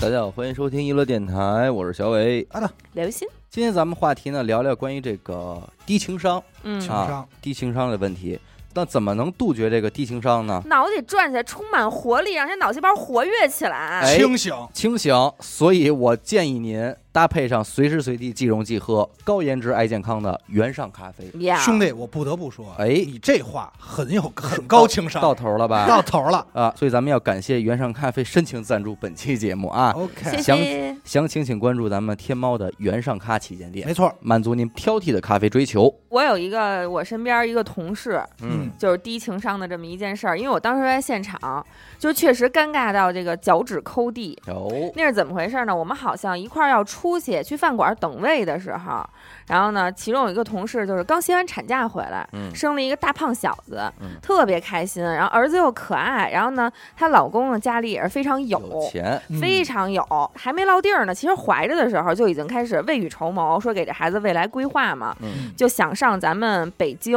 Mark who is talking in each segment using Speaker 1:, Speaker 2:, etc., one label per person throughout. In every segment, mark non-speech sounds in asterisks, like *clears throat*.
Speaker 1: 大家好，欢迎收听娱乐电台，我是小伟。啊，
Speaker 2: 刘鑫，
Speaker 1: 今天咱们话题呢，聊聊关于这个低情商、
Speaker 2: 嗯
Speaker 3: 情
Speaker 1: 啊
Speaker 3: 商、
Speaker 1: 低情商的问题。那怎么能杜绝这个低情商呢？
Speaker 2: 脑得转起来，充满活力，让人家脑细胞活跃起来。
Speaker 1: 哎
Speaker 3: 清醒，
Speaker 1: 清醒，所以我建议您搭配上随时随地即溶即喝、高颜值爱健康的原上咖啡。
Speaker 2: 呀
Speaker 3: 兄弟，我不得不说，
Speaker 1: 哎
Speaker 3: 你这话很有很高情商，
Speaker 1: 到头了吧？
Speaker 3: 到头了。
Speaker 1: 啊，所以咱们要感谢原上咖啡深情赞助本期节目啊！
Speaker 2: 谢
Speaker 3: OK，
Speaker 1: 详
Speaker 2: 谢。
Speaker 1: 详情请关注咱们天猫的原上咖旗舰店，
Speaker 3: 没错，
Speaker 1: 满足您挑剔的咖啡追求。
Speaker 2: 我有一个我身边一个同事，
Speaker 3: 嗯，
Speaker 2: 就是低情商的这么一件事儿，因为我当时在现场，就确实尴尬到这个脚趾抠地。
Speaker 1: 有
Speaker 2: 那是怎么回事呢？我们好像一块儿要出去去饭馆等位的时候，然后呢，其中有一个同事就是刚歇完产假回来，
Speaker 1: 嗯
Speaker 2: 生了一个大胖小子，
Speaker 1: 嗯
Speaker 2: 特别开心。然后儿子又可爱，然后呢，她老公呢家里也是非常
Speaker 1: 有钱，
Speaker 3: 嗯
Speaker 2: 非常有，还没落地儿呢。其实怀着的时候就已经开始未雨绸缪，说给这孩子未来规划嘛，
Speaker 1: 嗯
Speaker 2: 就想上咱们北京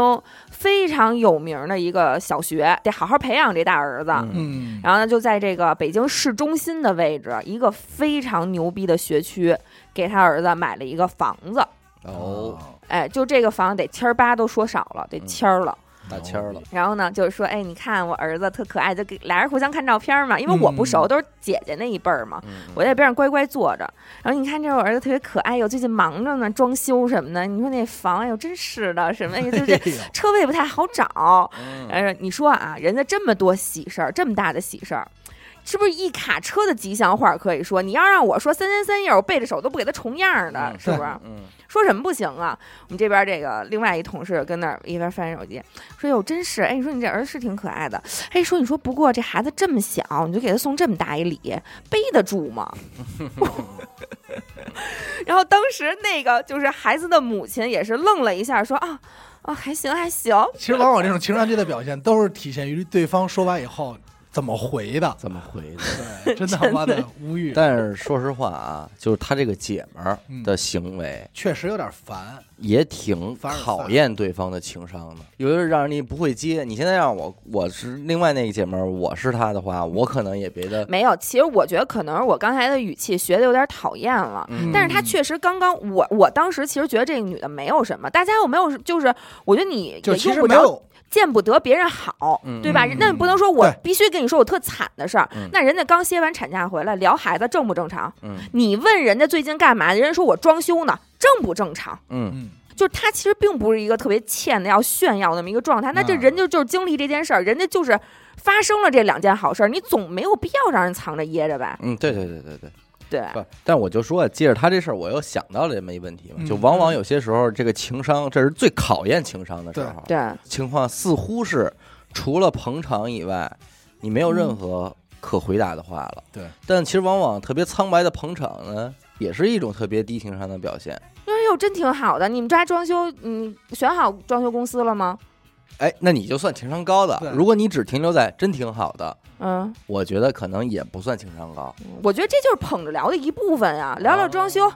Speaker 2: 非常有名的一个小学，得好好培养这大儿子。
Speaker 1: 嗯
Speaker 3: 嗯，
Speaker 2: 然后呢，就在这个北京市中心的位置，一个非常牛逼的学区，给他儿子买了一个房子。
Speaker 1: 有
Speaker 3: 哦
Speaker 2: 哎，就这个房得千儿八都说少了，得
Speaker 1: 嗯
Speaker 2: 千儿了。
Speaker 1: 大签儿了，
Speaker 2: 然后呢，就是说，哎，你看我儿子特可爱，就给俩人互相看照片嘛，因为我不熟，
Speaker 3: 嗯
Speaker 2: 都是姐姐那一辈儿嘛。
Speaker 1: 嗯
Speaker 2: 我在边上乖乖坐着，然后你看这我儿子特别可爱哟，最近忙着呢，装修什么的。你说那房，哎呦，真是的，什么哎呦就
Speaker 3: 哎
Speaker 2: 是
Speaker 1: *laughs*
Speaker 3: 呦
Speaker 2: 车位不太好找。
Speaker 1: 嗯
Speaker 2: 呃，你说啊，人家这么多喜事儿，这么大的喜事儿，是不是一卡车的吉祥话？可以说，你要让我说三天三夜，我背着手都不给他重样儿的，
Speaker 1: 嗯
Speaker 2: 是不是？
Speaker 1: 嗯
Speaker 2: 说什么不行啊？我们这边这个另外一同事跟那儿一边翻手机，说哟，真是，哎，你说你这儿子是挺可爱的，哎，说你说不过这孩子这么小，你就给他送这么大一礼，背得住吗？ *laughs* 然后当时那个就是孩子的母亲也是愣了一下，说啊啊，还行还行，
Speaker 3: 其实往往这种情商低的表现，都是体现于对方说完以后怎么回的。
Speaker 1: 怎么回的？
Speaker 3: 对，真的他妈的无语，
Speaker 1: 但是说实话啊，就是她这个姐们儿
Speaker 3: 嗯
Speaker 1: 的行为
Speaker 3: 确实有点烦。
Speaker 1: 也挺考验对方的情商的，有的是让人你不会接。你现在让我，我是另外那个姐们儿，我是她的话，我可能也别的。
Speaker 2: 没有。其实我觉得可能是我刚才的语气学的有点讨厌了，
Speaker 3: 嗯
Speaker 2: 嗯但是他确实刚刚，我我当时其实觉得这个女的没有什么，大家有没有就是，我觉得你也
Speaker 3: 就其
Speaker 2: 用
Speaker 3: 实
Speaker 2: 不
Speaker 3: 没
Speaker 2: 着
Speaker 3: 有，
Speaker 2: 见不得别人好，
Speaker 1: 嗯
Speaker 2: 对吧？
Speaker 3: 嗯
Speaker 2: 那你不能说我
Speaker 3: 对
Speaker 2: 必须跟你说我特惨的事儿，
Speaker 1: 嗯
Speaker 2: 那人家刚歇完产假回来聊孩子正不正常？
Speaker 1: 嗯
Speaker 2: 你问人家最近干嘛，人家说我装修呢，正不正常？
Speaker 1: 嗯，
Speaker 3: 嗯，
Speaker 2: 就是他其实并不是一个特别欠的要炫耀那么一个状态，那这
Speaker 3: 嗯
Speaker 2: 人就就是经历这件事儿，人家就是发生了这两件好事儿，你总没有必要让人藏着掖着吧？
Speaker 1: 嗯，对对对对对。
Speaker 2: 对，
Speaker 1: 不，但我就说，啊接着他这事儿，我又想到了这么一问题嘛，
Speaker 3: 嗯
Speaker 1: 就往往有些时候，这个情商，这是最考验情商的时候。啊
Speaker 2: 对，
Speaker 1: 情况似乎是除了捧场以外，你没有任何可回答的话了。
Speaker 3: 嗯对，
Speaker 1: 但其实往往特别苍白的捧场呢，也是一种特别低情商的表现。
Speaker 2: 哎呦，真挺好的。你们家装修，嗯，选好装修公司了吗？
Speaker 1: 哎，那你就算情商高的
Speaker 3: 对。
Speaker 1: 如果你只停留在真挺好的，
Speaker 2: 嗯，
Speaker 1: 我觉得可能也不算情商高。
Speaker 2: 我觉得这就是捧着聊的一部分啊，聊聊装修，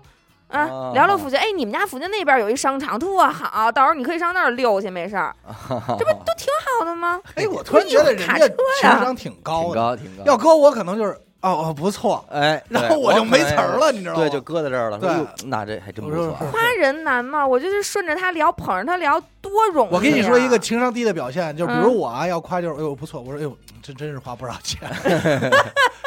Speaker 2: 啊，
Speaker 1: 哦
Speaker 2: 聊聊附近。哎，你们家附近那边有一商场特好，到时候你可以上那儿溜去，没事儿，这不都挺好的吗？
Speaker 3: 哎，我突然觉得人
Speaker 2: 卡
Speaker 3: 家
Speaker 2: 车
Speaker 3: 情
Speaker 2: 呀
Speaker 3: 商挺高
Speaker 1: 挺
Speaker 3: 的，
Speaker 1: 高，挺高。
Speaker 3: 要搁我可能就是哦哦不错，
Speaker 1: 哎，对
Speaker 3: 然后我就没词儿。了，你知
Speaker 1: 可能
Speaker 3: 道吗？
Speaker 1: 对，就搁在这儿了。
Speaker 3: 对
Speaker 1: 哎呦那这还真不
Speaker 3: 我说
Speaker 1: 错啊。
Speaker 2: 夸人难嘛，我就是顺着他聊，捧着他聊，多容易、啊。
Speaker 3: *laughs* 我跟你说一个情商低的表现，就比
Speaker 2: 嗯
Speaker 3: 如我啊，要夸就是哎呦不错，我说哎呦真真是花不少钱， *laughs*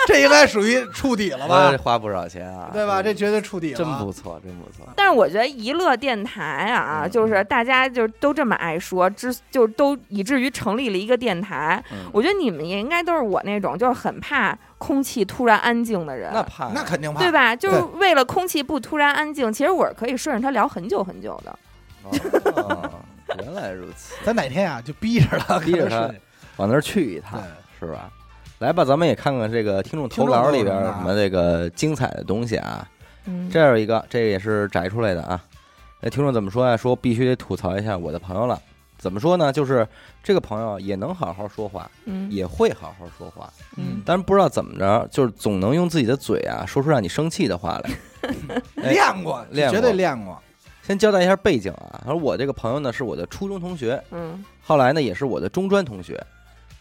Speaker 3: 这应该属于触底了吧
Speaker 1: 这？花不少钱啊，
Speaker 3: 对吧？这绝对触底了。
Speaker 1: 真不错，真不错。
Speaker 2: *laughs* 但是我觉得娱乐电台啊，
Speaker 1: 嗯
Speaker 2: 就是大家就都这么爱说，之就都以至于成立了一个电台。
Speaker 1: 嗯
Speaker 2: 我觉得你们也应该都是我那种，就是很怕空气突然安静的人，
Speaker 1: 那怕
Speaker 3: 那肯定怕。
Speaker 2: 对吧？就是
Speaker 3: 对
Speaker 2: 为了空气不突然安静，其实我是可以顺着它聊很久很久的。
Speaker 1: 哦原来如此，
Speaker 3: 咱哪天啊就逼着他，
Speaker 1: 逼着他
Speaker 3: 看
Speaker 1: 往那儿去一
Speaker 3: 他
Speaker 1: 趟
Speaker 3: 是，
Speaker 1: 是吧？来吧，咱们也看看这个听众投稿里边有什么啊这个精彩的东西啊。
Speaker 2: 嗯，
Speaker 1: 这儿有一个，这个也是摘出来的啊。那听众怎么说呀、啊说必须得吐槽一下我的朋友了。怎么说呢？就是这个朋友也能好好说话，
Speaker 2: 嗯
Speaker 1: 也会好好说话，
Speaker 2: 嗯
Speaker 3: 嗯，
Speaker 1: 但是不知道怎么着，就是总能用自己的嘴啊说出让你生气的话来。哎
Speaker 3: 练过，
Speaker 1: 练过
Speaker 3: 绝对练过。
Speaker 1: 先交代一下背景啊，他说我这个朋友呢是我的初中同学，
Speaker 2: 嗯
Speaker 1: 后来呢，也是我的中专同学。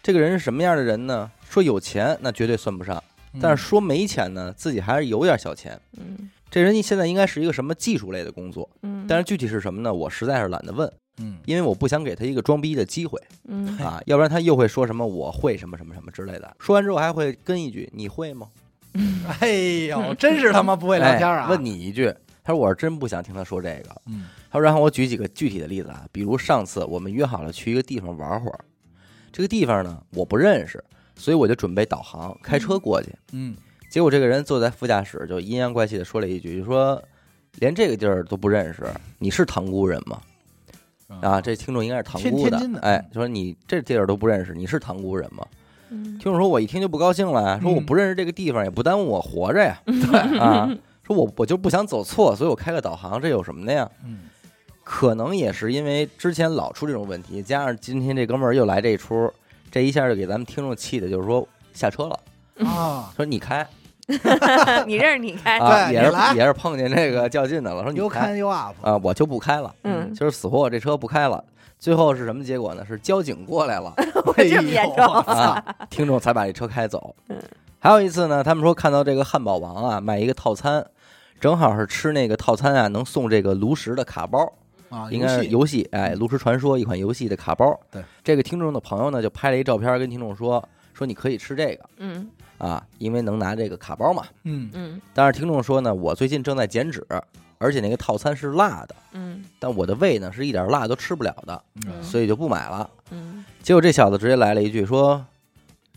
Speaker 1: 这个人是什么样的人呢？说有钱那绝对算不上，但
Speaker 3: 嗯
Speaker 1: 是说没钱呢，自己还是有点小钱。
Speaker 2: 嗯
Speaker 1: 这人现在应该是一个什么技术类的工作，
Speaker 2: 嗯，
Speaker 1: 但是具体是什么呢？我实在是懒得问，
Speaker 3: 嗯
Speaker 1: 因为我不想给他一个装逼的机会
Speaker 2: 嗯
Speaker 1: 啊，要不然他又会说什么我会什么什么什么之类的。说完之后还会跟一句你会吗？
Speaker 3: 嗯，哎呦，真是他妈不会聊天啊！
Speaker 1: 哎问，你一句，他说我是真不想听他说这个。
Speaker 3: 嗯
Speaker 1: 他说然后我举几个具体的例子啊，比如上次我们约好了去一个地方玩会儿，这个地方呢我不认识，所以我就准备导航开车过去。
Speaker 3: 嗯，
Speaker 1: 结果这个人坐在副驾驶，就阴阳怪气的说了一句，就说连这个地儿都不认识，你是塘沽人吗？啊，这听众应该是塘
Speaker 3: 天
Speaker 1: 沽
Speaker 3: 天津的
Speaker 1: 哎，就说你这地儿都不认识，你是塘沽人吗？
Speaker 2: 嗯
Speaker 1: 听众说，我一听就不高兴
Speaker 3: 嗯
Speaker 1: 了，说我不认识这个地方，也不耽误我活着
Speaker 3: *laughs*
Speaker 1: 呀，对啊，说我我就不想走错，所以我开个导航，这有什么的呀？
Speaker 3: 嗯
Speaker 1: 可能也是因为之前老出这种问题，加上今天这哥们儿又来这一出，这一下就给咱们听众气的，就是说下车了，
Speaker 3: 啊，
Speaker 1: 说你开
Speaker 2: *laughs* 你认识你开，
Speaker 1: 啊，
Speaker 3: 哎对
Speaker 1: 也
Speaker 3: 你
Speaker 1: 是
Speaker 3: 来
Speaker 1: 也是碰见这个较劲的了，说你
Speaker 3: 又
Speaker 1: 开
Speaker 3: 看又 up，
Speaker 1: 啊，我就不开了，
Speaker 2: 嗯，
Speaker 1: 就是死活我这车不开了。最后是什么结果呢？是交警过
Speaker 3: *laughs*
Speaker 1: 来了，
Speaker 2: 我
Speaker 3: 哎
Speaker 2: 这么严
Speaker 3: 呦
Speaker 2: 重，
Speaker 1: 啊，听众才把这车开走
Speaker 2: 嗯。
Speaker 1: 还有一次呢，他们说看到这个汉堡王啊卖一个套餐，正好是吃那个套餐啊能送这个炉石的卡包，
Speaker 3: 啊，
Speaker 1: 应该是
Speaker 3: 游戏嗯
Speaker 1: 游戏哎，炉石传说一款游戏的卡包。
Speaker 3: 对，
Speaker 1: 这个听众的朋友呢就拍了一照片跟听众说说你可以吃这个
Speaker 2: 嗯
Speaker 1: 啊，因为能拿这个卡包嘛。
Speaker 3: 嗯
Speaker 2: 嗯
Speaker 1: 但是听众说呢，我最近正在减脂，而且那个套餐是辣的，
Speaker 2: 嗯
Speaker 1: 但我的胃呢是一点辣都吃不了的，
Speaker 3: 嗯 *laughs*
Speaker 1: 所以就不买了。
Speaker 2: 嗯，
Speaker 1: 结果这小子直接来了一句说：“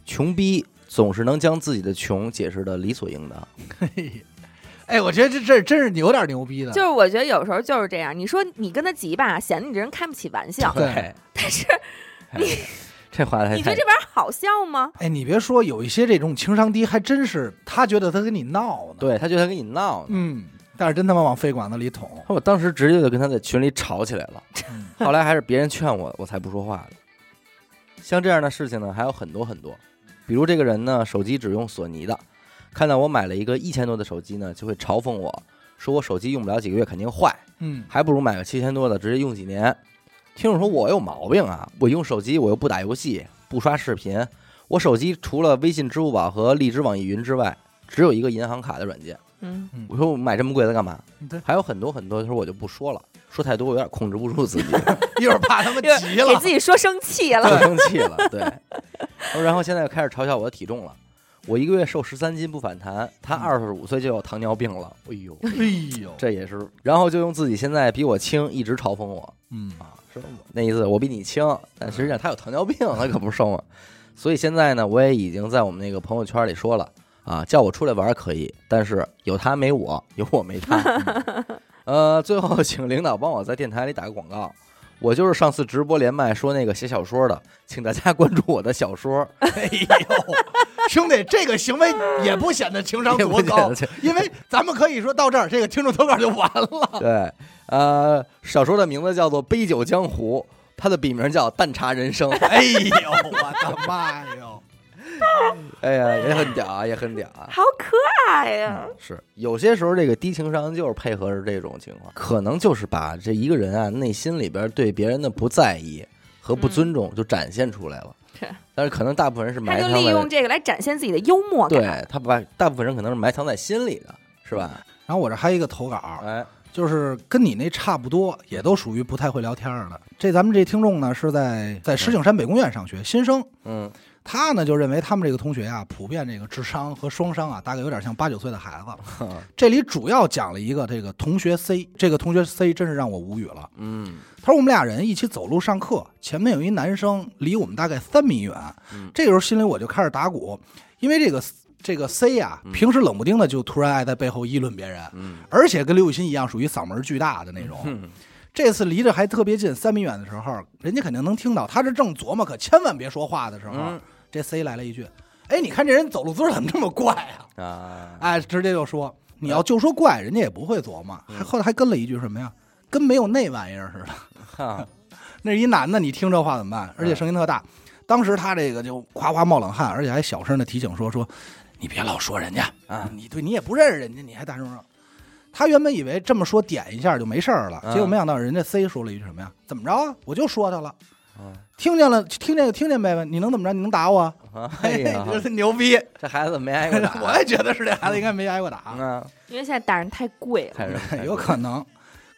Speaker 1: 穷逼总是能将自己的穷解释的理所应当。
Speaker 3: 嘿哎，我觉得这这真是有点牛逼
Speaker 1: 嗯
Speaker 3: 的，
Speaker 2: 就是我觉得有时候就是这样，你说你跟他急吧，显得你这人开不起玩笑，
Speaker 3: 对
Speaker 1: *laughs*
Speaker 2: 但是
Speaker 1: 哎这话太
Speaker 2: 你觉得这玩意儿好笑吗？
Speaker 3: 哎，你别说，有一些这种情商低，还真是他觉得他跟你闹呢。，
Speaker 1: 对他就想跟你闹呢。
Speaker 3: 嗯，但是真他妈往肺管子里
Speaker 1: *laughs*
Speaker 3: 捅。
Speaker 1: 我当时直接就跟他在群里吵起来了，
Speaker 3: 嗯 *laughs*
Speaker 1: 后来还是别人劝我，我才不说话的。像这样的事情呢，还有很多很多，比如这个人呢，手机只用索尼的，看到我买了一个一千多的手机呢，就会嘲讽我说我手机用不了几个月肯定坏，
Speaker 3: 嗯，
Speaker 1: 还不如买个七千多的直接用几年。听众说我有毛病啊，我用手机我又不打游戏，不刷视频，我手机除了微信、支付宝和荔枝、网易云之外，只有一个银行卡的软件。
Speaker 2: 嗯
Speaker 1: 我说我买这么贵的干嘛？
Speaker 3: 对，
Speaker 1: 还有很多很多，他说我就不说了，说太多我有点控制不住自己，
Speaker 3: 一会儿怕他们
Speaker 2: 就是
Speaker 3: 急
Speaker 2: 给
Speaker 3: 了
Speaker 2: 自。己说生气了，
Speaker 1: 就 *laughs* 生气了。对，说然后现在又开始嘲笑我的体重了。我一个月瘦十三斤不反弹，他二十五岁就有糖尿病了，哎呦，
Speaker 3: 哎呦，
Speaker 1: 这也是，然后就用自己现在比我轻一直嘲讽我，
Speaker 3: 嗯
Speaker 1: 啊，说我那意思我比你轻，但实际上他有糖尿病，他可不是瘦嘛。所以现在呢，我也已经在我们那个朋友圈里说了啊，叫我出来玩儿可以，但是有他没我，有我没他。 *laughs* 呃，最后请领导帮我在电台里打个广告。我就是上次直播连麦说那个写小说的，请大家关注我的小说。
Speaker 3: 哎呦，兄弟，这个行为也不显得情商
Speaker 1: 也不
Speaker 3: 多
Speaker 1: 显
Speaker 3: 高
Speaker 1: 得情，
Speaker 3: 因为咱们可以说到这儿，这个听众投稿就完了。
Speaker 1: 对，呃，小说的名字叫做《杯酒江湖》，它的笔名叫《淡茶人生》。
Speaker 3: 哎呦，我的妈哟！
Speaker 1: 哎呀，也很屌啊，也很屌啊。
Speaker 2: 好可爱呀！
Speaker 1: 是有些时候这个低情商就是配合着这种情况，可能就是把这一个人啊内心里边对别人的不在意和不
Speaker 3: 嗯
Speaker 1: 尊重就展现出来了。
Speaker 2: 是
Speaker 1: 但是可能大部分人是
Speaker 2: 他
Speaker 1: 埋
Speaker 2: 就
Speaker 1: 藏
Speaker 2: 利用
Speaker 1: 在，
Speaker 2: 这个来展现自己的幽默感。
Speaker 1: 对他把大部分人可能是埋藏在心里的，是吧？
Speaker 3: 然后我这还有一个投稿，
Speaker 1: 哎，
Speaker 3: 就是跟你那差不多，也都属于不太会聊天儿的。这咱们这听众呢是在在石景山北公园上学，新生。
Speaker 1: 嗯
Speaker 3: 他呢就认为他们这个同学啊，普遍这个智商和双商啊，大概有点像八九岁的孩子。这里主要讲了一个这个同学 C，这个同学 C 真是让我无语了。
Speaker 1: 嗯
Speaker 3: 他说我们俩人一起走路上课，前面有一男生离我们大概三米远
Speaker 1: 嗯，
Speaker 3: 这个时候心里我就开始打鼓，因为这个这个 C 啊，平时冷不丁的就突然爱在背后议论别人，
Speaker 1: 嗯
Speaker 3: 而且跟刘雨欣一样属于嗓门巨大的那种。
Speaker 1: 嗯
Speaker 3: 这次离着还特别近，三米远的时候，人家肯定能听到。他这正琢磨可千万别说话的时候，
Speaker 1: 嗯
Speaker 3: 这 C 来了一句：“哎，你看这人走路姿势怎么这么怪啊
Speaker 1: 啊？”，
Speaker 3: 哎，直接就说你要就说怪，人家也不会琢磨。
Speaker 1: 嗯
Speaker 3: 还后来还跟了一句什么呀？跟没有那玩意儿似的。
Speaker 1: 哈，
Speaker 3: 那是一男的，你听这话怎么
Speaker 1: 嗯
Speaker 3: 办？而且声音特大。当时他这个就夸夸冒冷汗，而且还小声的提醒说说，你别老说人家
Speaker 1: 啊
Speaker 3: 你对你也不认识人家，你还大声说。他原本以为这么说点一下就没事儿了，
Speaker 1: 嗯
Speaker 3: 结果没想到人家 C 说了一句什么呀？怎么着啊？我就说他了。
Speaker 1: 啊
Speaker 3: 听见了，听见就听见呗呗，你能怎么着？你能打我？
Speaker 1: 哎
Speaker 3: 嘿 *laughs*
Speaker 1: 呀，
Speaker 3: 这牛逼！
Speaker 1: 这孩子没挨过打，
Speaker 3: *laughs* 我也觉得是这孩子应该没挨过打，
Speaker 1: 啊，
Speaker 2: 因为现在打人太贵了。
Speaker 1: 太
Speaker 3: *laughs*
Speaker 1: 人太
Speaker 3: 有
Speaker 1: 人
Speaker 3: 可能。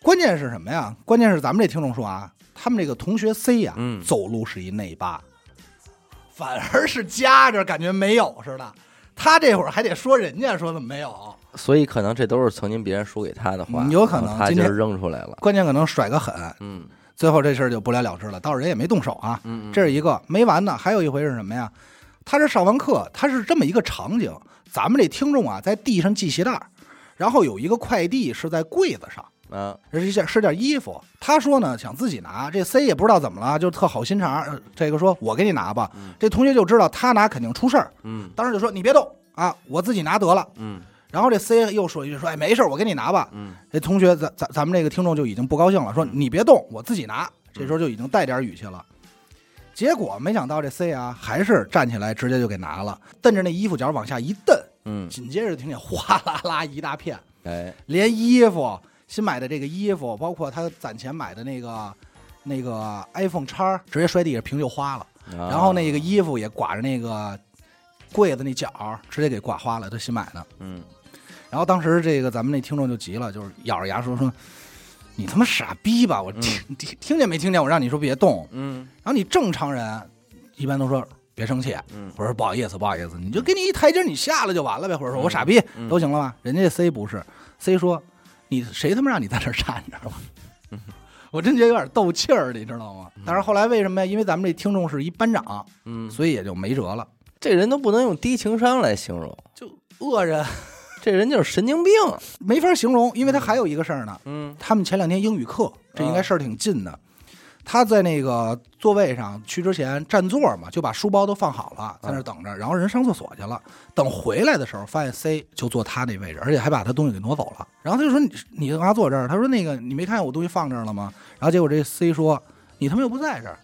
Speaker 3: 关键是什么呀？关键是咱们这听众说啊，他们这个同学 C 呀、
Speaker 1: 嗯
Speaker 3: 走路是一内八，反而是夹着，感觉没有似的。他这会儿还得说人家说怎么没有，
Speaker 1: 所以可能这都是曾经别人输给他的话，
Speaker 3: 嗯有可能
Speaker 1: 然后他
Speaker 3: 今
Speaker 1: 就
Speaker 3: 天
Speaker 1: 是扔出来了。
Speaker 3: 关键可能甩个狠，
Speaker 1: 嗯
Speaker 3: 最后这事儿就不了了之了。倒是人也没动手啊，
Speaker 1: 嗯，嗯
Speaker 3: 这是一个没完呢。还有一回是什么呀？他是上完课，他是这么一个场景，咱们这听众啊在地上系鞋带儿，然后有一个快递是在柜子上。
Speaker 1: 啊，
Speaker 3: 是件是件衣服，他说呢想自己拿，这 C 也不知道怎么了，就特好心肠儿，呃这个说我给你拿吧，
Speaker 1: 嗯
Speaker 3: 这同学就知道他拿肯定出事儿，
Speaker 1: 嗯
Speaker 3: 当时就说你别动啊，我自己拿得了。
Speaker 1: 嗯
Speaker 3: 然后这 C 又说一句说哎没事儿，我给你拿吧。
Speaker 1: 嗯
Speaker 3: 这同学咱咱咱们这个听众就已经不高兴了，说
Speaker 1: 嗯
Speaker 3: 你别动，我自己拿。这时候就已经带点语气了。结果没想到这 C 啊，还是站起来直接就给拿了，瞪着那衣服角往下一蹬，
Speaker 1: 嗯，
Speaker 3: 紧接着就听见哗啦啦一大片，
Speaker 1: 哎，
Speaker 3: 连衣服新买的这个衣服，包括他攒钱买的那个那个 iPhone 叉，直接摔地上，屏就花了。
Speaker 1: 然
Speaker 3: 然后那个衣服也挂着那个柜子那角儿，直接给挂花了，他新买的。
Speaker 1: 嗯
Speaker 3: 然后当时这个咱们那听众就急了，就是咬着牙说说。你他妈傻逼吧！我听、听听见没听见？我让你说别动。
Speaker 1: 嗯
Speaker 3: 然后你正常人一般都说别生气，
Speaker 1: 嗯
Speaker 3: 我说不好意思，不好意思，你就给你一台阶，你下来就完了呗，或者说我傻逼、
Speaker 1: 嗯
Speaker 3: 都行了吧？人家 C 不是 C 说你谁他妈让你在这儿站着 *laughs* 了？我真觉得有点斗气儿，你知道吗？但是后来为什么呀？因为咱们这听众是一班长，
Speaker 1: 嗯，
Speaker 3: 所以也就没辙了。
Speaker 1: 这人都不能用低情商来形容，
Speaker 3: 就恶人
Speaker 1: 这人就是神经病。
Speaker 3: *laughs*
Speaker 1: 啊
Speaker 3: 没法形容，因为他还有一个事儿呢。
Speaker 1: 嗯
Speaker 3: 他们前两天英语课，这应该事儿挺近的。他在那个座位上去之前占座嘛，就把书包都放好了，在那儿等着。然后人上厕所去了，等回来的时候发现 C 就坐他那位置，而且还把他东西给挪走了。然后他就说：“你你干嘛坐这儿？”他说：“那个你没看见我东西放这儿了吗？”然后结果这 C 说：“你他妈又不在这儿。”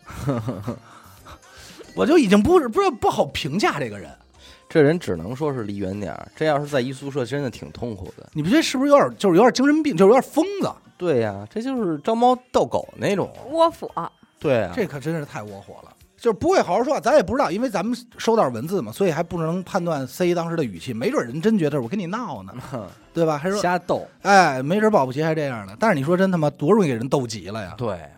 Speaker 3: *laughs* 我就已经不不知道不好评价这个人，
Speaker 1: 这人只能说是离远点儿，这要是在一宿舍，真的挺痛苦的。
Speaker 3: 你们这是不是有点就是有点精神病，就是有点疯子？
Speaker 1: 对呀、这就是招猫逗狗那种。
Speaker 2: 窝火，
Speaker 1: 对啊，
Speaker 3: 这可真是太窝火了。就是不会好好说话，咱也不知道，因为咱们收到文字嘛，所以还不能判断 C 当时的语气，没准人真觉得我跟你闹
Speaker 1: 嗯
Speaker 3: 呢，对
Speaker 1: *laughs*
Speaker 3: 吧？还说
Speaker 1: 瞎逗。
Speaker 3: 哎，没准保不齐还这样呢。但是你说真他妈多容易给人斗急了呀！
Speaker 1: 对啊，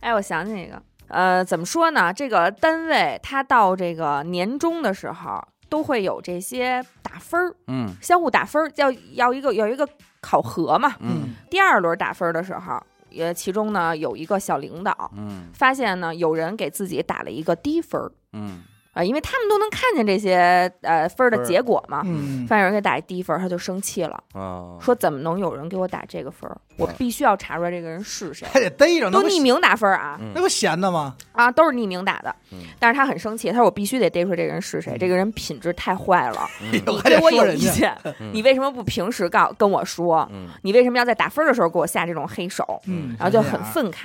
Speaker 2: 哎，我想起一个，呃，怎么说呢？这个单位他到这个年终的时候，都会有这些打分儿，
Speaker 1: 嗯
Speaker 2: 相互打分儿，要要一个有一个考核嘛。
Speaker 1: 嗯
Speaker 2: 第二轮打分儿的时候，也其中呢有一个小领导
Speaker 1: 嗯
Speaker 2: 发现呢，有人给自己打了一个低分儿
Speaker 1: 嗯
Speaker 2: 啊、因为他们都能看见这些呃分
Speaker 1: 分
Speaker 2: 儿的
Speaker 1: 儿
Speaker 2: 结果嘛。
Speaker 3: 嗯，
Speaker 2: 发现有人给打一低分儿，他就生气了，
Speaker 1: 啊，
Speaker 2: 说怎么能有人给我打这个分
Speaker 3: 嗯
Speaker 2: 儿？我
Speaker 1: 啊
Speaker 2: 必须要查出来这个人是谁。
Speaker 3: 还得逮着，那
Speaker 2: 都
Speaker 3: 不
Speaker 2: 匿名打分儿啊
Speaker 1: 嗯
Speaker 3: 那不闲的吗？
Speaker 2: 啊，都是匿名打的
Speaker 1: 嗯。
Speaker 2: 但是他很生气，他说我必须得逮出这个人是谁，这个人品质太坏
Speaker 3: *laughs*
Speaker 2: 了，
Speaker 1: 嗯
Speaker 2: 你
Speaker 3: 嗯还得
Speaker 2: 对我
Speaker 3: 说
Speaker 2: 有
Speaker 3: 人
Speaker 2: 意
Speaker 3: 家嗯
Speaker 2: 见，你为什么不平时告跟我说？
Speaker 1: 嗯
Speaker 2: 你为什么要在打分儿的时候给我下这种黑手？
Speaker 1: 嗯
Speaker 2: 然后就很愤慨。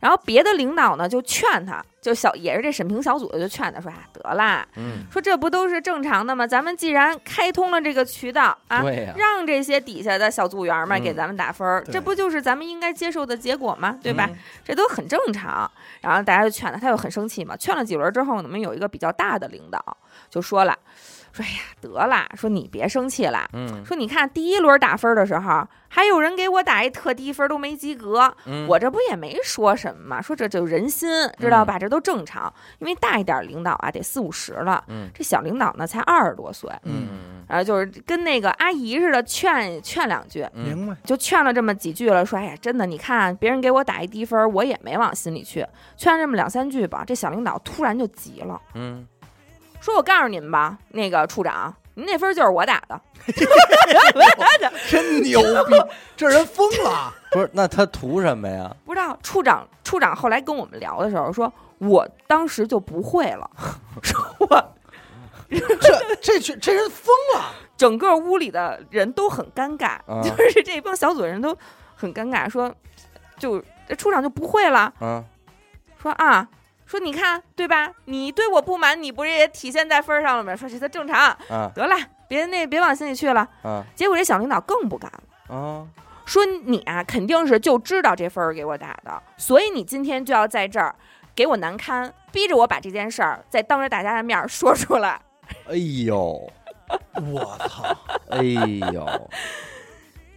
Speaker 2: 然后别的领导呢就劝他，就小也是这审评小组的就劝他说啊，得啦，
Speaker 1: 嗯，
Speaker 2: 说这不都是正常的吗？咱们既然开通了这个渠道啊，
Speaker 1: 对呀、
Speaker 2: 让这些底下的小组员
Speaker 1: 嗯
Speaker 2: 们给咱们打分儿，
Speaker 3: 对
Speaker 2: 这不就是咱们应该接受的结果吗？对吧？
Speaker 1: 嗯
Speaker 2: 这都很正常。然后大家就劝他，他又很生气嘛。劝了几轮之后，我们有一个比较大的领导就说了，说哎呀得啦，说你别生气啦。
Speaker 1: 嗯
Speaker 2: 说你看第一轮打分的时候，还有人给我打一特低分都没及格，
Speaker 1: 嗯，
Speaker 2: 我这不也没说什么嘛，说这就人心，知道吧？这都正常，因为大一点领导啊得四五十了，
Speaker 1: 嗯
Speaker 2: 这小领导呢才二十多岁，
Speaker 1: 嗯
Speaker 2: 然后就是跟那个阿姨似的劝劝两句，
Speaker 1: 嗯
Speaker 3: 明白，
Speaker 2: 就劝了这么几句了，说哎呀，真的，你看别人给我打一低分，我也没往心里去，劝了这么两三句吧，这小领导突然就急了，
Speaker 1: 嗯
Speaker 2: 说我告诉你们吧，那个处长，您那分就是我打的，
Speaker 3: 真牛逼，这人疯了，
Speaker 1: 不是，那他图什么呀？
Speaker 2: 不知道处长处长后来跟我们聊的时候说，我当时就不会了，说我
Speaker 3: 这这这这人疯了，
Speaker 2: 整个屋里的人都很尴尬，
Speaker 1: 啊
Speaker 2: 就是这帮小组人都很尴尬，说就这处长就不会了。
Speaker 1: 啊，
Speaker 2: 说啊，说你看对吧？你对我不满，你不是也体现在分儿上了吗？说这都正常，
Speaker 1: 啊
Speaker 2: 得了，别那别往心里去了。
Speaker 1: 啊
Speaker 2: 结果这小领导更不干了，
Speaker 1: 啊！
Speaker 2: 说你啊，肯定是就知道这分儿给我打的，所以你今天就要在这儿。给我难堪，逼着我把这件事儿在当着大家的面儿说出来。
Speaker 1: 哎呦，
Speaker 3: 我操，
Speaker 1: 哎呦，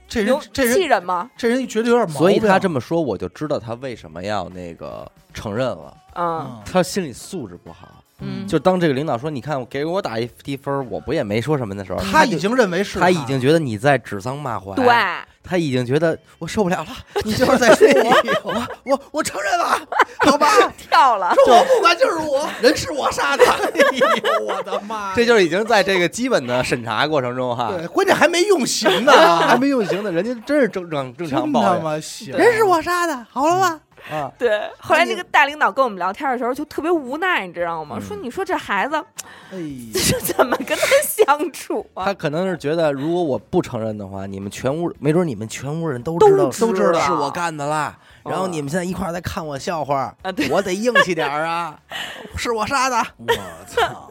Speaker 3: 这人
Speaker 2: 有
Speaker 3: 这
Speaker 2: 气
Speaker 3: 人
Speaker 2: 人吗？
Speaker 3: 这人觉得有点毛病，
Speaker 1: 所以他这么说，我就知道他为什么要那个承认了，
Speaker 2: 嗯
Speaker 3: 嗯
Speaker 1: 他心理素质不好。
Speaker 2: 嗯，
Speaker 1: 就当这个领导说：“你看，我给我打一低分儿，我不也没说什么的时候，
Speaker 3: 他
Speaker 1: 就
Speaker 3: 已经认为是
Speaker 1: 他已经觉得你在指桑骂
Speaker 3: 嗯
Speaker 1: 槐，
Speaker 2: 对，
Speaker 1: 他已经觉得我受不了了，
Speaker 3: 你就是在说我，我我我承认了，好吧，
Speaker 2: 跳了。
Speaker 3: 说我不管就是我，人是我杀的，哎呦我的妈！
Speaker 1: 这就是已经在这个基本的审查过程中哈，
Speaker 3: 对，关键还没用刑呢，
Speaker 1: 还没用刑呢，人家真是正正正常
Speaker 3: 真
Speaker 1: 报
Speaker 3: 他
Speaker 1: 应
Speaker 3: 妈行，
Speaker 2: 人是
Speaker 3: 我杀的，好了吧？
Speaker 1: 啊，
Speaker 2: *laughs* 对，后来那个大领导跟我们聊天的时候就特别无奈，你知道吗？
Speaker 1: 嗯
Speaker 2: 说你说这孩子， *laughs*
Speaker 3: 哎，
Speaker 2: 这是怎么跟他相处啊
Speaker 1: 他？可能是觉得如果我不承认的话，你们全屋没准你们全屋人都
Speaker 2: 都
Speaker 1: 知道
Speaker 2: 知道
Speaker 1: 是我干的啦，然后
Speaker 2: 嗯
Speaker 1: 你们现在一块儿在看我笑话
Speaker 2: 啊对，
Speaker 1: 我得硬气点儿
Speaker 2: *laughs*
Speaker 1: 啊，是我杀的，
Speaker 3: 我操，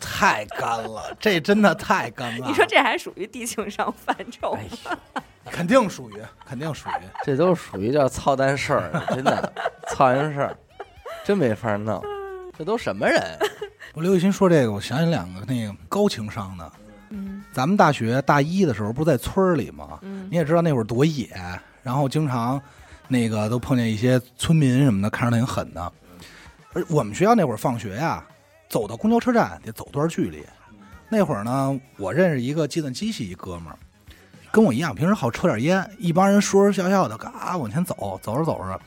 Speaker 3: 太干了，这真的太干了。
Speaker 2: 你说这还属于地情上范畴？
Speaker 1: 哎呦。”
Speaker 3: 肯定属于，肯定属于。
Speaker 1: 这都属于叫操蛋事儿，啊
Speaker 2: *laughs*
Speaker 1: 真的操心事儿，真没法弄。这都什么人？
Speaker 3: 我刘雨欣说这个，我想起两个那个高情商的。
Speaker 2: 嗯
Speaker 3: 咱们大学大一的时候不是在村儿里吗？
Speaker 2: 嗯
Speaker 3: 你也知道那会儿多野，然后经常那个都碰见一些村民什么的，看着挺狠的。而我们学校那会儿放学呀、走到公交车站得走段距离。那会儿呢，我认识一个计算机系一哥们儿，跟我一样，平时好抽点烟，一帮人说说笑笑的，嘎往前走，走着走着，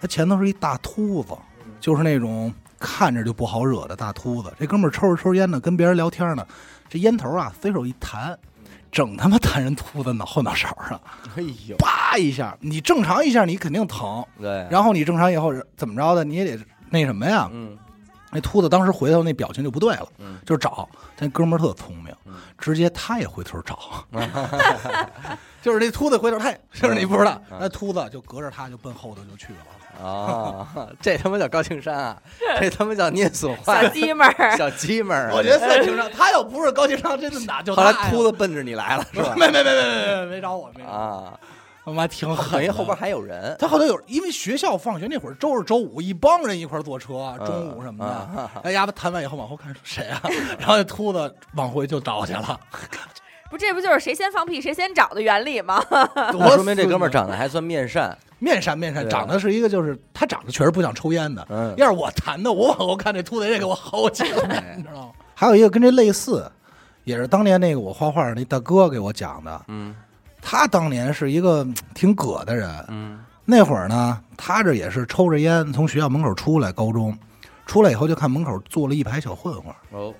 Speaker 3: 他前头是一大秃子，就是那种看着就不好惹的大秃子。这哥们儿抽着抽烟呢，跟别人聊天呢，这烟头啊随手一弹，整他妈弹人秃子脑后脑勺上。
Speaker 1: 哎呦，
Speaker 3: 叭一下，你正常一下你肯定疼，
Speaker 1: 对，
Speaker 3: 然后你正常以后怎么着的，你也得那什么呀？
Speaker 1: 嗯，
Speaker 3: 那秃子当时回头那表情就不对了，
Speaker 1: 嗯
Speaker 3: 就是找。但哥们儿特聪明
Speaker 1: 嗯，
Speaker 3: 直接他也回头
Speaker 1: *laughs*
Speaker 3: 找，就是那秃子回头，他也就是你不知道，
Speaker 1: 嗯
Speaker 3: 那秃子就隔着他就奔后头就去了。
Speaker 1: 哦， *laughs* 这他妈叫高情商啊，这他妈叫捏损
Speaker 2: 小
Speaker 1: 坏
Speaker 2: 鸡们儿，
Speaker 1: 小鸡们儿啊。
Speaker 3: 我觉得算情商，他要不是高情商，真的打就
Speaker 1: 后来
Speaker 3: 他呀
Speaker 1: 秃子奔着你来了，是吧？
Speaker 3: 没没没没没没没找我，没找我，
Speaker 1: 啊，
Speaker 3: 他妈挺狠
Speaker 1: 等于
Speaker 3: 的。
Speaker 1: 后边还有人，
Speaker 3: 他后头有，因为学校放学那会儿周日周五一帮人一块儿坐车，啊中午什么
Speaker 1: 嗯
Speaker 3: 的，哎呀，谈完以后往后看谁
Speaker 1: *laughs*
Speaker 3: 啊，然后那秃子往回就找去了，
Speaker 2: 不，这不就是谁先放屁谁先找的原理吗？ *laughs*
Speaker 1: 那
Speaker 3: 我
Speaker 1: 说明这哥们儿长得还算面善。
Speaker 3: 面善面善，
Speaker 1: 对啊
Speaker 3: 长得是一个就是他长得确实不像抽烟的，
Speaker 1: 嗯，哎
Speaker 3: 要是我谈的，我往后看这秃子也给我薅起来，你知道吗？ *laughs* 还有一个跟这类似，也是当年那个我画画那大哥给我讲的，
Speaker 1: 嗯
Speaker 3: 他当年是一个嗯挺葛的人，
Speaker 1: 嗯
Speaker 3: 那会儿呢，他这也是抽着烟从学校门口出来，高中出来以后就看门口坐了一排小混混。
Speaker 1: 哦，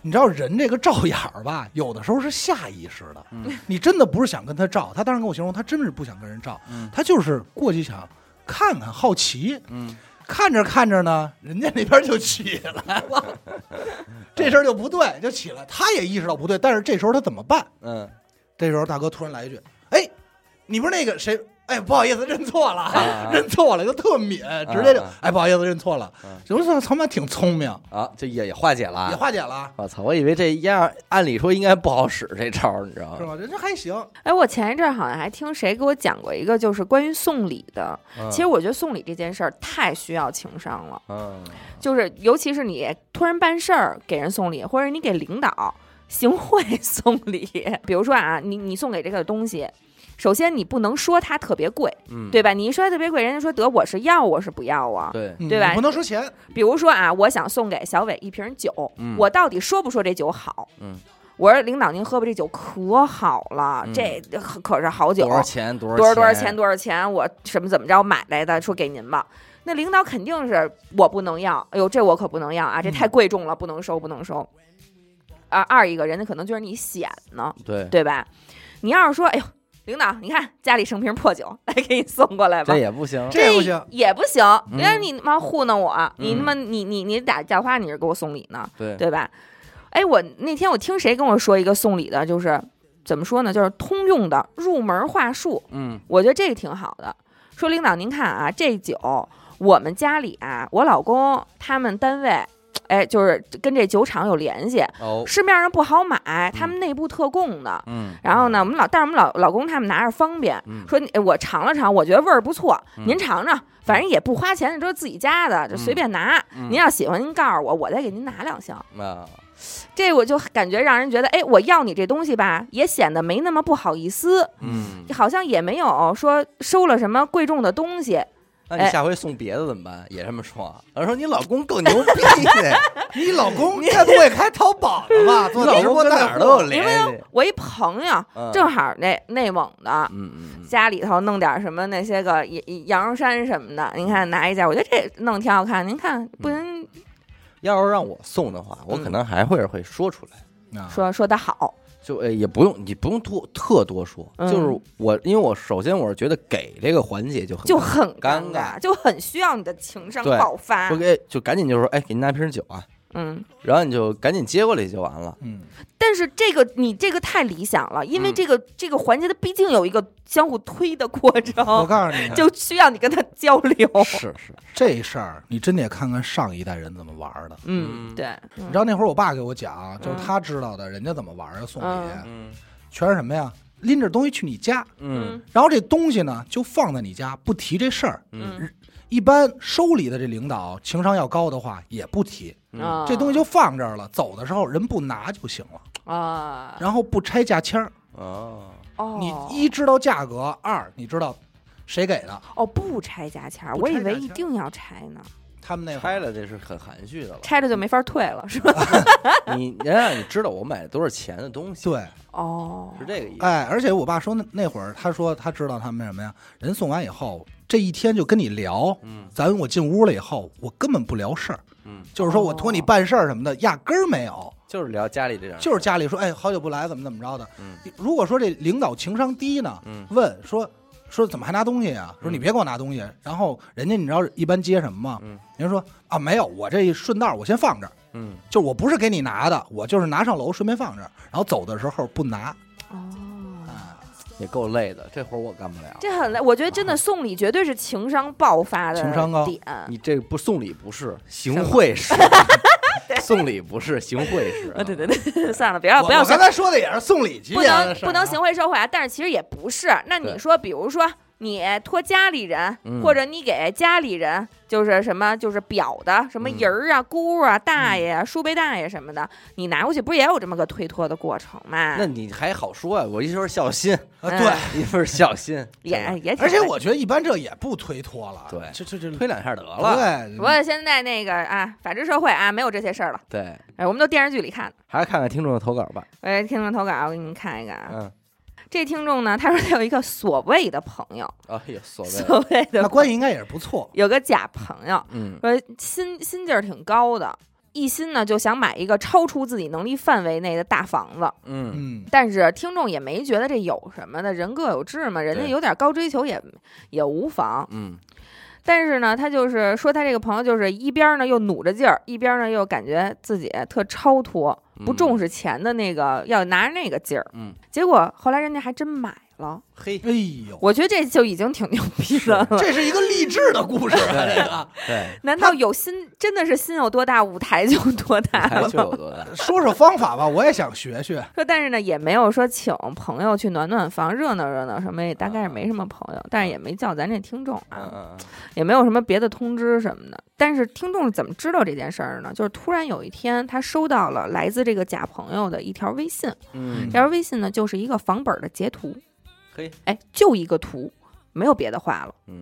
Speaker 3: 你知道人这个照眼儿吧，有的时候是下意识的，
Speaker 1: 嗯
Speaker 3: 你真的不是想跟他照。他当时跟我形容，他真是不想跟人照，
Speaker 1: 嗯
Speaker 3: 他就是过去想看看，好奇。
Speaker 1: 嗯，
Speaker 3: 看着看着呢，人家那边就起来
Speaker 1: *laughs*
Speaker 3: 了，这事儿就不对，就起来。他也意识到不对，但是这时候他怎么办？
Speaker 1: 嗯，
Speaker 3: 这时候大哥突然来一句：“哎，你不是那个谁？哎，不好意思，认错了，
Speaker 1: 啊
Speaker 3: *laughs* 认错了，就特敏，直接就、
Speaker 1: 啊
Speaker 3: 哎，不好意思，认错了
Speaker 1: 啊。
Speaker 3: 有时候他妈挺聪明，
Speaker 1: 啊，这也也化解了
Speaker 3: 也
Speaker 1: 啊。
Speaker 3: 化解了，
Speaker 1: 我操，我以为这样，按理说应该不好使这招儿，你知道
Speaker 3: 是
Speaker 1: 吗？
Speaker 3: 吧？人家还行，
Speaker 2: 哎，我前一阵儿好像还听谁给我讲过一个，就是关于送礼的。其实我觉得送礼这件事儿太需要情商了，
Speaker 1: 嗯，嗯。
Speaker 2: 就是尤其是你托人办事儿给人送礼，或者你给领导行贿 *laughs* 送礼。比如说啊，你你送给这个东西，首先你不能说它特别贵，
Speaker 1: 嗯，
Speaker 2: 对吧？你一说它特别贵，人家说得我是要我是不要啊？
Speaker 1: 对，
Speaker 3: 嗯
Speaker 2: 对吧
Speaker 3: 你不能
Speaker 1: *laughs*
Speaker 3: 说钱，
Speaker 2: 比如说啊，我想送给小伟一瓶酒，
Speaker 1: 嗯
Speaker 2: 我到底说不说这酒好？
Speaker 1: 嗯，
Speaker 2: 我说领导您喝吧，这酒可好了，
Speaker 1: 嗯
Speaker 2: 这可可是好酒，
Speaker 1: 多少钱？多少
Speaker 2: 多
Speaker 1: 少
Speaker 2: 少多少钱？？多少钱？我什么怎么着买来的？说给您吧。那领导肯定是我不能要，哎呦，这我可不能要
Speaker 1: 嗯
Speaker 2: 啊，这太贵重了，不能收，不能收。啊，二一个人家可能觉得你显呢，
Speaker 1: 对，
Speaker 2: 对吧？你要是说，哎呦，领导，你看家里剩瓶破酒， *laughs* 来给你送过来吧
Speaker 1: 这，也不行。
Speaker 3: 这也不行，
Speaker 2: 也不行，
Speaker 1: 嗯
Speaker 2: 人家你他妈糊弄我，你
Speaker 1: 嗯
Speaker 2: 他妈你你你打电话你是给我送礼呢，
Speaker 1: 对，
Speaker 2: 对吧？哎，我那天我听谁跟我说一个送礼的，就是怎么说呢，就是通用的入门话术，
Speaker 1: 嗯
Speaker 2: 我觉得这个挺好的。说领导您看啊，这酒我们家里啊，我老公他们单位哎，就是跟这酒厂有联系，
Speaker 1: 哦，
Speaker 2: 市面上不好买，他们内部特供的。
Speaker 1: 嗯
Speaker 2: 然后呢，我们老但是我们老老公他们拿着方便，
Speaker 1: 嗯
Speaker 2: 说你哎我尝了尝，我觉得味儿不错，
Speaker 1: 嗯
Speaker 2: 您尝尝，反正也不花钱，这都是自己家的，就随便拿。
Speaker 1: 嗯
Speaker 2: 您要喜欢，您告诉我，我再给您拿两箱。
Speaker 1: 啊，
Speaker 2: 这我就感觉让人觉得，哎，我要你这东西吧，也显得没那么不好意思，
Speaker 1: 嗯，
Speaker 2: 好像也没有说收了什么贵重的东西。
Speaker 1: 那你
Speaker 2: 哎
Speaker 1: 下回送别的怎么办？也这么说啊？我说你老公够牛
Speaker 2: *laughs*
Speaker 1: 逼，
Speaker 3: 你老公该不会开淘宝了
Speaker 1: *laughs*
Speaker 3: 吧？
Speaker 1: 你
Speaker 3: 做
Speaker 1: 老
Speaker 3: 直
Speaker 1: 公
Speaker 3: 播
Speaker 1: 跟
Speaker 3: 带
Speaker 1: 哪儿都有
Speaker 3: 货
Speaker 1: 联系。
Speaker 2: 我一朋友
Speaker 1: 嗯
Speaker 2: 正好那内蒙的，
Speaker 1: 嗯嗯
Speaker 2: 家里头弄点什么那些个羊羊肉山什么的，您看拿一件，我觉得这弄挺好看。您看，不行
Speaker 1: 嗯，要是让我送的话，
Speaker 2: 嗯
Speaker 1: 我可能还会会说出来。
Speaker 3: 啊
Speaker 2: 说说的好，
Speaker 1: 就呃也不用你不用多特多说，
Speaker 2: 嗯
Speaker 1: 就是我，因为我首先我是觉得给这个环节就很
Speaker 2: 就很
Speaker 1: 尴
Speaker 2: 尬，
Speaker 1: 尬
Speaker 2: 就很需要你的情商
Speaker 1: 对
Speaker 2: 爆发
Speaker 1: 说。给就赶紧就说哎给你拿瓶酒啊，
Speaker 2: 嗯，
Speaker 1: 然后你就赶紧接过来就完了。
Speaker 3: 嗯，
Speaker 2: 但是这个你这个太理想了，因为
Speaker 1: 嗯
Speaker 2: 这个、这个环节它毕竟有一个相互推的过
Speaker 3: 我
Speaker 2: 程，
Speaker 3: 告诉你，
Speaker 2: 哦就需要你跟他交流。
Speaker 1: 是是，啊
Speaker 3: 这事儿你真得看看上一代人怎么玩儿的。
Speaker 2: 嗯，
Speaker 1: 嗯
Speaker 2: 对，
Speaker 3: 你
Speaker 2: 嗯
Speaker 3: 知道那会儿我爸给我讲，就是
Speaker 2: 嗯
Speaker 3: 他知道的，人家怎么玩儿的送礼，
Speaker 2: 嗯
Speaker 1: 嗯
Speaker 3: 全是什么呀？拎着东西去你家，
Speaker 1: 嗯
Speaker 3: 然后这东西呢就放在你家，不提这事儿。
Speaker 2: 嗯
Speaker 3: 一般收礼的这领导情商要高的话也不提，
Speaker 2: 啊
Speaker 1: 嗯，
Speaker 3: 这东西就放这儿了，走的时候人不拿就行了，
Speaker 2: 就啊，
Speaker 3: 然后不拆价签儿。
Speaker 1: 哦，
Speaker 2: 哦，
Speaker 3: 你一知道价格，二你知道谁给的。
Speaker 2: 哦不拆价签儿，
Speaker 3: 不
Speaker 2: 我以
Speaker 3: 拆
Speaker 2: 为
Speaker 3: 价
Speaker 2: 一
Speaker 3: 签儿
Speaker 2: 定要拆呢，
Speaker 3: 他们那会
Speaker 1: 拆
Speaker 3: 儿
Speaker 1: 了这是很含蓄的了。
Speaker 2: 拆了就没法退了，
Speaker 3: *laughs*
Speaker 2: 是吧？
Speaker 1: *laughs* 你人家让你知道我买的多少钱的东西，
Speaker 3: 对，
Speaker 2: 哦，
Speaker 1: 是这个意思。
Speaker 3: 哎，而且我爸说那那会儿他说他知道他们什么呀？人送完以后，这一天就跟你聊。
Speaker 1: 嗯
Speaker 3: 咱我进屋了以后，我根本不聊事儿，
Speaker 1: 嗯，
Speaker 3: 就是
Speaker 2: 哦
Speaker 3: 说我托你办事儿什么的，压根儿没有。
Speaker 1: *laughs* 就是聊家里这点，
Speaker 3: 就是，家里说，哎，好久不来，怎么怎么着的。
Speaker 1: 嗯
Speaker 3: 如果说这领导情商低呢，
Speaker 1: 嗯
Speaker 3: 问说说怎么还拿东西啊？说你别给我拿东西。然后人家你知道一般接什么吗？
Speaker 1: 嗯
Speaker 3: 人家说啊没有，我这一顺道我先放这儿，
Speaker 1: 嗯，
Speaker 3: 就我不是给你拿的，我就是拿上楼顺便放这儿，然后走的时候不拿。
Speaker 2: 哦，
Speaker 1: 也够累的。这活儿我干不了，
Speaker 2: 这很累，我觉得真的送礼绝对是情商爆发的
Speaker 3: 情商高嗯
Speaker 2: 点，
Speaker 1: 你这不送礼不是，
Speaker 2: 什
Speaker 1: 行
Speaker 2: 么
Speaker 1: 贿是，送礼不是，行贿是。
Speaker 2: 啊，对对对， *laughs* 算了，不啊要不要
Speaker 3: 我
Speaker 2: 想
Speaker 3: 刚才说的也是送礼级
Speaker 2: 不
Speaker 3: 别的
Speaker 2: 能
Speaker 3: 事儿啊
Speaker 2: 不能行。贿受贿啊！但是其实也不是。那你
Speaker 1: 对
Speaker 2: 说，比如说你托家里人，
Speaker 1: 嗯
Speaker 2: 或者你给家里人，就是什么就是表的什么
Speaker 3: 嗯
Speaker 2: 姨儿啊、姑啊、大爷啊、叔伯大爷什么的，你拿过去不是也有这么个推脱的过程吗？
Speaker 1: 啊那你还好说啊，我一说孝心，
Speaker 3: 啊
Speaker 2: 嗯
Speaker 1: *laughs*
Speaker 3: 对，
Speaker 1: 一份孝心，
Speaker 2: *laughs* 也哎也挺
Speaker 3: 而且我觉得一般这也不推脱了，
Speaker 1: 对
Speaker 3: 这这这
Speaker 1: 推两下得了。
Speaker 3: 对，
Speaker 2: 我现在那个啊，法治社会啊，没有这些事儿了。
Speaker 1: 对，
Speaker 2: 哎，我们都电视剧里看的。
Speaker 1: 还是看看听众的投稿吧。
Speaker 2: 哎，听众投稿，我给你们看一个啊。
Speaker 1: 嗯，
Speaker 2: 这听众呢，他说他有一个所谓的朋友，
Speaker 1: 哎呀，所谓了，
Speaker 2: 所谓
Speaker 3: 那
Speaker 2: 的
Speaker 3: 关系应该也是不错。
Speaker 2: 有个假朋友，
Speaker 1: 嗯
Speaker 2: 说心心劲儿挺高的，一心呢就想买一个超出自己能力范围内的大房子。
Speaker 1: 嗯
Speaker 3: 嗯，
Speaker 2: 但是听众也没觉得这有什么的，人各有志嘛，人家
Speaker 1: 对
Speaker 2: 有点高追求也也无妨。
Speaker 1: 嗯
Speaker 2: 但是呢，他就是说他这个朋友就是一边儿呢又努着劲儿，一边儿呢又感觉自己特超脱，
Speaker 1: 嗯，
Speaker 2: 不重视钱的那个，要拿着那个劲儿。
Speaker 1: 嗯，
Speaker 2: 结果后来人家还真买了，
Speaker 1: 嘿，
Speaker 3: 哎呦，
Speaker 2: 我觉得这就已经挺牛逼的了。
Speaker 3: 这是一个励志的故事啊，
Speaker 1: 对
Speaker 3: 这个。
Speaker 1: *laughs* 对，
Speaker 2: 难道有心真的是心有多大，舞台就多大
Speaker 1: 还
Speaker 2: 了
Speaker 1: 就有多大？
Speaker 3: 说说方法吧，我也想学学。
Speaker 2: 说，但是呢，也没有说请朋友去暖暖房、热闹热闹什么，也大概是没什么朋友，但是也没叫咱这听众
Speaker 1: 嗯
Speaker 2: *laughs* 啊，
Speaker 1: 嗯
Speaker 2: 也没有什么别的通知什么的。但是听众是怎么知道这件事儿呢？就是突然有一天，他收到了来自这个假朋友的一条微信，
Speaker 1: 嗯
Speaker 2: 这
Speaker 1: 嗯，
Speaker 2: 条微信呢就是一个房本儿的截图，
Speaker 1: 嘿，
Speaker 2: 哎，就一个图，没有别的话了。
Speaker 1: 嗯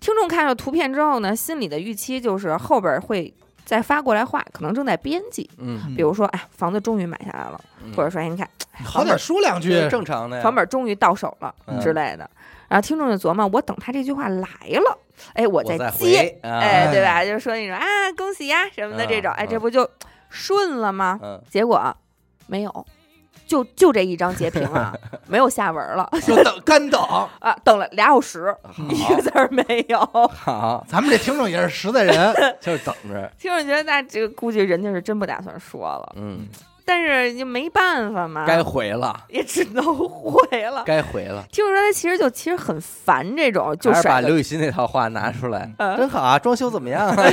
Speaker 2: 听众看到图片之后呢，心里的预期就是后边儿会再发过来话，可能正在编辑，
Speaker 1: 嗯，
Speaker 2: 比如说，哎，房子终于买下来了，
Speaker 1: 嗯
Speaker 2: 或者说，哎，你看。
Speaker 3: 好歹说两句
Speaker 1: 这，正常的呀，
Speaker 2: 房本终于到手了
Speaker 1: 嗯
Speaker 2: 之类的。然后听众就琢磨，我等他这句话来了，哎，我
Speaker 1: 我再
Speaker 2: 接，
Speaker 1: 回，哎，
Speaker 2: 哎，对吧？就说那种啊，恭喜呀什么的
Speaker 1: 嗯
Speaker 2: 这种，哎，
Speaker 1: 嗯
Speaker 2: 这不就顺了吗？
Speaker 1: 嗯，
Speaker 2: 结果没有。就就这一张截屏
Speaker 1: *laughs*
Speaker 2: 啊，没有下文了
Speaker 3: 就等干等。
Speaker 2: 啊！等了俩小时，
Speaker 1: 啊
Speaker 2: *laughs* 一个
Speaker 1: 好
Speaker 2: 字儿没有。
Speaker 1: 嗯
Speaker 2: *laughs*
Speaker 1: 好，
Speaker 3: 咱们这听众也是实在人，
Speaker 1: *laughs* 就是等着，
Speaker 2: 听众觉得那这个估计人家是真不打算说了。
Speaker 1: 嗯
Speaker 2: 但是就没办法嘛，
Speaker 1: 该回了，
Speaker 2: 也只能回了。
Speaker 1: 该回了。
Speaker 2: 听说他其实就其实很烦这种，就
Speaker 1: 还是把
Speaker 2: 甩个
Speaker 1: 刘雨欣那套话拿出来，
Speaker 2: 嗯
Speaker 1: 真好啊！装修怎么
Speaker 2: *laughs*
Speaker 1: 样啊？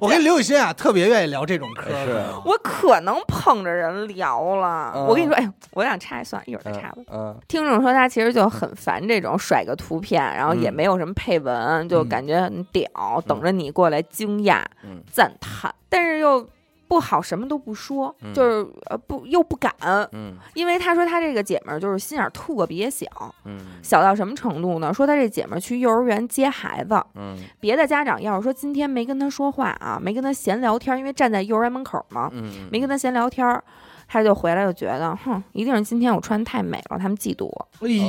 Speaker 3: 我跟刘雨欣啊，特别愿意聊这种嗑
Speaker 1: 是
Speaker 3: 儿。
Speaker 2: 我可能碰着人聊了。
Speaker 1: 嗯
Speaker 2: 我跟你说，哎，我想插一算，一会儿再插吧。
Speaker 1: 嗯嗯，
Speaker 2: 听众说他其实就很烦这种甩个图片，然后也
Speaker 1: 嗯
Speaker 2: 没有什么配文，就感觉很屌，等着你过来惊讶、
Speaker 1: 嗯
Speaker 2: 赞叹，但是又不好什么都不说，
Speaker 1: 嗯
Speaker 2: 就是呃不又不敢，
Speaker 1: 嗯
Speaker 2: 因为他说他这个姐们儿就是心眼儿特别小，
Speaker 1: 嗯
Speaker 2: 小到什么程度呢？说他这姐们儿去幼儿园接孩子，
Speaker 1: 嗯
Speaker 2: 别的家长要是说今天没跟他说话啊，没跟他闲聊天儿，因为站在幼儿园门口嘛，
Speaker 1: 嗯，
Speaker 2: 没跟他闲聊天儿，他就回来就觉得，哼，一定是今天我穿太美了，他们嫉妒我。
Speaker 3: 哎呦，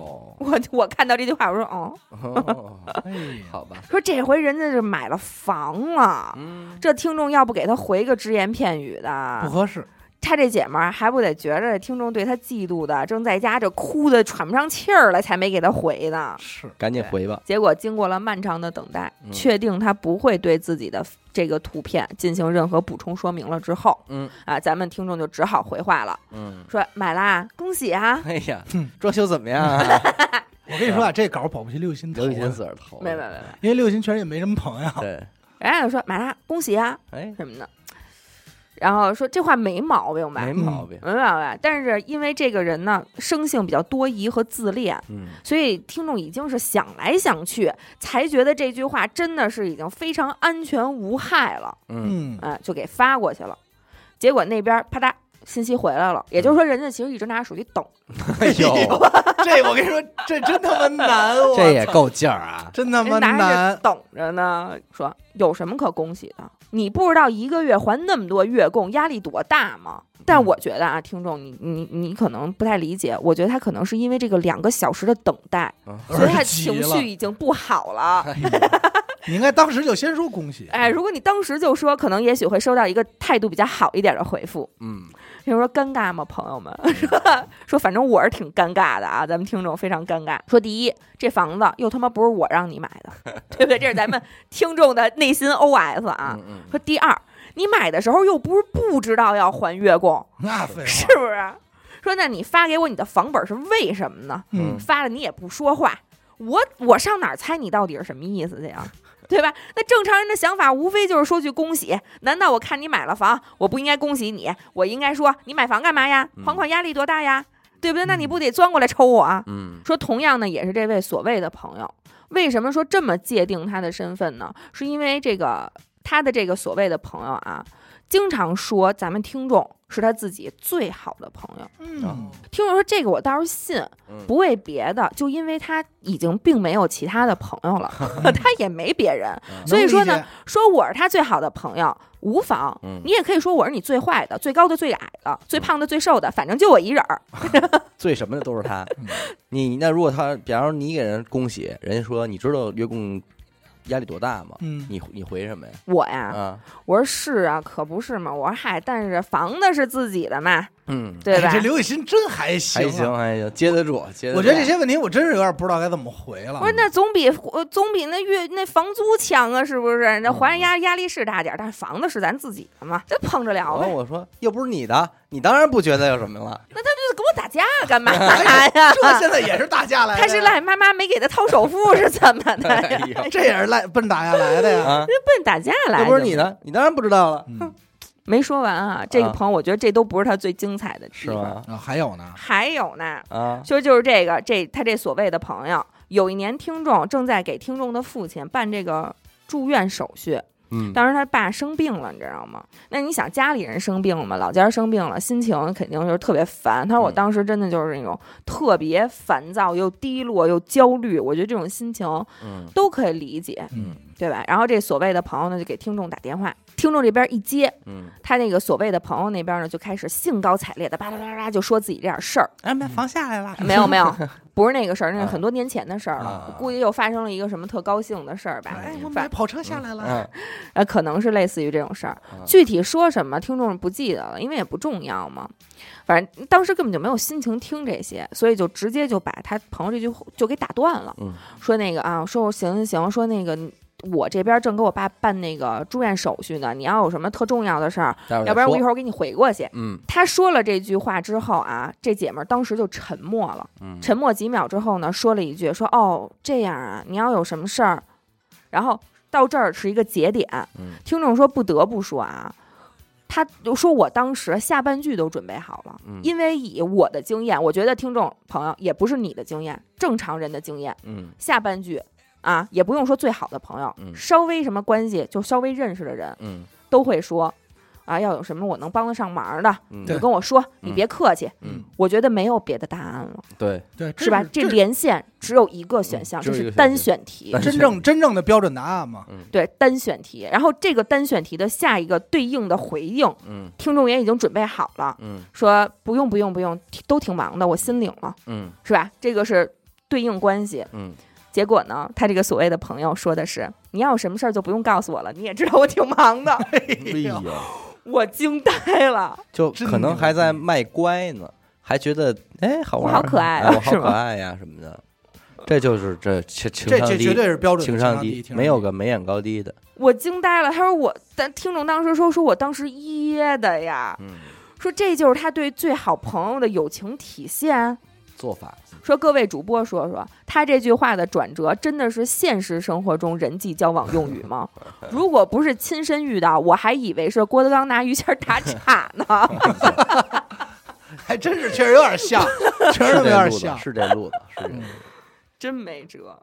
Speaker 1: 哦
Speaker 2: 我我看到这句话，我说哦， *laughs*
Speaker 1: 哦，
Speaker 3: 哎呀，
Speaker 1: 好吧，
Speaker 2: 说这回人家是买了房了，
Speaker 1: 嗯，
Speaker 2: 这听众要不给他回个只言片语
Speaker 3: 不
Speaker 2: 的，
Speaker 3: 合适。
Speaker 2: 他这姐们儿还不得觉着听众对他嫉妒的，正在家这哭的喘不上气儿来，才没给他回呢。
Speaker 3: 是，
Speaker 1: 赶紧回吧。
Speaker 2: 结果经过了漫长的等待，
Speaker 1: 嗯
Speaker 2: 确定他不会对自己的这个图片进行任何补充说明了之后，
Speaker 1: 嗯
Speaker 2: 啊，咱们听众就只好回话了，
Speaker 1: 嗯，
Speaker 2: 说买啦，恭喜啊！
Speaker 1: 哎呀
Speaker 3: 哼，
Speaker 1: 装修怎么样 *laughs* 啊？
Speaker 3: 我跟你说啊，这稿保不齐刘雨欣投
Speaker 1: 刘雨欣
Speaker 3: 的，
Speaker 1: 自个儿投的，
Speaker 2: 没没没没，
Speaker 3: 因为刘雨欣确实也没什么朋友。
Speaker 1: 对，
Speaker 2: 人家就说买啦，恭喜啊
Speaker 1: 哎，
Speaker 2: 什么的，然后说这话没毛病吧？
Speaker 1: 没
Speaker 3: 嗯
Speaker 2: 没
Speaker 1: 毛病。
Speaker 2: 毛病，嗯啊但是因为这个人呢，生性比较多疑和自恋，
Speaker 1: 嗯
Speaker 2: 所以听众已经是想来想去，才觉得这句话真的是已经非常安全无害了。
Speaker 1: 嗯
Speaker 3: 嗯，
Speaker 2: 啊，就给发过去了。结果那边啪嗒信息回来了，也
Speaker 3: 嗯
Speaker 2: 就是说人家其实一直拿着手机等。
Speaker 1: *laughs* 哎呦，
Speaker 3: 这我跟你说，这真他妈难，我
Speaker 1: 这也
Speaker 3: 操
Speaker 1: 够劲儿啊！
Speaker 3: 真他妈
Speaker 2: 人拿着
Speaker 3: 难。
Speaker 2: 等着呢，说有什么可恭喜的？你不知道一个月还那么多月供，压力多大吗？
Speaker 3: 嗯
Speaker 2: 但我觉得啊，听众，你你你可能不太理解，我觉得他可能是因为这个两个小时的等待，
Speaker 1: 嗯
Speaker 2: 所以他
Speaker 3: 而急
Speaker 2: 情
Speaker 3: 了哎
Speaker 2: 绪已经不好了。
Speaker 3: 嗯你应该当时就先说恭喜。
Speaker 2: 哎，如果你当时就说，可能也许会收到一个态度比较好一点的回复。
Speaker 1: 嗯，
Speaker 2: 比如说尴尬吗，朋友们？
Speaker 3: 嗯
Speaker 2: 说反正我是挺尴尬的啊，咱们听众非常尴尬。说第一，这房子又他妈不是我让你买
Speaker 3: *laughs*
Speaker 2: 的，对不对？这是咱们听众的内心 OS 啊。
Speaker 1: 嗯，嗯
Speaker 2: 说第二，你买的时候又不是不知道要还月供，
Speaker 3: 那废
Speaker 2: 是
Speaker 3: 话，
Speaker 2: 不是？说那你发给我你的房本是为什么呢？
Speaker 3: 嗯，
Speaker 2: 发了你也不说话，我我上哪儿猜你到底是什么意思去啊？ *laughs* 对吧？那正常人的想法无非就是说句恭喜。难道我看你买了房，我不应该恭喜你？我应该说你买房干嘛呀？还款压力多大呀？对不对？那你不得钻过来抽我啊？
Speaker 1: 嗯
Speaker 2: 说同样呢，也是这位所谓的朋友，为什么说这么界定他的身份呢？是因为这个他的这个所谓的朋友啊，经常说咱们听众是他自己最好的朋友。
Speaker 1: 啊
Speaker 3: 嗯，
Speaker 2: 听众说这个我倒是信，
Speaker 1: 嗯
Speaker 2: 不为别的，就因为他已经并没有其他的朋
Speaker 1: *laughs*
Speaker 2: 友了，他也没别人，
Speaker 1: 嗯
Speaker 2: 所以说呢
Speaker 3: 能理解，
Speaker 2: 说我是他最好的朋友无妨。
Speaker 1: 嗯
Speaker 2: 你也可以说我是你最坏的、最高的、最矮的、最胖的、最瘦的，反正就我一人儿。
Speaker 1: 最什么的都是他
Speaker 3: 嗯。
Speaker 1: *laughs* 你那如果他，比方说你给人恭喜，人家说你知道月供压力多大吗？
Speaker 3: 嗯，
Speaker 1: 你你回什么呀？
Speaker 2: 我呀，
Speaker 1: 啊，
Speaker 2: 我说是啊，可不是嘛。我说嗨，但是房子是自己的嘛，
Speaker 1: 嗯，
Speaker 2: 对吧？
Speaker 3: 哎这刘雨欣真还行，啊
Speaker 1: 还行。还行，接得住，接得住。
Speaker 3: 我觉得这些问题我真是有点不知道该怎么回了
Speaker 2: 我。说那总比呃总比那月那房租强啊，是不是？那
Speaker 1: 嗯
Speaker 2: 还压压力是大点儿，但是房子是咱自己的嘛，这碰着聊
Speaker 1: 然后
Speaker 2: 呗。
Speaker 1: 哦我说又不是你的，你当然不觉得有什么了。
Speaker 2: 那他就跟我打架干嘛哎呀？
Speaker 3: 这现在也是打架来的呀，
Speaker 2: 他是赖妈妈没给他掏首付是怎么的呀？
Speaker 1: 哎
Speaker 2: *laughs*
Speaker 1: 呦
Speaker 3: 这也是赖奔打架来的呀。
Speaker 1: 啊，
Speaker 2: 奔打架来
Speaker 1: 又
Speaker 2: 的，
Speaker 1: 不是你的，你当然不知道了，
Speaker 3: 嗯
Speaker 2: 没说完啊！这个
Speaker 1: 啊
Speaker 2: 朋友，我觉得这都不是他最精彩的地
Speaker 1: 是
Speaker 2: 方。
Speaker 1: 吗？
Speaker 3: 啊，还有呢，
Speaker 2: 还有呢，
Speaker 1: 啊，
Speaker 2: 就就是这个这他这所谓的朋友，有一年听众正在给听众的父亲办这个住院手续，
Speaker 1: 嗯
Speaker 2: 当时他爸生病了，你知道吗？那你想家里人生病了嘛，老家生病了，心情肯定就是特别烦。他说我
Speaker 1: 嗯
Speaker 2: 当时真的就是那种特别烦躁又低落又焦虑，我觉得这种心情
Speaker 1: 嗯
Speaker 2: 都可以理解，
Speaker 1: 嗯
Speaker 2: 对吧？然后这所谓的朋友呢，就给听众打电话，听众这边一接，
Speaker 1: 嗯，
Speaker 2: 他那个所谓的朋友那边呢，就开始兴高采烈的巴拉巴拉巴拉就说自己这点
Speaker 1: *laughs*
Speaker 2: 事儿，
Speaker 1: 哎，买房下来了，
Speaker 2: 没有没有，不是那个事儿，那是
Speaker 1: 啊
Speaker 2: 很多年前的事儿了，
Speaker 1: 啊
Speaker 2: 估计又发生了一个什么特高兴的事儿吧，
Speaker 3: 哎，我
Speaker 2: 反
Speaker 3: 买跑车下来了。
Speaker 1: 嗯
Speaker 2: 呃，可能是类似于这种事儿
Speaker 1: 啊，
Speaker 2: 具体说什么听众不记得了，因为也不重要嘛。反正当时根本就没有心情听这些，所以就直接就把他朋友这句话就给打断了，
Speaker 1: 嗯
Speaker 2: 说那个啊，说我行行行，说那个我这边正给我爸办那个住院手续呢，你要有什么特重要的事儿，
Speaker 1: 待会儿
Speaker 2: 要不然我一
Speaker 1: 儿
Speaker 2: 会儿给你回过去。
Speaker 1: 嗯
Speaker 2: 他说了这句话之后啊，这姐们儿当时就沉默了。
Speaker 1: 嗯
Speaker 2: 沉默几秒之后呢，说了一句：“说哦，这样啊，你要有什么事儿。”然后到这儿是一个节点。
Speaker 1: 嗯
Speaker 2: 听众说不得不说啊，他就说我当时下半句都准备好了，
Speaker 1: 嗯
Speaker 2: 因为以我的经验，我觉得听众朋友也不是你的经验，正常人的经验，
Speaker 1: 嗯
Speaker 2: 下半句啊也不用说最好的朋友，
Speaker 1: 嗯
Speaker 2: 稍微什么关系就稍微认识的人
Speaker 1: 嗯
Speaker 2: 都会说。啊，要有什么我能帮得上忙的，
Speaker 1: 嗯，
Speaker 2: 你
Speaker 3: 对
Speaker 2: 跟我说，你
Speaker 1: 嗯
Speaker 2: 别客气。
Speaker 1: 嗯
Speaker 2: 我觉得没有别的答案了。
Speaker 1: 对，
Speaker 3: 对，
Speaker 2: 是吧？
Speaker 3: 这
Speaker 2: 这连线只有一个选项，
Speaker 1: 嗯
Speaker 2: 这
Speaker 1: 只有一
Speaker 2: 是
Speaker 1: 个
Speaker 2: 单选题
Speaker 1: 单，
Speaker 3: 真正真正的标准答案嘛？
Speaker 2: 对单选题。然后这个单选题的下一个对应的回应，
Speaker 1: 嗯
Speaker 2: 听众也已经准备好了，
Speaker 1: 嗯
Speaker 2: 说不用不用不用，都挺忙的，我心领了，
Speaker 1: 嗯
Speaker 2: 是吧？这个是对应关系。
Speaker 1: 嗯，
Speaker 2: 结果呢，他这个所谓的朋友说的是，你要有什么事儿就不用告诉我了，你也知道我挺忙的，
Speaker 1: 哎呦，
Speaker 2: 我惊呆了。
Speaker 1: 就
Speaker 3: 真
Speaker 1: 可能
Speaker 3: 牛
Speaker 1: 还在
Speaker 3: 逼
Speaker 1: 卖乖呢，还觉得哎好
Speaker 2: 我
Speaker 1: 玩
Speaker 2: 好
Speaker 1: 儿
Speaker 2: 可
Speaker 1: 哎
Speaker 2: 爱啊
Speaker 1: 我好
Speaker 2: 是
Speaker 1: 可
Speaker 2: 吗
Speaker 1: 爱呀什么的，这就是这情情
Speaker 3: 这
Speaker 1: 商
Speaker 3: 这
Speaker 1: 低，
Speaker 3: 绝对是标准的
Speaker 1: 情
Speaker 3: 商
Speaker 1: 低，
Speaker 3: 情商
Speaker 1: 没有
Speaker 3: 低
Speaker 1: 个眉眼高低的，
Speaker 2: 我惊呆了，他说我，但听众当时说说我当时噎的呀，
Speaker 1: 嗯，
Speaker 2: 说这就是他对最好朋友的友情体现。
Speaker 1: 做法，
Speaker 2: 说各位主播说说，他这句话的转折真的是现实生活中人际交往用语 *laughs* 吗？如果不是亲身遇到，我还以为是郭德纲拿于谦儿打岔呢。
Speaker 3: 还哎真是确实有
Speaker 1: *laughs*
Speaker 3: 点像，确实
Speaker 1: 是这
Speaker 3: 有点
Speaker 1: 路子，
Speaker 3: 像。
Speaker 1: 是这路子， *laughs* 是这路
Speaker 3: 嗯
Speaker 1: 子。
Speaker 2: *laughs* 真没辙。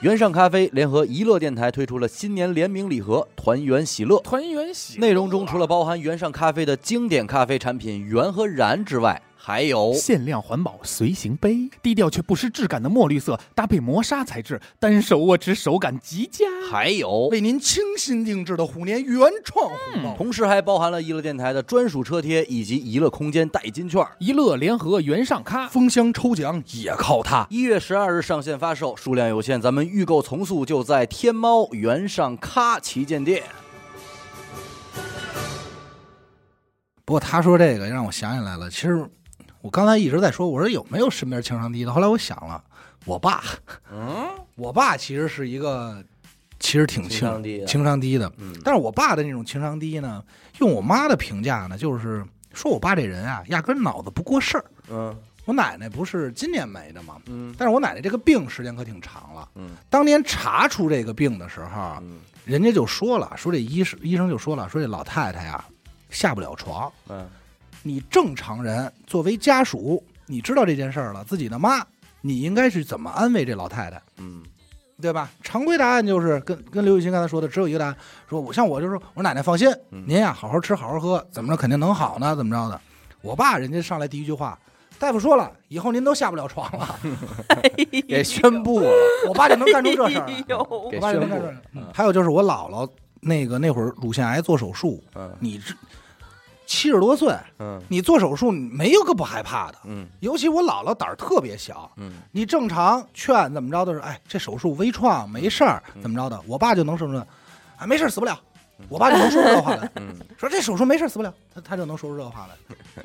Speaker 1: 原上咖啡联合娱乐电台推出了新年联名礼盒“团圆喜乐
Speaker 4: 团圆喜”，啊
Speaker 1: 内容中除了包含原上咖啡的经典咖啡产品原和燃之外，还有
Speaker 4: 限量环保随行杯，低调却不失质感的墨绿色，搭配磨砂材质，单手握持手感极佳。
Speaker 1: 还有，
Speaker 3: 为您倾心定制的虎年原创红包，
Speaker 1: 同时还包含了娱乐电台的专属车贴以及娱乐空间代金券。
Speaker 4: 一乐联合原上咖，
Speaker 1: 嗯
Speaker 3: 封箱抽奖也靠它。
Speaker 1: 一月十二日上线发售，数量有限，咱们预购从速就在天猫原上咖旗舰店。
Speaker 3: 不过他说这个让我想起来了，其实我刚才一直在说，我说有没有身边情商低的？后来我想了，我爸，嗯，我爸其实是一个，其实挺
Speaker 1: 情
Speaker 3: 情
Speaker 1: 商低的
Speaker 3: 情商低的。
Speaker 1: 嗯
Speaker 3: 但是我爸的那种情商低呢，用我妈的评价呢，就是说我爸这人啊，压根儿脑子不过事儿。
Speaker 1: 嗯
Speaker 3: 我奶奶不是今年没的吗？
Speaker 1: 嗯
Speaker 3: 但是我奶奶这个病时间可挺长了。
Speaker 1: 嗯，
Speaker 3: 当年查出这个病的时候，
Speaker 1: 嗯
Speaker 3: 人家就说了，说这医生医生就说了，说这老太太呀下不了床。
Speaker 1: 嗯
Speaker 3: 你正常人作为家属，你知道这件事儿了，自己的妈，你应该是怎么安慰这老太太，
Speaker 1: 嗯
Speaker 3: 对吧？常规答案就是跟跟刘雨欣刚才说的，只有一个答案，说我像我就是我说奶奶放心，
Speaker 1: 嗯
Speaker 3: 您呀好好吃好好喝，怎么着肯定能好呢，怎么着的。我爸人家上来第一句话，大夫说了，以后您都下不了床了， *laughs*
Speaker 1: 给宣布了，
Speaker 3: 我爸就能干出这事儿
Speaker 2: *laughs*
Speaker 3: 来。
Speaker 2: 哎呦
Speaker 1: 给
Speaker 3: 我爸就
Speaker 1: 宣布
Speaker 3: 能干出这事
Speaker 1: 了
Speaker 3: 儿。来。还有就是我姥姥那个那会儿乳腺癌做手术，
Speaker 1: 嗯
Speaker 3: 你这七十多岁，
Speaker 1: 嗯
Speaker 3: 你做手术你没有个不害怕的。
Speaker 1: 嗯
Speaker 3: 尤其我姥姥胆儿特别小，
Speaker 1: 嗯
Speaker 3: 你正常劝怎么着都是，哎，这手术微创没事儿，
Speaker 1: 嗯
Speaker 3: 怎么着的？我爸就能说出来，啊，没事儿死不了。我爸就能说出这话来，
Speaker 1: *laughs* 嗯
Speaker 3: 说这手术没事儿死不了，他他就能说出这
Speaker 1: *laughs*
Speaker 3: 话来。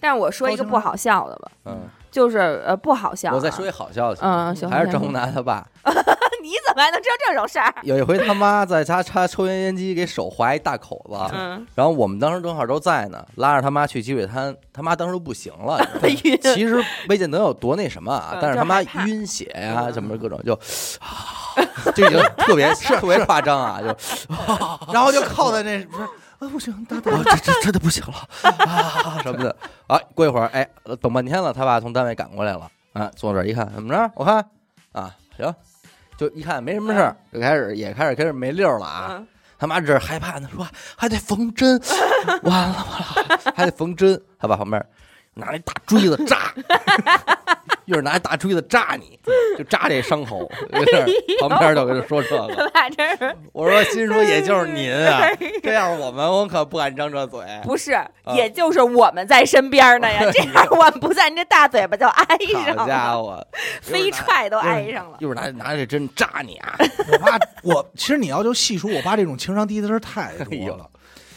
Speaker 2: 但是我说一个
Speaker 3: 高兴吗
Speaker 2: 不好笑的吧，
Speaker 1: 嗯，
Speaker 2: 就是呃不好笑、啊。
Speaker 1: 我再说一好消息，
Speaker 2: 嗯行
Speaker 1: 还是
Speaker 2: 行
Speaker 1: 张
Speaker 2: 行
Speaker 1: 红楠他爸，
Speaker 2: *laughs* 你怎么还能知道这种事儿？
Speaker 1: 有一回他妈在家插抽油烟机，给手划一大口子，
Speaker 2: 嗯，
Speaker 1: 然后我们当时正好都在呢，拉着他妈去积水滩，他妈当时都不行了。
Speaker 2: 哎呀
Speaker 1: 其实魏建德有多那什么啊
Speaker 2: 嗯，
Speaker 1: 但是他妈
Speaker 2: 就害怕
Speaker 1: 晕血呀、
Speaker 2: 嗯
Speaker 1: 什么各种就， *sighs* 啊，这已经特别特别夸张啊，就
Speaker 3: 然后就靠在那，不是，啊，不行，大大
Speaker 1: *laughs* 啊，这这真的不行了啊什么的啊。过一会儿，哎，等半天了，他爸从单位赶过来了，啊，坐这儿一看，怎么着？我看啊，行，就一看没什么事儿，就开始也开始开始没溜儿了啊。
Speaker 2: 嗯
Speaker 1: 他妈这害怕呢，说还得缝针，完了完 *laughs* 了，还得缝针。他爸旁边拿那大锥子扎，一会儿拿一大锥子扎你，就扎这伤口。这事儿旁边就跟他说这个，
Speaker 2: 他爸真是
Speaker 1: 我说心说也就是您啊，这要是我们，我可不敢张这嘴。
Speaker 2: 不 *laughs* 是，也就是我们在身边 *laughs* 呢呀。这样我们不在，你这大嘴巴就挨
Speaker 1: *laughs*
Speaker 2: 上
Speaker 1: 好家
Speaker 2: 了，
Speaker 1: 伙，
Speaker 2: 飞踹都挨上了。
Speaker 1: 一会儿拿 *laughs* 拿这针扎你啊！
Speaker 3: 我爸，
Speaker 1: 哎
Speaker 3: 我其实你要就细数我爸这种情商低的事儿太多了。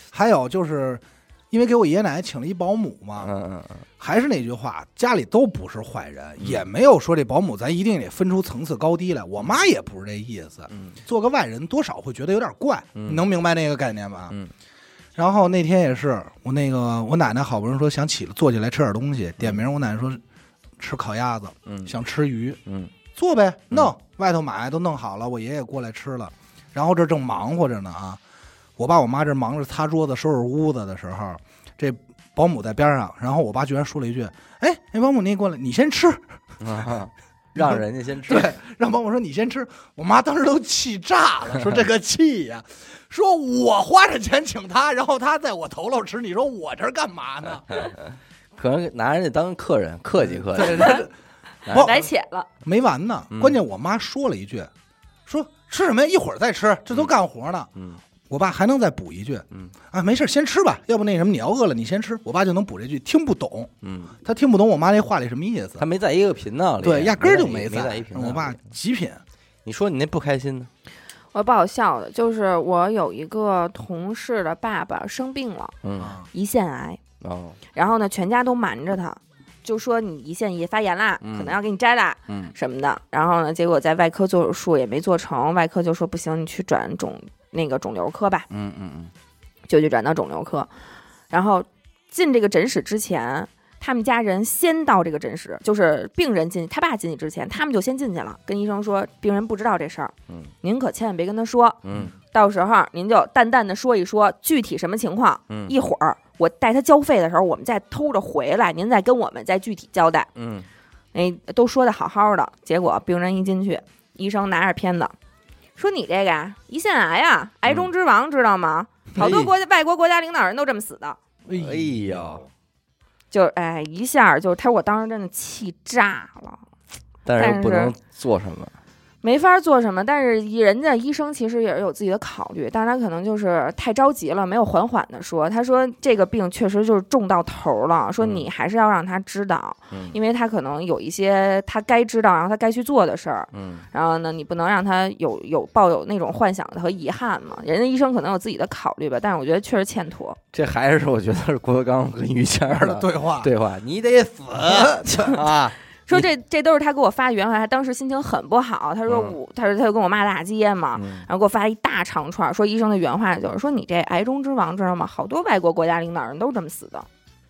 Speaker 3: 还有就是因为给我爷爷奶奶请了一保姆嘛，
Speaker 1: 嗯 *laughs* 嗯嗯，
Speaker 3: 还是那句话，家里都不是坏人，也没有说这保姆咱一定得分出层次高低来。我妈也不是这意思，
Speaker 1: 嗯
Speaker 3: 做个外人多少会觉得有点怪，
Speaker 1: 嗯
Speaker 3: 你能明白那个概念吧？
Speaker 1: 嗯
Speaker 3: 然后那天也是，我那个我奶奶好不容易说想起来坐起来吃点东西，点名我奶奶说吃烤鸭子，
Speaker 1: 嗯
Speaker 3: 想吃鱼，
Speaker 1: 嗯
Speaker 3: 做呗，弄外头买都弄好了，我爷爷过来吃了，然后这正忙活着呢啊，我爸我妈这忙着擦桌子、收拾屋子的时候，这保姆在边上，然后我爸居然说了一句：“哎，那保姆你过来，你先吃。
Speaker 1: 啊，让人家先”吃，
Speaker 3: 对，让保姆说你先吃。我妈当时都气炸了，说这个气呀、说我花着钱请他，然后他在我头喽吃，你说我这儿干嘛呢？
Speaker 1: 哎
Speaker 3: *laughs*
Speaker 1: 可能拿人家当客人客气客气，哦
Speaker 3: 不
Speaker 2: 来且了，
Speaker 3: 没完呢
Speaker 1: 哎嗯，
Speaker 3: 关键我妈说了一句，说吃什么呀？一会儿再吃，这都干活呢。
Speaker 1: 嗯
Speaker 3: 我爸还能再补一句，
Speaker 1: 嗯，
Speaker 3: 啊，没事儿，先吃吧，要不那什么，你要饿了你先吃。我爸就能补这句，听不懂，
Speaker 1: 嗯，
Speaker 3: 他听不懂我妈那话里什么意思
Speaker 1: 他，没在一个频道里，啊
Speaker 3: 对，压根儿就
Speaker 1: 没
Speaker 3: 在。嗯
Speaker 1: 在嗯一频道里。
Speaker 3: 我爸极 *laughs* 品，
Speaker 1: 你说你那不开心呢？
Speaker 2: 我呃不好笑的，就是我有一个同事的爸爸生病了，
Speaker 1: 嗯
Speaker 2: 胰腺癌，
Speaker 1: 哦
Speaker 2: 然后呢，全家都瞒着他，就说你胰腺也发炎啦，
Speaker 1: 嗯
Speaker 2: 可能要给你摘啦
Speaker 1: 嗯
Speaker 2: 什么的。然后呢，结果在外科做手术也没做成，外科就说不行，你去转肿那个肿瘤科吧，
Speaker 1: 嗯嗯
Speaker 2: 就去转到肿瘤科。然后进这个诊室之前，他们家人先到这个诊室，就是病人进去，他爸进去之前，他们就先进去了，跟医生说病人不知道这事儿，
Speaker 1: 嗯
Speaker 2: 您可千万别跟他说，
Speaker 1: 嗯
Speaker 2: 到时候您就淡淡的说一说具体什么情况，
Speaker 1: 嗯
Speaker 2: 一会儿我带他交费的时候，我们再偷着回来，您再跟我们再具体交代。
Speaker 1: 嗯
Speaker 2: 哎，都说的好好的，结果病人一进去，医生拿着片子说：“你这个呀，胰腺癌啊，癌中之王，知道吗？好多国家外国国家领导人都这么死的。
Speaker 3: 哎
Speaker 1: 嗯，哎呦！
Speaker 2: 就”哎，一下就他，我当时真的气炸了，
Speaker 1: 但是又
Speaker 2: 但
Speaker 1: 不
Speaker 2: 是
Speaker 1: 能做什么，
Speaker 2: 没法做什么。但是人家医生其实也是有自己的考虑，但是他可能就是太着急了，没有缓缓的说。他说这个病确实就是重到头了，说
Speaker 1: 嗯
Speaker 2: 你还是要让他知道，
Speaker 1: 嗯
Speaker 2: 因为他可能有一些他该知道，然后他该去做的事儿。
Speaker 1: 嗯
Speaker 2: 然后呢，你不能让他有有抱有那种幻想和遗憾嘛。人家医生可能有自己的考虑吧，但是我觉得确实欠妥。
Speaker 1: 这还是我觉得是郭德纲跟于谦儿
Speaker 3: 二的
Speaker 1: 的
Speaker 3: 对话，
Speaker 1: *laughs* 对话，你得 *laughs* 死 *laughs* 啊！
Speaker 2: 说这这都是他给我发的原话，他当时心情很不好。他说
Speaker 1: 嗯
Speaker 2: 我，他说他就跟我骂大街
Speaker 1: *laughs*
Speaker 2: 嘛，
Speaker 1: 嗯
Speaker 2: 然后给我发一大长串，说医生的原话就是说你这癌中之王知道吗？好多外国国家领导人都这么死的。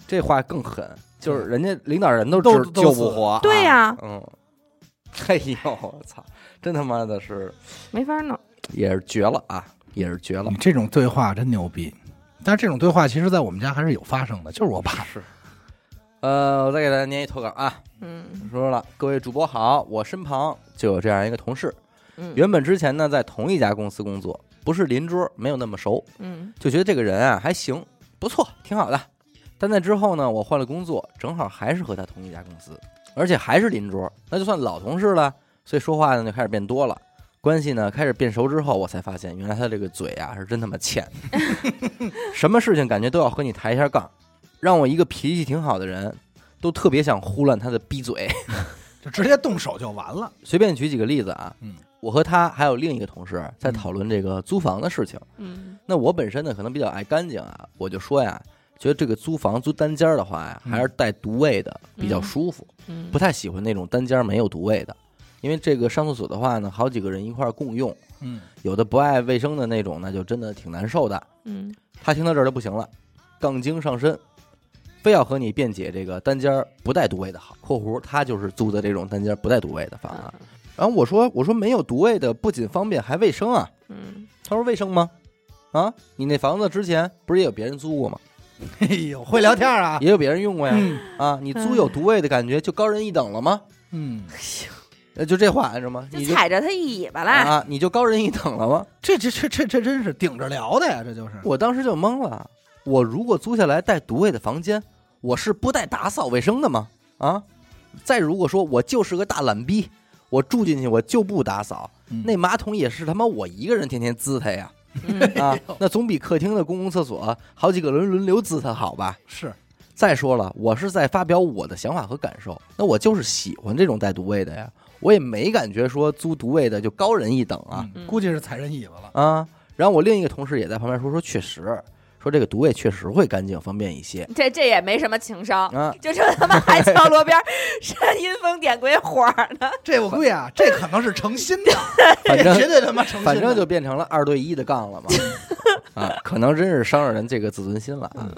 Speaker 1: 这话更狠，就是人家领导人都
Speaker 3: 都
Speaker 1: 治
Speaker 3: 都
Speaker 1: 救
Speaker 3: 死
Speaker 1: 不活，
Speaker 2: 对呀、
Speaker 1: 嗯， *laughs* 哎呦，我操，真他妈的是
Speaker 2: 没法弄。
Speaker 1: 也是绝了啊，也是绝了
Speaker 3: 你，这种对话真牛逼。但是这种对话其实，在我们家还是有发生的，就是我爸
Speaker 1: 是。呃，我再给大家念一投稿啊，
Speaker 2: 嗯
Speaker 1: 说了，各位主播好，我身旁就有这样一个同事，
Speaker 2: 嗯
Speaker 1: 原本之前呢在同一家公司工作，不是邻桌，没有那么熟，
Speaker 2: 嗯
Speaker 1: 就觉得这个人啊还行，不错，挺好的。但在之后呢，我换了工作，正好还是和他同一家公司，而且还是邻桌，那就算老同事了，所以说话呢就开始变多了。关系呢开始变熟之后，我才发现原来他这个嘴啊是真他妈欠，什么事情感觉都要和你抬一下杠，让我一个脾气挺好的人都特别想呼乱他的逼嘴。
Speaker 3: *laughs*
Speaker 1: *laughs*
Speaker 3: 就直接动手就完了。
Speaker 1: 随便举几个例子啊，
Speaker 3: 嗯，
Speaker 1: 我和他还有另一个同事在讨论这个租房的事情。
Speaker 2: 嗯
Speaker 1: 那我本身呢，可能比较爱干净啊，我就说呀，觉得这个租房租单间儿的话呀，
Speaker 3: 嗯
Speaker 1: 还是带独卫的比较
Speaker 2: 嗯
Speaker 1: 舒服，
Speaker 2: 嗯
Speaker 1: 不，太喜欢那种单间儿没有独卫的，因为这个上厕所的话呢，好几个人一块儿共用，
Speaker 3: 嗯，
Speaker 1: 有的不爱卫生的那种，那就真的挺难受的。
Speaker 2: 嗯
Speaker 1: 他听到这儿就不行了，杠精上身，非要和你辩解这个单间儿不带独卫的好（括弧他就是租的这种单间儿不带独卫的房啊）。
Speaker 2: 嗯
Speaker 1: 然后我说我说没有独卫的不仅方便还卫生啊，
Speaker 2: 嗯，
Speaker 1: 他说卫生吗？啊，你那房子之前不是也有别人租过吗？
Speaker 3: *laughs* 哎呦，会聊天啊，
Speaker 1: 也有别人用过呀。
Speaker 3: 嗯
Speaker 1: 啊，你租有独卫的感觉就高人一等了吗？
Speaker 3: 嗯，
Speaker 1: 呃，就这话，你知道吗？你
Speaker 2: 就
Speaker 1: 就
Speaker 2: 踩着他一尾巴啦。
Speaker 1: 啊，你就高人一等了吗？
Speaker 3: 这这这这这真是顶着聊的呀，这就是。
Speaker 1: 我当时就懵了。我如果租下来带独卫的房间，我是不带打扫卫生的吗？啊，再如果说我就是个大懒逼，我住进去我就不打扫，
Speaker 3: 嗯
Speaker 1: 那马桶也是他妈我一个人天天滋它呀。
Speaker 2: 嗯
Speaker 1: 啊，
Speaker 3: 哎
Speaker 1: 那总比客厅的公共厕所好几个人轮流滋它好吧？
Speaker 3: 是
Speaker 1: 再说了，我是在发表我的想法和感受，那我就是喜欢这种带独卫的呀，我也没感觉说租独卫的就高人一等啊
Speaker 3: 嗯啊，估计是踩人尾巴了。
Speaker 1: 啊。然后我另一个同事也在旁边说说，确实说这个毒味确实会干净方便一些
Speaker 2: 这这也没什么情商，
Speaker 1: 啊。
Speaker 2: 就这他妈还敲锣边儿扇阴风点鬼火呢，
Speaker 3: 这我估计啊，这可能是诚心 *laughs* 的，
Speaker 1: 反
Speaker 3: 这
Speaker 1: 正
Speaker 3: 绝对他妈诚嗯心的。
Speaker 1: 反正就变成了二对一的杠了
Speaker 3: *laughs*
Speaker 1: 嘛。啊，可能真是伤着人这个自尊心了
Speaker 3: 嗯
Speaker 1: 啊。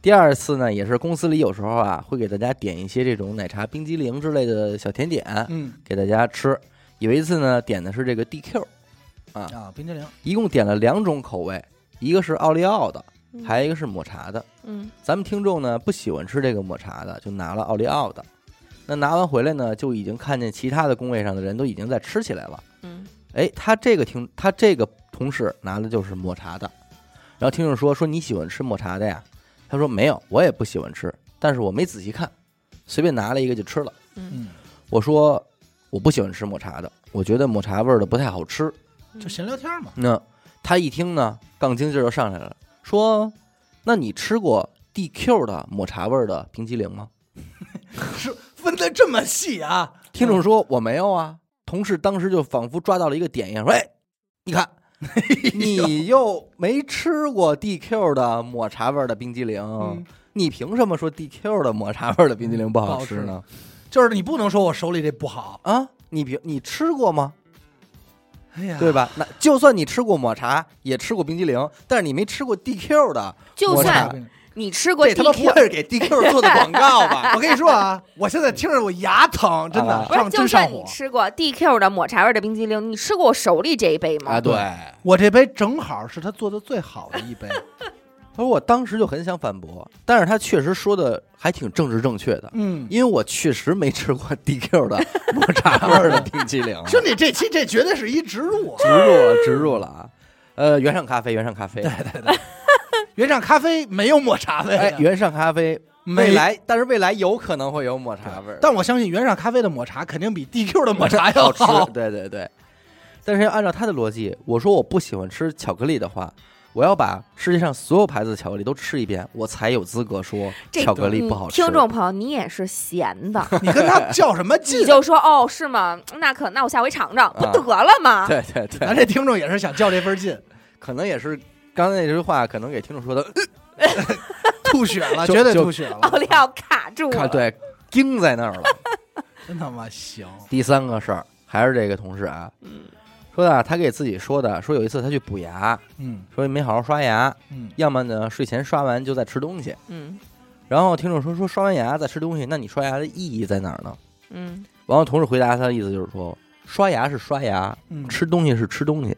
Speaker 1: 第二次呢，也是公司里有时候啊，会给大家点一些这种奶茶、冰激凌之类的小甜点
Speaker 3: 嗯
Speaker 1: 给大家吃。有一次呢，点的是这个 DQ，
Speaker 3: 啊，冰激凌
Speaker 1: 一共点了两种口味，一个是奥利奥的，
Speaker 2: 嗯
Speaker 1: 还有一个是抹茶的。
Speaker 2: 嗯，
Speaker 1: 咱们听众呢不喜欢吃这个抹茶的，就拿了奥利奥的。那拿完回来呢，就已经看见其他的工位上的人都已经在吃起来了。
Speaker 2: 嗯，
Speaker 1: 哎，他这个听他这个同事拿的就是抹茶的，然后听众说说你喜欢吃抹茶的呀？他说没有，我也不喜欢吃，但是我没仔细看，随便拿了一个就吃了。
Speaker 3: 嗯，
Speaker 1: 我说我不喜欢吃抹茶的，我觉得抹茶味儿的不太好吃。
Speaker 3: 就闲聊天嘛。
Speaker 1: 那他一听呢，杠精劲儿就上来了，说那你吃过 DQ 的抹茶味儿的冰激凌吗？
Speaker 3: 是 *laughs* 分的这么细啊？
Speaker 1: 听众说我没有啊。同事当时就仿佛抓到了一个点一样，说 *laughs* 哎，你看。哎你又没吃过 DQ 的抹茶味儿的冰激凌，
Speaker 3: 嗯，
Speaker 1: 你凭什么说 DQ 的抹茶味儿的冰激凌不好吃呢？
Speaker 3: *laughs* 就是你不能说我手里这不好，
Speaker 1: 啊，你凭你吃过吗？
Speaker 3: 哎呀，
Speaker 1: 对？吧？那就算你吃过抹茶，也吃过冰激凌，但是你没吃过 DQ 的，
Speaker 2: 就
Speaker 1: 抹
Speaker 2: 算
Speaker 1: 茶
Speaker 2: 你吃过
Speaker 1: 这他妈不
Speaker 2: DQ，
Speaker 1: 会是给 DQ 做的广告吧？
Speaker 3: *laughs* 我跟你说啊，我现在听着我牙疼，真的
Speaker 1: 啊
Speaker 2: 不是
Speaker 3: 上
Speaker 2: 就
Speaker 3: 真上
Speaker 2: 算你
Speaker 3: 火。
Speaker 2: 吃过 DQ 的抹茶味儿的冰激凌，你吃过我手里这一杯吗？
Speaker 1: 啊，对。
Speaker 3: 我这杯正好是他做的最好的一杯，
Speaker 1: 而我当时就很想反驳，但是他确实说的还挺政治正确的， *laughs*
Speaker 3: 嗯，
Speaker 1: 因为我确实没吃过 *laughs* DQ 的抹茶
Speaker 2: *laughs*
Speaker 1: 味儿的冰激凌。
Speaker 3: 兄弟，这期这绝对是一植入啊！
Speaker 1: 植入了，植入了啊！呃，原上咖啡，原上咖啡，
Speaker 3: 原上咖啡没有抹茶味的，
Speaker 1: 哎，原上咖啡，
Speaker 3: 没
Speaker 1: 未。来，但是未来有可能会有抹茶味儿，
Speaker 3: 但我相信原上咖啡的抹茶肯定比 DQ 的抹茶要
Speaker 1: 好吃，对对对。但是要按照他的逻辑，我说我不喜欢吃巧克力的话，我要把世界上所有牌子的巧克力都吃一遍，我才有资格说
Speaker 2: 这
Speaker 1: 巧克力
Speaker 2: 嗯
Speaker 1: 不好吃。
Speaker 2: 听众朋友，你也是闲的，
Speaker 3: 你跟他
Speaker 1: *laughs*
Speaker 3: 较什么劲啊
Speaker 2: 你？就说哦，是吗？那可那我下回尝尝，不
Speaker 1: 啊
Speaker 2: 得了吗？
Speaker 1: 对对对
Speaker 3: 咱，这听众也是想较这
Speaker 1: *laughs*
Speaker 3: 份劲，
Speaker 1: 可能也是刚才那句话，可能给听众说的， *laughs*
Speaker 3: 吐血了，
Speaker 1: 就
Speaker 3: 绝对
Speaker 1: 就
Speaker 3: 吐血了啊
Speaker 2: 奥利奥哦卡住
Speaker 1: 呃
Speaker 2: 了，
Speaker 1: 对，钉在那儿了。
Speaker 3: 真他妈行！
Speaker 1: 第三个事儿还是这个同事啊，
Speaker 2: 嗯
Speaker 1: 说的啊他给自己说的，说有一次他去补牙，
Speaker 3: 嗯
Speaker 1: 说没好好刷牙，
Speaker 3: 嗯，
Speaker 1: 要么呢睡前刷完就在吃东西。
Speaker 2: 嗯
Speaker 1: 然后听众说说刷完牙再吃东西，那你刷牙的意义在哪儿呢？
Speaker 2: 嗯，
Speaker 1: 然后同事回答他的意思就是说，刷牙是刷牙，
Speaker 3: 嗯
Speaker 1: 吃东西是吃东西，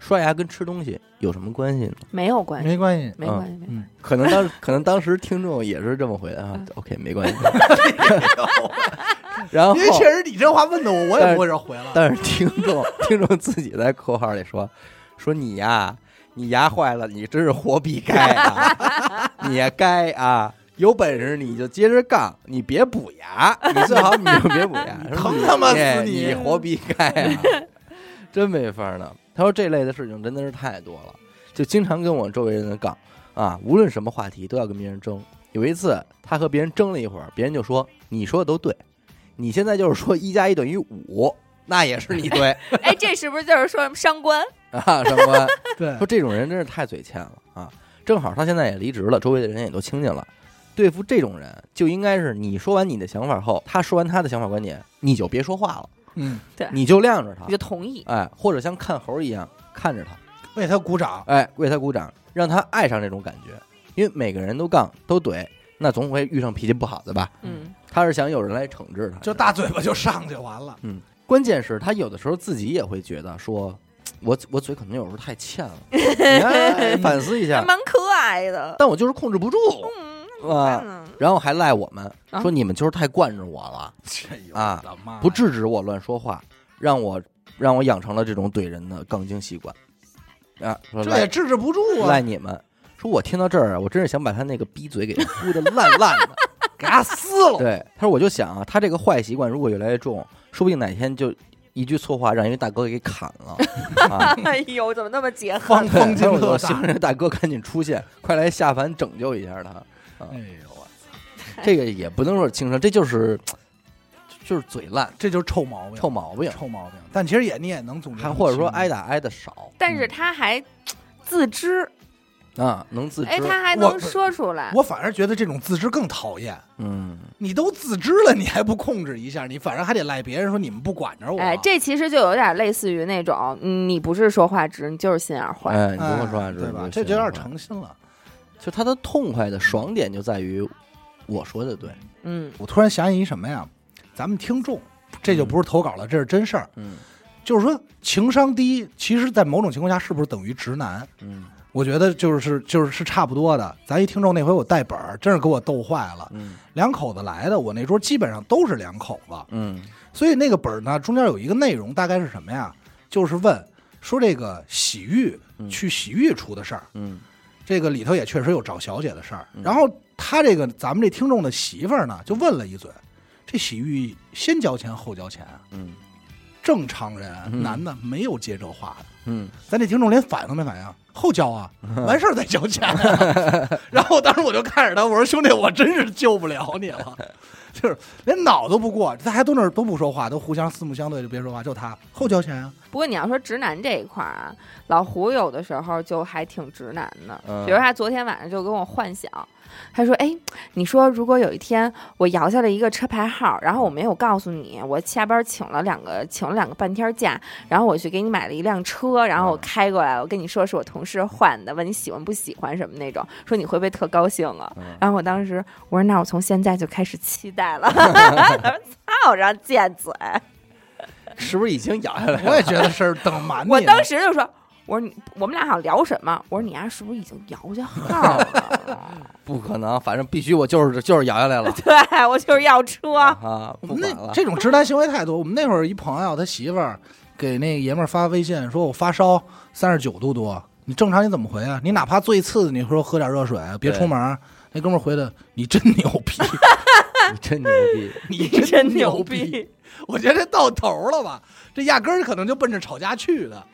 Speaker 1: 刷牙跟吃东西有什么关系呢？
Speaker 2: 没有关系，
Speaker 3: 没关系，
Speaker 1: 嗯
Speaker 2: 没关系，没关系。
Speaker 1: 可能当可能当时听众也是这么回答啊，OK 没关系。 *laughs* 然后
Speaker 3: 因，为确实你这话问的我，我也不会这回了。
Speaker 1: 但是听众听众自己在括号里说说你呀、你牙坏了，你真是活必该啊，
Speaker 3: *laughs*
Speaker 1: 你呀该啊。有本事你就接着杠，你别补牙，你最好你就别补牙，
Speaker 3: *laughs* 疼他妈死
Speaker 1: 哎
Speaker 3: 你
Speaker 1: 你活必该
Speaker 3: *laughs*
Speaker 1: 啊！真没法儿弄。他说这类的事情真的是太多了，就经常跟我周围人的杠啊，无论什么话题都要跟别人争。有一次他和别人争了一会儿，别人就说你说的都对，你现在就是说一加一等于五，那也是你对
Speaker 2: 哎，这是不是就是说伤官？
Speaker 1: *laughs* 啊，上官。
Speaker 3: *laughs* 对
Speaker 1: 说这种人真是太嘴欠了啊！正好他现在也离职了，周围的人也都清静了。对付这种人，就应该是你说完你的想法后，他说完他的想法观点，你就别说话了，
Speaker 3: 嗯，
Speaker 1: 你就晾着他
Speaker 2: 你，就同意？
Speaker 1: 哎，或者像看猴一样看着他，
Speaker 3: 为他鼓掌。
Speaker 1: 哎，为他鼓掌，让他爱上这种感觉。因为每个人都杠都怼，那总会遇上脾气不好的吧？
Speaker 2: 嗯，
Speaker 1: 他是想有人来惩治他，
Speaker 3: 就大嘴巴就上去
Speaker 1: *laughs*
Speaker 3: 完了，
Speaker 1: 关键是，他有的时候自己也会觉得说，我我嘴可能有时候太欠了，你看哎反思一
Speaker 2: 还
Speaker 1: 下。
Speaker 2: 蛮可爱的。
Speaker 1: 但我就是控制不住啊，
Speaker 2: 嗯，
Speaker 1: 然后还赖我们
Speaker 2: 啊
Speaker 1: 说你们就是太惯着我了，
Speaker 3: 这有
Speaker 1: 啊
Speaker 3: 的妈呀
Speaker 1: 不制止我乱说话，让我让我养成了这种怼人的杠精习惯啊，说
Speaker 3: 这也
Speaker 1: 赖
Speaker 3: 制止不住啊
Speaker 1: 赖！你们。说我听到这儿啊，我真是想把他那个逼嘴给呼的烂烂
Speaker 3: *laughs*
Speaker 1: 的。
Speaker 3: 给他撕了，
Speaker 1: 对，他说我就想啊，他这个坏习惯如果越来越重，说不定哪天就一句错话让一个大哥给砍
Speaker 3: *laughs*
Speaker 1: 了啊。
Speaker 2: 哎呦，怎么那么结合？
Speaker 3: 方
Speaker 1: 对
Speaker 3: 方金
Speaker 1: 然后我
Speaker 3: 特
Speaker 1: 希望
Speaker 3: 大。
Speaker 1: 这大哥赶紧出现，快来下凡拯救一下他。
Speaker 3: 哎呦我，
Speaker 1: 这个也不能说是轻生，这就是就是嘴烂、
Speaker 3: 这就是臭毛病，
Speaker 1: 臭毛病，
Speaker 3: 臭毛病。但其实也你也能总结，
Speaker 1: 还或者说挨，打挨的少。
Speaker 2: 但是他还嘖自知，
Speaker 1: 啊，能自知
Speaker 2: 哎，，他还
Speaker 3: 我
Speaker 2: 能说出来，
Speaker 3: 我反而觉得这种自知更讨厌。
Speaker 1: 嗯，
Speaker 3: 你都自知了，你还不控制一下，你反正还得赖别人说你们不管着我。
Speaker 2: 哎，这其实就有点类似于那种，嗯你不是说话直，你就是心眼儿坏。
Speaker 1: 哎，你
Speaker 3: 哎
Speaker 1: 不会说话知
Speaker 3: 对吧？这
Speaker 1: 就
Speaker 3: 就有点，诚心了。
Speaker 1: 啊就他的痛快的爽点就在于我说的对，
Speaker 2: 嗯，
Speaker 3: 我突然想起一什么呀？咱们听众，这就不是投稿了，这是真事儿。
Speaker 1: 嗯
Speaker 3: 就是说，情商低，其实在某种情况下是不是等于直男？
Speaker 1: 嗯
Speaker 3: 我觉得就是就是是差不多的。咱一听众那回我带本儿，真是给我逗坏了。
Speaker 1: 嗯
Speaker 3: 两口子来的，我那桌基本上都是两口子，
Speaker 1: 嗯
Speaker 3: 所以那个本儿呢，中间有一个内容，大概是什么呀？就是问说这个洗浴
Speaker 1: 嗯
Speaker 3: 去洗浴出的事儿，
Speaker 1: 嗯
Speaker 3: 这个里头也确实有找小姐的事儿。
Speaker 1: 嗯
Speaker 3: 然后他这个咱们这听众的媳妇儿呢，就问了一嘴：这洗浴先交钱后交钱啊？
Speaker 1: 嗯
Speaker 3: 正常人
Speaker 1: 嗯
Speaker 3: 男的没有接这话的，
Speaker 2: *laughs*
Speaker 1: 嗯，
Speaker 3: 咱这听众连反应都没反应，后交啊，完事儿再交钱啊、 *laughs* 然后当时我就看着他，我说兄弟，我真是救不了你了，就是连脑都不过，大家都那儿都不说话，都互相四目相对，就别说话，就他后交钱啊，
Speaker 2: 不过你要说直男这一块儿啊，老胡有的时候就还挺直男的。
Speaker 1: 嗯
Speaker 2: 比如他昨天晚上就跟我幻想，他说：“哎，你说如果有一天我摇下了一个车牌号，然后我没有告诉你，我下班请了两个请了两个半天假，然后我去给你买了一辆车，然后我开过来，我跟你说是我同事换的，问你喜欢不喜欢什么那种，说你会不会特高兴啊？”然后我当时我说：“那我从现在就开始期待了。” *laughs* 他说：“操，然后贱嘴。”
Speaker 1: 是不是已经咬下来了？ *laughs*
Speaker 3: 我也觉得是等瞒你呢。
Speaker 2: 我
Speaker 3: 啊
Speaker 2: 当时就说，我说你我们俩好像聊什么？我说你丫是不是已经摇下号
Speaker 1: *laughs*
Speaker 2: 了？
Speaker 1: 不可能，反正必须我就是就是咬下来
Speaker 2: *laughs*
Speaker 1: 了
Speaker 2: 对我就是要车，
Speaker 1: 啊！
Speaker 3: 我
Speaker 1: 不
Speaker 3: 们
Speaker 1: 管
Speaker 3: 那
Speaker 1: 了，
Speaker 3: 这种直男行为太多。我们那会儿一朋友他媳妇儿给那个爷们儿发微信说：“我发烧三十九度多，你正常你怎么回啊？你哪怕最次，你说喝点热水，别
Speaker 1: 对
Speaker 3: 出门儿。”那哥们儿回的：“你真牛逼，
Speaker 1: 你真牛逼！
Speaker 3: *laughs* 你
Speaker 2: 真
Speaker 3: 牛
Speaker 2: 逼！”
Speaker 3: 我觉得这到头了吧，这压根儿可能就奔着吵架去的。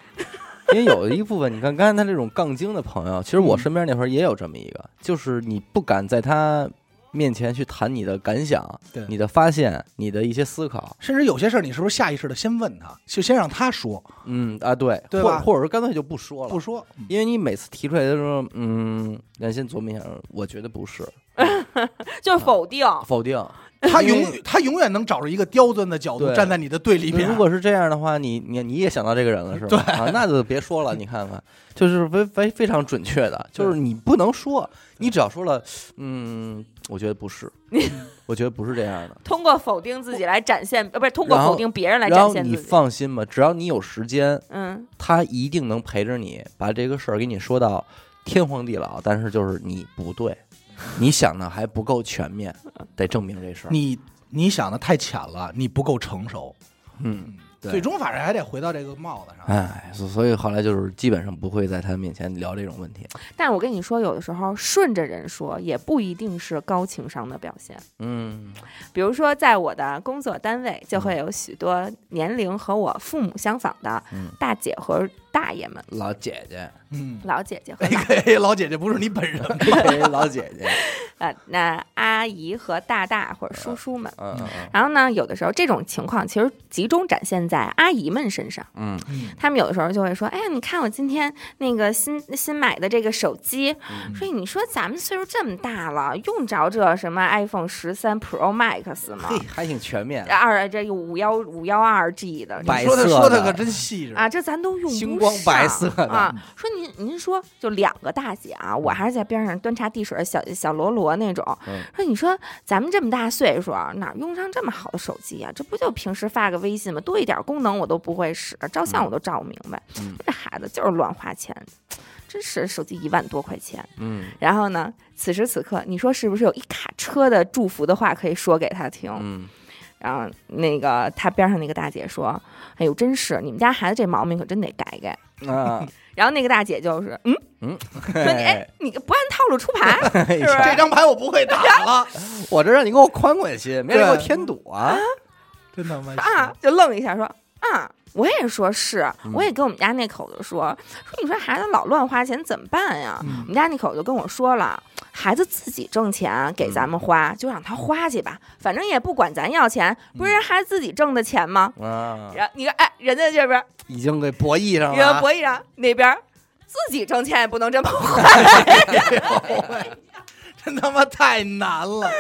Speaker 1: 因为有一部分，你看刚才他这种杠精的朋友，其实
Speaker 3: 嗯
Speaker 1: 我身边那会儿也有这么一个，就是你不敢在他面前去谈你的感想
Speaker 3: 对、
Speaker 1: 你的发现、你的一些思考，
Speaker 3: 甚至有些事儿，你是不是下意识的先问他，就先让他说，
Speaker 1: 嗯啊，对，
Speaker 3: 对
Speaker 1: 或
Speaker 3: 吧
Speaker 1: 或者说干脆就不说
Speaker 3: 不
Speaker 1: 了，
Speaker 3: 说？嗯
Speaker 1: 因为你每次提出来的时候，嗯，咱先琢磨一下，我觉得不是，啊
Speaker 2: 就是否定。
Speaker 1: 否定。
Speaker 3: 他
Speaker 1: 因为
Speaker 3: 永他永远能找着一个刁钻的角度
Speaker 1: 对
Speaker 3: 站在你的对立面。
Speaker 1: 如果是这样的话，你你你也想到这个人了是吧？啊，那就别说了，你看看，就是非非非常准确的，就是你不能说，你只要说了，嗯，我觉得不
Speaker 2: *laughs*
Speaker 1: 是，我觉得不是这样的。
Speaker 2: 通过否定自己来展现，呃，不是通过
Speaker 1: 然后
Speaker 2: 否定别人来
Speaker 1: 然
Speaker 2: 展
Speaker 1: 后
Speaker 2: 现
Speaker 1: 你
Speaker 2: 自己。
Speaker 1: 放心吧，只要你有时间，
Speaker 2: 嗯，
Speaker 1: 他一定能陪着你把这个事儿给你说到天荒地老。但是就是你不对，你想的还不够全面，得证明这事儿。
Speaker 3: 你你想的太浅了，你不够成熟。
Speaker 1: 嗯，对
Speaker 3: 最终反正还得回到这个帽子上。
Speaker 1: 哎，所所以后来就是基本上不会在他面前聊这种问题。
Speaker 2: 但是我跟你说，有的时候顺着人说也不一定是高情商的表现。
Speaker 1: 嗯
Speaker 2: 比如说，在我的工作单位，就会有许多年龄和我父母相仿的
Speaker 1: 嗯，
Speaker 2: 大姐和大爷们、
Speaker 1: 老姐姐。
Speaker 3: 嗯， *laughs*
Speaker 2: 老姐
Speaker 1: *laughs*
Speaker 2: 姐和
Speaker 3: 那
Speaker 2: 老
Speaker 3: 个老姐姐不是你本人，
Speaker 1: 嘿老姐 *laughs* 姐，
Speaker 2: 呃那阿姨和大大或者叔叔们。
Speaker 1: 嗯
Speaker 2: 然后呢，有的时候这种情况其实集中展现在阿姨们身上，
Speaker 1: 嗯
Speaker 3: 嗯，
Speaker 2: 她们有的时候就会说：“哎呀，你看我今天那个新新买的这个手机，所以你说咱们岁数这么大了，用着这什么 iPhone 十三 Pro Max 吗
Speaker 1: 嘿？，还挺全面，
Speaker 2: 二这五幺五幺二 G 的。”
Speaker 1: 白
Speaker 3: 你说的
Speaker 1: 色的
Speaker 3: 说的可真细致
Speaker 2: 啊，。这咱都用不上
Speaker 1: 星光白色的
Speaker 2: 啊！说您您说，就两个大姐啊，我还是在边上端茶递水，小小罗罗那种。
Speaker 1: 嗯
Speaker 2: 说你说咱们这么大岁数啊，哪用上这么好的手机啊？这不就平时发个微信吗？多一点功能我都不会使，照相我都照不明白。
Speaker 1: 嗯
Speaker 2: 这孩子就是乱花钱，真是手机一万多块钱。
Speaker 1: 嗯
Speaker 2: 然后呢，此时此刻，你说是不是有一卡车的祝福的话可以说给他听？
Speaker 1: 嗯
Speaker 2: 然后那个他边上那个大姐说：“哎呦，真是你们家孩子这毛病可真得改改。”
Speaker 1: 啊， *laughs*
Speaker 2: 然后那个大姐就是，嗯，说你哎
Speaker 1: 嘿，
Speaker 2: 你不按套路出牌，
Speaker 1: 嘿
Speaker 2: 是不
Speaker 3: 这
Speaker 2: 是？
Speaker 3: 张牌我不会打了，
Speaker 1: *laughs* 我这让你给我宽宽心，没人给我添堵啊，
Speaker 3: 真他妈
Speaker 2: 啊，就愣一下说啊，我也说是
Speaker 1: 嗯，
Speaker 2: 我也跟我们家那口子说，说你说孩子老乱花钱怎么办呀？我
Speaker 3: 嗯
Speaker 2: 们家那口子跟我说了，孩子自己挣钱给咱们花，就让他花去吧，反正也不管咱要钱，不是人孩子自己挣的钱吗？
Speaker 1: 啊，
Speaker 2: 然后你看，哎，人家这边
Speaker 1: 已经给博弈上
Speaker 2: 人家
Speaker 1: 了，啊
Speaker 2: 博弈上那边。自己挣钱也不能这么花。
Speaker 3: 真他妈太难了。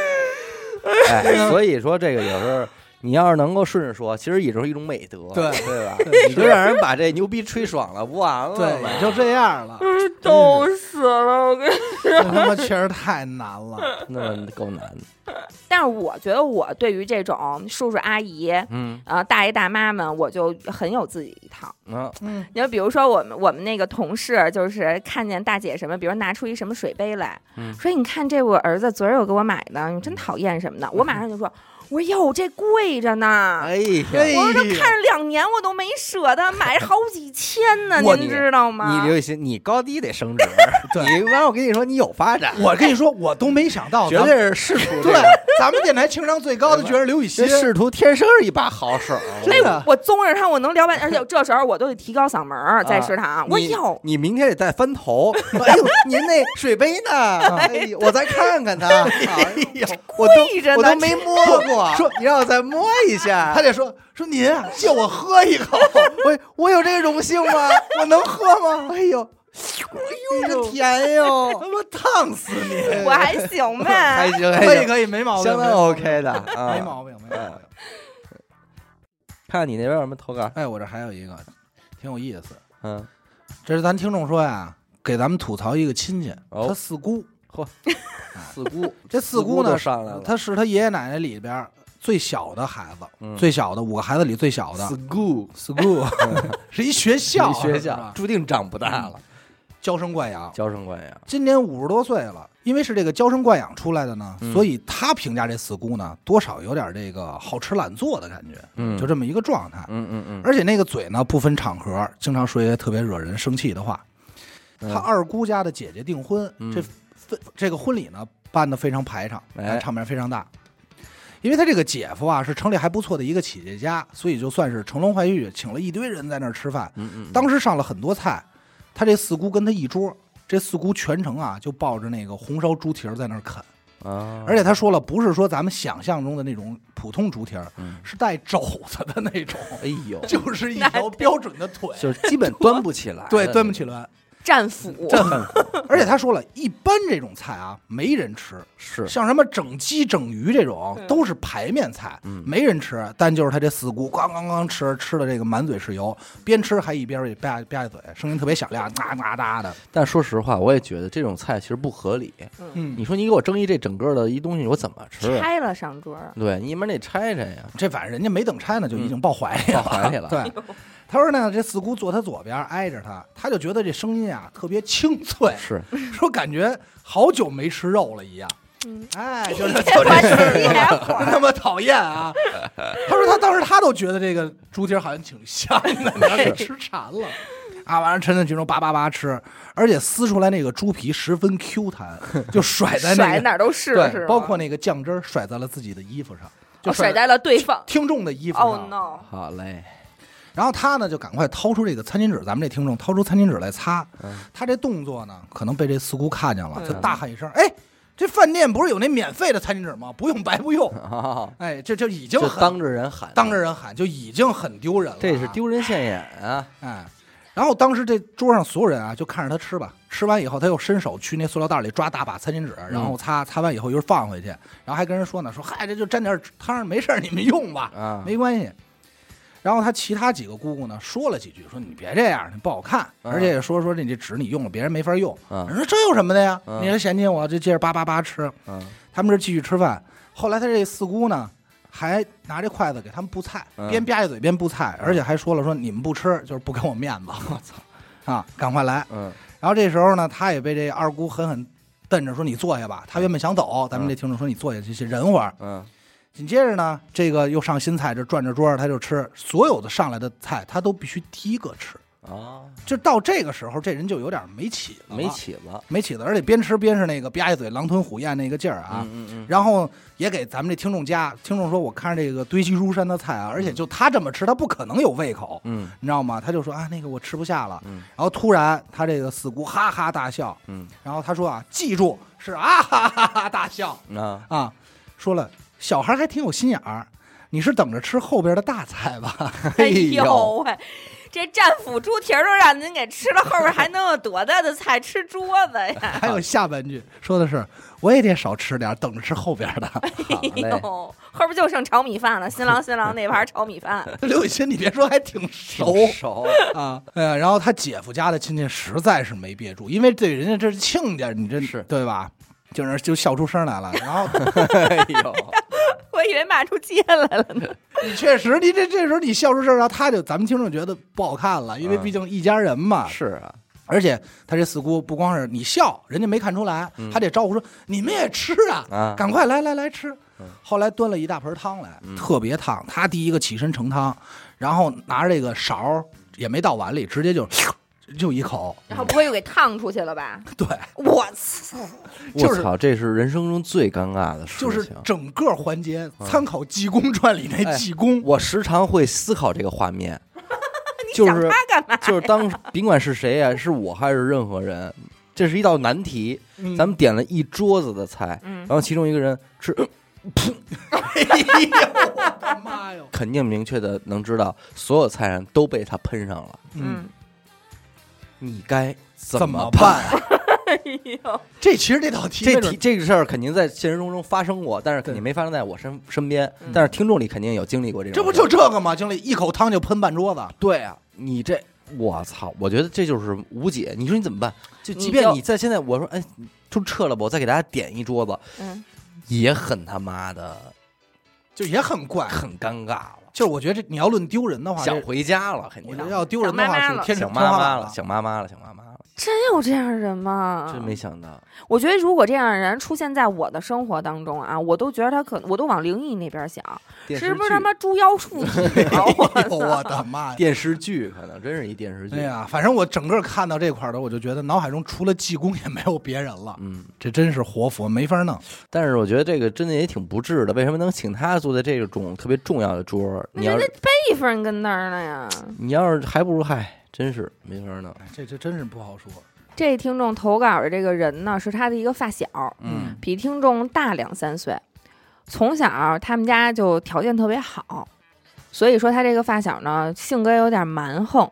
Speaker 1: 哎，所以说这个有时候你要是能够顺着说，其实也是一种美德，
Speaker 3: 对
Speaker 1: *laughs* 对吧？
Speaker 3: 对
Speaker 1: 你就让人把这牛逼吹爽了，不完了
Speaker 3: 对，
Speaker 1: 吗
Speaker 3: 也就这样了，
Speaker 2: 逗死了！我跟，
Speaker 3: 这他妈确实太难
Speaker 1: *laughs*
Speaker 3: 了。
Speaker 1: 那够难的。
Speaker 2: *laughs* 但是我觉得我对于这种叔叔阿姨。
Speaker 1: 嗯
Speaker 2: 呃，大爷大妈们，我就很有自己一套。
Speaker 1: 啊，
Speaker 3: 嗯，
Speaker 2: 你就比如说我们我们那个同事，就是看见大姐什么，比如拿出一什么水杯来，
Speaker 1: 嗯
Speaker 2: 说你看这我儿子昨儿又给我买的，你真讨厌什么的，我马上就说，我说哟这贵着呢，
Speaker 1: 哎呀，
Speaker 3: 哎
Speaker 2: 我说这
Speaker 3: 呀
Speaker 2: 看着两年我都没舍得，买好几千呢，
Speaker 1: *laughs* 我
Speaker 2: 您知道吗
Speaker 1: 你？刘雨欣，你高低得升 *laughs* 值。
Speaker 3: 对
Speaker 1: 你妈，我跟你说，你有发展，
Speaker 3: 我跟你说，我都没想到，
Speaker 1: 绝
Speaker 3: 哦咱们
Speaker 1: 对是仕途
Speaker 3: *laughs* 对，咱们电台情商最高的，觉得刘雨欣
Speaker 1: 这仕途天生是一把好啊手。
Speaker 3: 真的
Speaker 2: 我综着他，我能聊半，而且这时候我都得提高嗓门儿在
Speaker 1: 啊
Speaker 2: 食堂，
Speaker 1: 你
Speaker 2: 我有。
Speaker 1: 你明天得带翻头。 *laughs* 哎呦，您那水杯呢？
Speaker 3: 啊
Speaker 1: 哎呦，我再看看它。哎呦，我
Speaker 2: 贵着
Speaker 1: 都
Speaker 2: 呢
Speaker 1: 我都没摸过。
Speaker 3: 说
Speaker 1: 你让我再摸一下
Speaker 3: *laughs* 他，得说说您啊，借我喝一口，
Speaker 1: 我我有这个荣幸吗？我能喝吗？哎呦，哎呦，这甜哟！
Speaker 3: 他妈烫死你！
Speaker 2: *laughs* 我还行
Speaker 1: 还
Speaker 3: 哎
Speaker 2: 呗，
Speaker 1: 行，还
Speaker 3: 可以
Speaker 1: 行，
Speaker 3: 可以，没毛病，
Speaker 1: 哎相当 OK 的啊
Speaker 3: 没毛病，没毛病。没毛病
Speaker 1: 看你那边有什么投稿？
Speaker 3: 哎，我这还有一个挺有意思， *laughs*
Speaker 1: 嗯，
Speaker 3: 这是咱听众说呀，给咱们吐槽一个亲戚，
Speaker 1: 哦
Speaker 3: 他四姑，
Speaker 1: 四姑，嗯
Speaker 3: 这
Speaker 1: 四
Speaker 3: 四姑呢
Speaker 1: 就上来了。
Speaker 3: 她是他爷爷奶奶里边儿最小的孩子，
Speaker 1: 嗯
Speaker 3: 最小的五个孩子里最小的。
Speaker 1: school
Speaker 3: school 是一学校，
Speaker 1: 一学
Speaker 3: 啊是
Speaker 1: 校
Speaker 3: 吧
Speaker 1: 注定长不大了，
Speaker 3: 娇生啊惯养，
Speaker 1: 娇生惯养。
Speaker 3: 今年五十多岁了，因为是这个娇生惯养出来的呢，
Speaker 1: 嗯
Speaker 3: 所以他评价这四姑呢，多少有点这个好吃懒做的感觉，
Speaker 1: 嗯
Speaker 3: 就这么一个状态。
Speaker 1: 嗯嗯嗯，
Speaker 3: 而且那个嘴呢，不分场合，经常说一些特别惹人生气的话。他
Speaker 1: 嗯
Speaker 3: 二姑家的姐姐订婚，
Speaker 1: 嗯
Speaker 3: 这分这个婚礼呢办得非常排场，
Speaker 1: 哎
Speaker 3: 场面非常大。因为他这个姐夫啊是城里还不错的一个企业家，所以就算是乘龙怀玉，请了一堆人在那儿吃饭。
Speaker 1: 嗯嗯，
Speaker 3: 当时上了很多菜，他这四姑跟他一桌，这四姑全程啊就抱着那个红烧猪蹄儿在那儿啃，
Speaker 1: 啊，
Speaker 3: 而且他说了，不是说咱们想象中的那种普通猪蹄儿，
Speaker 1: 嗯
Speaker 3: 是带肘子的那种，
Speaker 1: 哎呦，
Speaker 3: *laughs* 就是一条标准
Speaker 1: *laughs*
Speaker 3: 的腿，哎
Speaker 1: 就是基本端不起来，
Speaker 3: 对，端不起来。
Speaker 2: 战斧，
Speaker 3: 而且他说了，一般这种菜啊没人吃，
Speaker 1: 是，
Speaker 3: 像什么整鸡、整鱼这种
Speaker 2: 嗯
Speaker 3: 都是排面菜，
Speaker 1: 嗯
Speaker 3: 没人吃。但就是他这四姑咣咣咣吃，吃的这个满嘴是油，边吃还一边儿也吧吧唧嘴，声音特别响亮，哒哒哒的。
Speaker 1: 但说实话，我也觉得这种菜其实不合理。
Speaker 3: 嗯
Speaker 1: 你说你给我蒸一这整个的一东西，我怎么吃？啊
Speaker 2: 拆了上桌
Speaker 1: *laughs*
Speaker 2: 儿，
Speaker 1: 对你们得拆拆呀，
Speaker 3: 这反正人家没等拆呢，就已经抱怀里
Speaker 1: 嗯抱
Speaker 3: 了。
Speaker 1: 怀里了。
Speaker 3: 哎 *laughs*
Speaker 2: 哎
Speaker 3: 对，他说呢，这四姑坐他左边挨着他，他就觉得这声音啊特别清脆，
Speaker 1: 是，
Speaker 3: 说感觉好久没吃肉了一样。
Speaker 2: 嗯
Speaker 3: 哎，就是 *laughs* 就这事儿，真他妈讨厌啊！他说他当时他都觉得这个猪蹄儿好像挺香
Speaker 1: *laughs*
Speaker 3: 的，然后给吃馋了。啊，完了，陈振群众叭叭叭吃，而且撕出来那个猪皮十分 Q 弹，就甩 *laughs* 在那
Speaker 2: 甩
Speaker 3: 个
Speaker 2: 哪儿都是，是
Speaker 3: 对，
Speaker 2: 吗
Speaker 3: 包括那个酱汁儿甩在了自己的衣服上，就
Speaker 2: 哦甩在了对方。
Speaker 3: 听众的衣服上。
Speaker 2: Oh no！
Speaker 1: *laughs* 好嘞，
Speaker 3: 然后他呢就赶快掏出这个餐巾纸，咱们这听众掏出餐巾纸来擦。
Speaker 1: 嗯
Speaker 3: 他这动作呢，可能被这四姑看见了，
Speaker 2: 嗯
Speaker 3: 就大喊一声：“哎，这饭店不是有那免费的餐巾纸吗？不用白
Speaker 1: *laughs*
Speaker 3: 不用。
Speaker 1: 啊，”
Speaker 3: 哎，这就已经
Speaker 1: 就
Speaker 3: 很
Speaker 1: 当着人喊，
Speaker 3: 当着人喊，就已经很丢人了、啊
Speaker 1: 这是。丢人现眼啊！
Speaker 3: 哎，然后当时这桌上所有人啊，就看着他吃吧。吃完以后，他又伸手去那塑料袋里抓大把餐巾纸，然后擦，擦完以后又放回去，然后还跟人说呢，说嗨，这就沾点汤儿，没事儿，你们用吧。
Speaker 1: 啊，
Speaker 3: 没关系。然后他其他几个姑姑呢说了几句，说你别这样，你不好看，
Speaker 1: 嗯
Speaker 3: 而且也说说这这纸你用了别人没法用。
Speaker 1: 嗯
Speaker 3: 人说这有什么的呀？
Speaker 1: 嗯
Speaker 3: 你还嫌弃我，就接着叭叭叭吃。
Speaker 1: 嗯
Speaker 3: 他们这继续吃饭。后来他这四姑呢，还拿这筷子给他们布菜，
Speaker 1: 嗯
Speaker 3: 边吧唧嘴边布菜，而且还说了说你们不吃就是不给我面子。我操！啊，赶快来！
Speaker 1: 嗯，
Speaker 3: 然后这时候呢，他也被这二姑狠狠瞪着说你坐下吧。他原本想走，咱们这听众说你坐下去，去忍会儿。
Speaker 1: 嗯
Speaker 3: 紧接着呢，这个又上新菜，这转着桌儿他就吃，所有的上来的菜他都必须第一个吃。
Speaker 1: 啊，
Speaker 3: 就到这个时候，这人就有点没起了，
Speaker 1: 没，起子
Speaker 3: 没起了，而且边吃边是那个吧唧嘴、狼吞虎咽那个劲儿啊。
Speaker 1: 嗯嗯
Speaker 3: 然后也给咱们这听众加，听众说我看着这个堆积如山的菜啊，而且就他这么吃，他不可能有胃口，
Speaker 1: 嗯
Speaker 3: 你知道吗？他就说啊，那个我吃不下了。
Speaker 1: 嗯
Speaker 3: 然后突然他这个四姑哈哈大笑，
Speaker 1: 嗯
Speaker 3: 然后他说啊，记住是啊哈哈哈哈大笑。
Speaker 1: 嗯啊，
Speaker 3: 啊，说了，小孩还挺有心眼儿。你是等着吃后边的大菜吧？ *laughs*
Speaker 2: 哎
Speaker 1: 呦
Speaker 2: 呦喂，这战斧猪蹄儿都让您给吃了，后边还能有多大的菜吃桌子
Speaker 3: *laughs*
Speaker 2: 呀？
Speaker 3: 还有下半句说的是，我也得少吃点儿，等着吃后边的。 *laughs*
Speaker 1: 好
Speaker 2: 哎
Speaker 1: 嘞
Speaker 2: 呦，后边就剩炒米饭了，新郎新郎那盘炒米饭，
Speaker 3: 刘雨欣，你别说，还挺
Speaker 1: 挺
Speaker 3: 熟 *laughs*
Speaker 1: 熟，
Speaker 3: 啊。呃，然后他姐夫家的亲戚实在是没憋住，因为对人家这是亲家，你这
Speaker 1: 是
Speaker 3: 对吧？就是就笑出声来了。然后
Speaker 1: 哎呦，
Speaker 2: 我以为骂出街来了呢。
Speaker 3: 你确实，你这这时候你笑出声，然后他就咱们听众觉得不好看了，因为
Speaker 1: 嗯
Speaker 3: 毕竟一家人嘛。
Speaker 1: 是啊，
Speaker 3: 而且他这四姑不光是你笑，人家没看出来，还得招呼说你们也吃啊，
Speaker 1: 嗯啊嗯
Speaker 3: 赶快来来来吃。后来端了一大盆汤来，特别烫。他第一个起身盛汤，然后拿着这个勺儿也没到碗里，直接就就一口，
Speaker 2: 然后不会又给烫出去了 *laughs* 吧？
Speaker 3: 对，
Speaker 2: 我操！
Speaker 3: 就是
Speaker 1: 我操，这是人生中最尴尬的事
Speaker 3: 就是
Speaker 1: 情。
Speaker 3: 整个环节参考《济公传》里那
Speaker 1: 嗯哎
Speaker 3: 济公，
Speaker 1: 我时常会思考这个画
Speaker 3: *laughs*
Speaker 1: 面，就是
Speaker 2: 想他干嘛？
Speaker 1: 就是当甭管是谁呀、啊是我还是任何人，这是一道难题。
Speaker 3: 嗯
Speaker 1: 咱们点了一桌子的菜，
Speaker 2: 嗯
Speaker 1: 然后其中一个人吃，
Speaker 3: 哎呦我的妈哟！
Speaker 1: *clears throat* 肯定明确的能知道所有菜上都被他喷上了，
Speaker 2: 嗯，
Speaker 1: 你该
Speaker 3: 怎
Speaker 1: 怎
Speaker 3: 么
Speaker 1: 办？
Speaker 3: 办？啊
Speaker 2: 哎呦，
Speaker 3: 这其实这道题
Speaker 1: 这
Speaker 3: 没准
Speaker 1: 题这个事儿肯定在现实中中发生过，但是肯定没发生在我身身边
Speaker 2: 嗯。
Speaker 1: 但是听众里肯定有经历过这种事
Speaker 3: 这
Speaker 1: 儿，
Speaker 3: 不就这个吗？经理一口汤就喷半桌子，
Speaker 1: 对啊？你这我操，我觉得这就是无解。你说你怎么办？就
Speaker 2: 你
Speaker 1: 即便
Speaker 2: 就
Speaker 1: 你在现在，我说哎，就撤了吧，我再给大家点一桌子，
Speaker 2: 嗯，
Speaker 1: 也很他妈的
Speaker 3: 就也很怪。
Speaker 1: 很尴尬了，
Speaker 3: 就是我觉得这你要论丢人的话，
Speaker 1: 想
Speaker 3: 这
Speaker 1: 回家了，肯
Speaker 3: 我
Speaker 1: 定
Speaker 3: 觉得要丢人的
Speaker 2: 想妈
Speaker 3: 话
Speaker 2: 妈
Speaker 3: 是
Speaker 2: 了啊
Speaker 3: 天
Speaker 1: 想
Speaker 3: 上
Speaker 1: 妈妈
Speaker 3: 了
Speaker 1: 了，。想妈妈了，想妈妈了，
Speaker 2: 真有这样人吗？
Speaker 1: 真没想到，
Speaker 2: 我觉得如果这样的人出现在我的生活当中啊，我都觉得他可，我都往灵异那边想，
Speaker 1: 电视
Speaker 2: 是
Speaker 1: 剧
Speaker 2: 不是他妈猪妖附体啊？
Speaker 1: *laughs*
Speaker 2: 我
Speaker 3: *laughs* 哎呦我
Speaker 2: 操！
Speaker 3: 的妈呀！
Speaker 1: 电视剧可能真是一电视剧
Speaker 3: 哎，呀，反正我整个看到这块儿的，我就觉得脑海中除了济公也没有别人了，
Speaker 1: 嗯。
Speaker 3: 这真是活佛，没法弄。
Speaker 1: 但是我觉得这个真的也挺不智的，为什么能请他坐在这种特别重要的桌儿？你要
Speaker 2: 人
Speaker 1: 是
Speaker 2: 家辈分跟那儿呢呀。
Speaker 1: 你要是还不如嗨，真是没法弄。
Speaker 3: 哎这这真是不好说。
Speaker 2: 这听众投稿的这个人呢，是他的一个发小，
Speaker 1: 嗯，
Speaker 2: 比听众大两三岁。从小他们家就条件特别好，所以说他这个发小呢，性格有点蛮横，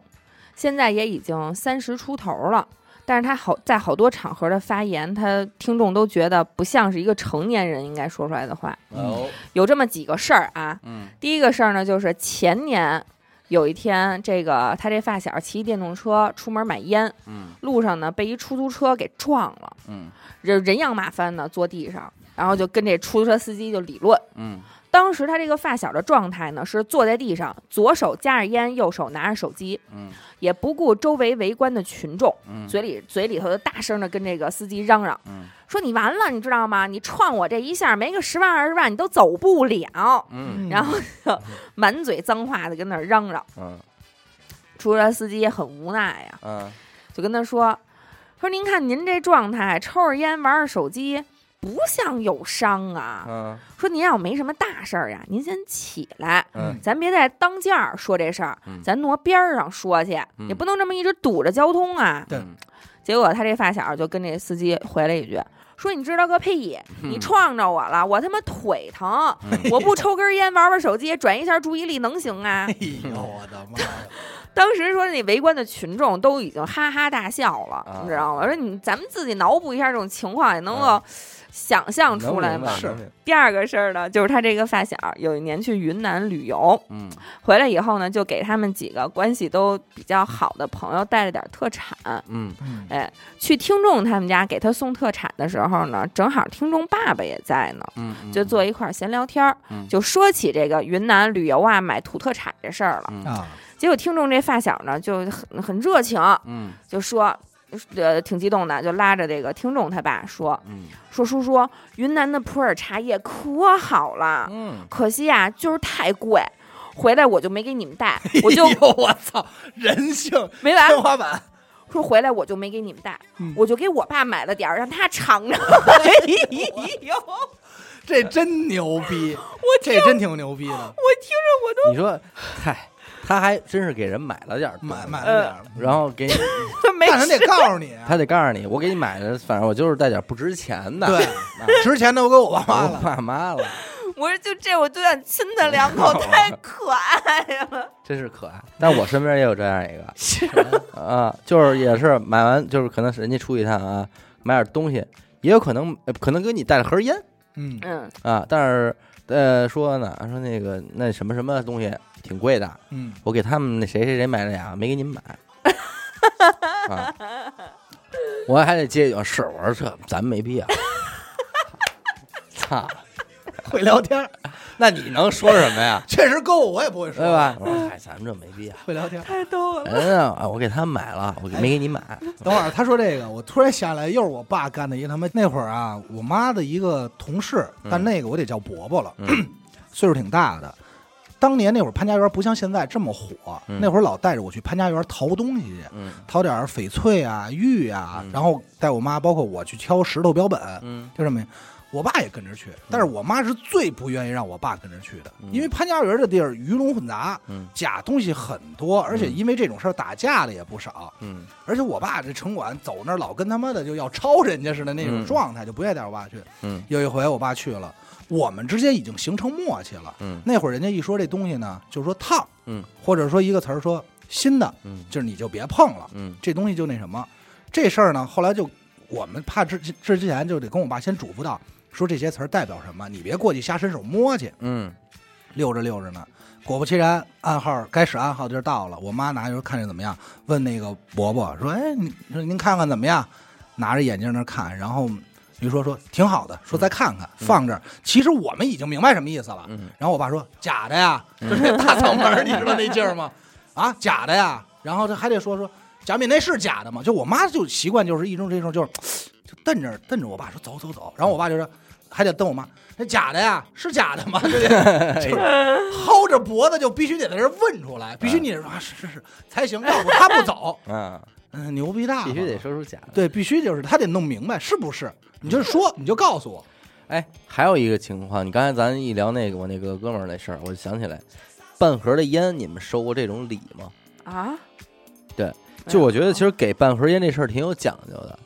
Speaker 2: 现在也已经三十出头了。但是他好在好多场合的发言，他听众都觉得不像是一个成年人应该说出来的话。
Speaker 3: 嗯
Speaker 1: 哦，
Speaker 2: 有这么几个事儿啊，
Speaker 1: 嗯
Speaker 2: 第一个事儿呢，就是前年有一天，这个他这发小骑电动车出门买烟，
Speaker 1: 嗯
Speaker 2: 路上呢被一出租车给撞了，
Speaker 1: 嗯
Speaker 2: 人人仰马翻的坐地上，然后就跟这出租车司机就理论。
Speaker 1: 嗯，
Speaker 2: 当时他这个发小的状态呢是坐在地上，左手夹着烟，右手拿着手机，
Speaker 1: 嗯，
Speaker 2: 也不顾周围围观的群众，
Speaker 1: 嗯
Speaker 2: 嘴里嘴里头就大声的跟这个司机嚷嚷，
Speaker 1: 嗯
Speaker 2: 说你完了，你知道吗？你撞我这一下，没个十万二十万你都走不了。
Speaker 1: 嗯
Speaker 2: 然后就满嘴脏话的跟那儿嚷嚷，
Speaker 1: 嗯
Speaker 2: 出租车司机也很无奈呀、啊
Speaker 1: 嗯
Speaker 2: 就跟他说：“说您看您这状态，抽着烟玩着手机，不像有伤啊。
Speaker 1: 嗯
Speaker 2: 说您要没什么大事儿呀，您先起来，
Speaker 1: 嗯
Speaker 2: 咱别在当间儿说这事儿
Speaker 1: 嗯，
Speaker 2: 咱挪边儿上说去，
Speaker 1: 嗯
Speaker 2: 也不能这么一直堵着交通啊。
Speaker 3: 对
Speaker 2: 结果他这发小就跟这司机回了一句。说你知道个屁！
Speaker 1: 嗯
Speaker 2: 你撞着我了，我他妈腿疼，我不抽根烟玩玩手机，转移一下注意力能行啊？
Speaker 3: *laughs* 哎呦我的妈呀！
Speaker 2: 当时说那围观的群众都已经哈哈大笑了，
Speaker 1: 啊
Speaker 2: 你知道吗？说你咱们自己脑补一下这种情况，也能够想象出来嘛。
Speaker 1: 吧？
Speaker 3: 是
Speaker 2: 第二个事儿呢，就是他这个发小有一年去云南旅游，
Speaker 1: 嗯
Speaker 2: 回来以后呢，就给他们几个关系都比较好的朋友带了点特产。
Speaker 1: 嗯
Speaker 3: 嗯
Speaker 2: 哎，去听众他们家给他送特产的时候呢，正好听众爸爸也在呢，
Speaker 1: 嗯，
Speaker 2: 就坐一块儿闲聊天儿，
Speaker 1: 嗯
Speaker 2: 就说起这个云南旅游啊、买土特产这事儿了。
Speaker 1: 嗯
Speaker 3: 啊，
Speaker 2: 结果听众这发小呢就很很热情，
Speaker 1: 嗯
Speaker 2: 就说，呃，挺激动的，就拉着这个听众他爸说
Speaker 1: 嗯
Speaker 2: 说叔叔，云南的普洱茶叶可好了，
Speaker 1: 嗯，
Speaker 2: 可惜呀、就是太贵，回来我就没给你们
Speaker 1: *laughs*
Speaker 2: 带，我就
Speaker 3: 哎呦 *laughs* 我操，人性
Speaker 2: 没完
Speaker 3: 天，花板。
Speaker 2: 说回来我就没给你们带，
Speaker 3: 嗯
Speaker 2: 我就给我爸买了点儿让他尝 *laughs* 尝。哎呦，我
Speaker 3: 这真牛 *laughs* 逼，
Speaker 2: 听
Speaker 3: 这真挺牛逼的，
Speaker 2: 听
Speaker 1: 嗯
Speaker 2: 着我都
Speaker 1: 你说，嗨，他还真是给人买了点儿东西
Speaker 3: 买买了点儿。
Speaker 1: 然后给你，
Speaker 2: *laughs* 都没
Speaker 3: 但呃哎是
Speaker 2: 吃
Speaker 3: 得告诉你，啊 *laughs*
Speaker 1: 他得告诉你，我给你买的，反正我就是带点儿不值钱的，
Speaker 3: 对
Speaker 1: 啊，
Speaker 3: 值钱的我给我爸
Speaker 1: 我
Speaker 3: 妈了。
Speaker 1: 爸妈了，
Speaker 2: 我说就这，我就想亲他两口，太可爱了。
Speaker 1: 真是可爱。但我身边也有这样一个，啊，就是也是买完，就是可能是人家出去一趟啊，买点东西，也有可能呃可能给你带了盒烟
Speaker 3: 嗯，
Speaker 2: 嗯，
Speaker 1: 啊，但是呃说呢，说那个那什么什么东西挺贵的，
Speaker 3: 嗯，
Speaker 1: 我给他们那谁谁谁买了俩，没给你们买。啊，我还得接一句，是我说这咱没必要。 *laughs* 操，
Speaker 3: 会聊天儿，
Speaker 1: 那你能说什么呀？
Speaker 3: 确实够，我也不会说，
Speaker 1: 对？吧？我说，嗨，咱们这没必要。
Speaker 3: 会聊天儿。
Speaker 2: 太逗了。
Speaker 1: 人家啊，我给他们买了，我给没给你买。
Speaker 3: *laughs* 等会儿他说这个，我突然想起来，又是我爸干的一个他妈那会儿啊，我妈的一个同事，但那个我得叫伯伯了，
Speaker 1: 嗯
Speaker 3: *clears throat* 岁数挺大的。当年那会儿潘家园不像现在这么火，
Speaker 1: 嗯
Speaker 3: 那会儿老带着我去潘家园淘东西去，
Speaker 1: 嗯
Speaker 3: 淘点儿翡翠啊、玉啊，
Speaker 1: 嗯
Speaker 3: 然后带我妈，包括我去挑石头标本，
Speaker 1: 嗯
Speaker 3: 就这么。我爸也跟着去，但是我妈是最不愿意让我爸跟着去的，因为潘家园这地儿鱼龙混杂，
Speaker 1: 嗯
Speaker 3: 假东西很多，而且因为这种事儿打架的也不少。
Speaker 1: 嗯
Speaker 3: 而且我爸这城管走那儿老跟他妈的就要抄人家似的那种
Speaker 1: 嗯
Speaker 3: 状态，就不愿意带我爸去。
Speaker 1: 嗯
Speaker 3: 有一回我爸去了，我们之间已经形成默契了。
Speaker 1: 嗯
Speaker 3: 那会儿人家一说这东西呢，就说烫，
Speaker 1: 嗯，
Speaker 3: 或者说一个词儿说新的，
Speaker 1: 嗯
Speaker 3: 就是你就别碰了，
Speaker 1: 嗯
Speaker 3: 这东西就那什么。这事儿呢，后来就我们怕之之之前就得跟我爸先嘱咐到，说这些词儿代表什么，你别过去瞎伸手摸去。
Speaker 1: 嗯
Speaker 3: 溜着溜着呢，果不其然，暗号该使暗号地儿到了。我妈拿着看着怎么样，问那个伯伯说：“哎，您说您看看怎么样？”拿着眼镜那儿看，然后于说说挺好的，说再看看，放这儿。其实我们已经明白什么意思了。
Speaker 1: 嗯
Speaker 3: 然后我爸说：“假的呀，就是那大嗓门儿，你知道那劲儿吗？ *laughs* 啊，假的呀。”然后他还得说说贾敏那是假的吗？就我妈就习惯就是一种这种就是 *sniffs* 就瞪着瞪着我爸说走走走，然后我爸就说。还得瞪我妈，那假的呀，是假的吗？ *laughs* 这得
Speaker 1: *laughs* 哎
Speaker 3: 就是薅着脖子就必须得在这儿问出
Speaker 1: 嗯
Speaker 3: 来，必须你说、啊、是是是才行，要不他
Speaker 1: *laughs*
Speaker 3: 不走，
Speaker 1: 啊，
Speaker 3: 嗯，牛逼大了，
Speaker 1: 必须得说出假的。
Speaker 3: 对，必须就是他得弄明白是不是，你就说，你就告诉我，
Speaker 1: 哎，还有一个情况，你刚才咱一聊那个我那个哥们儿那事儿，我就想起来，半盒的烟，你们收过这种礼吗？
Speaker 2: 啊？嗯
Speaker 1: 对
Speaker 2: 没有，
Speaker 1: 就我
Speaker 3: 哎
Speaker 1: 觉得，其实给半盒烟这事儿挺有讲究的。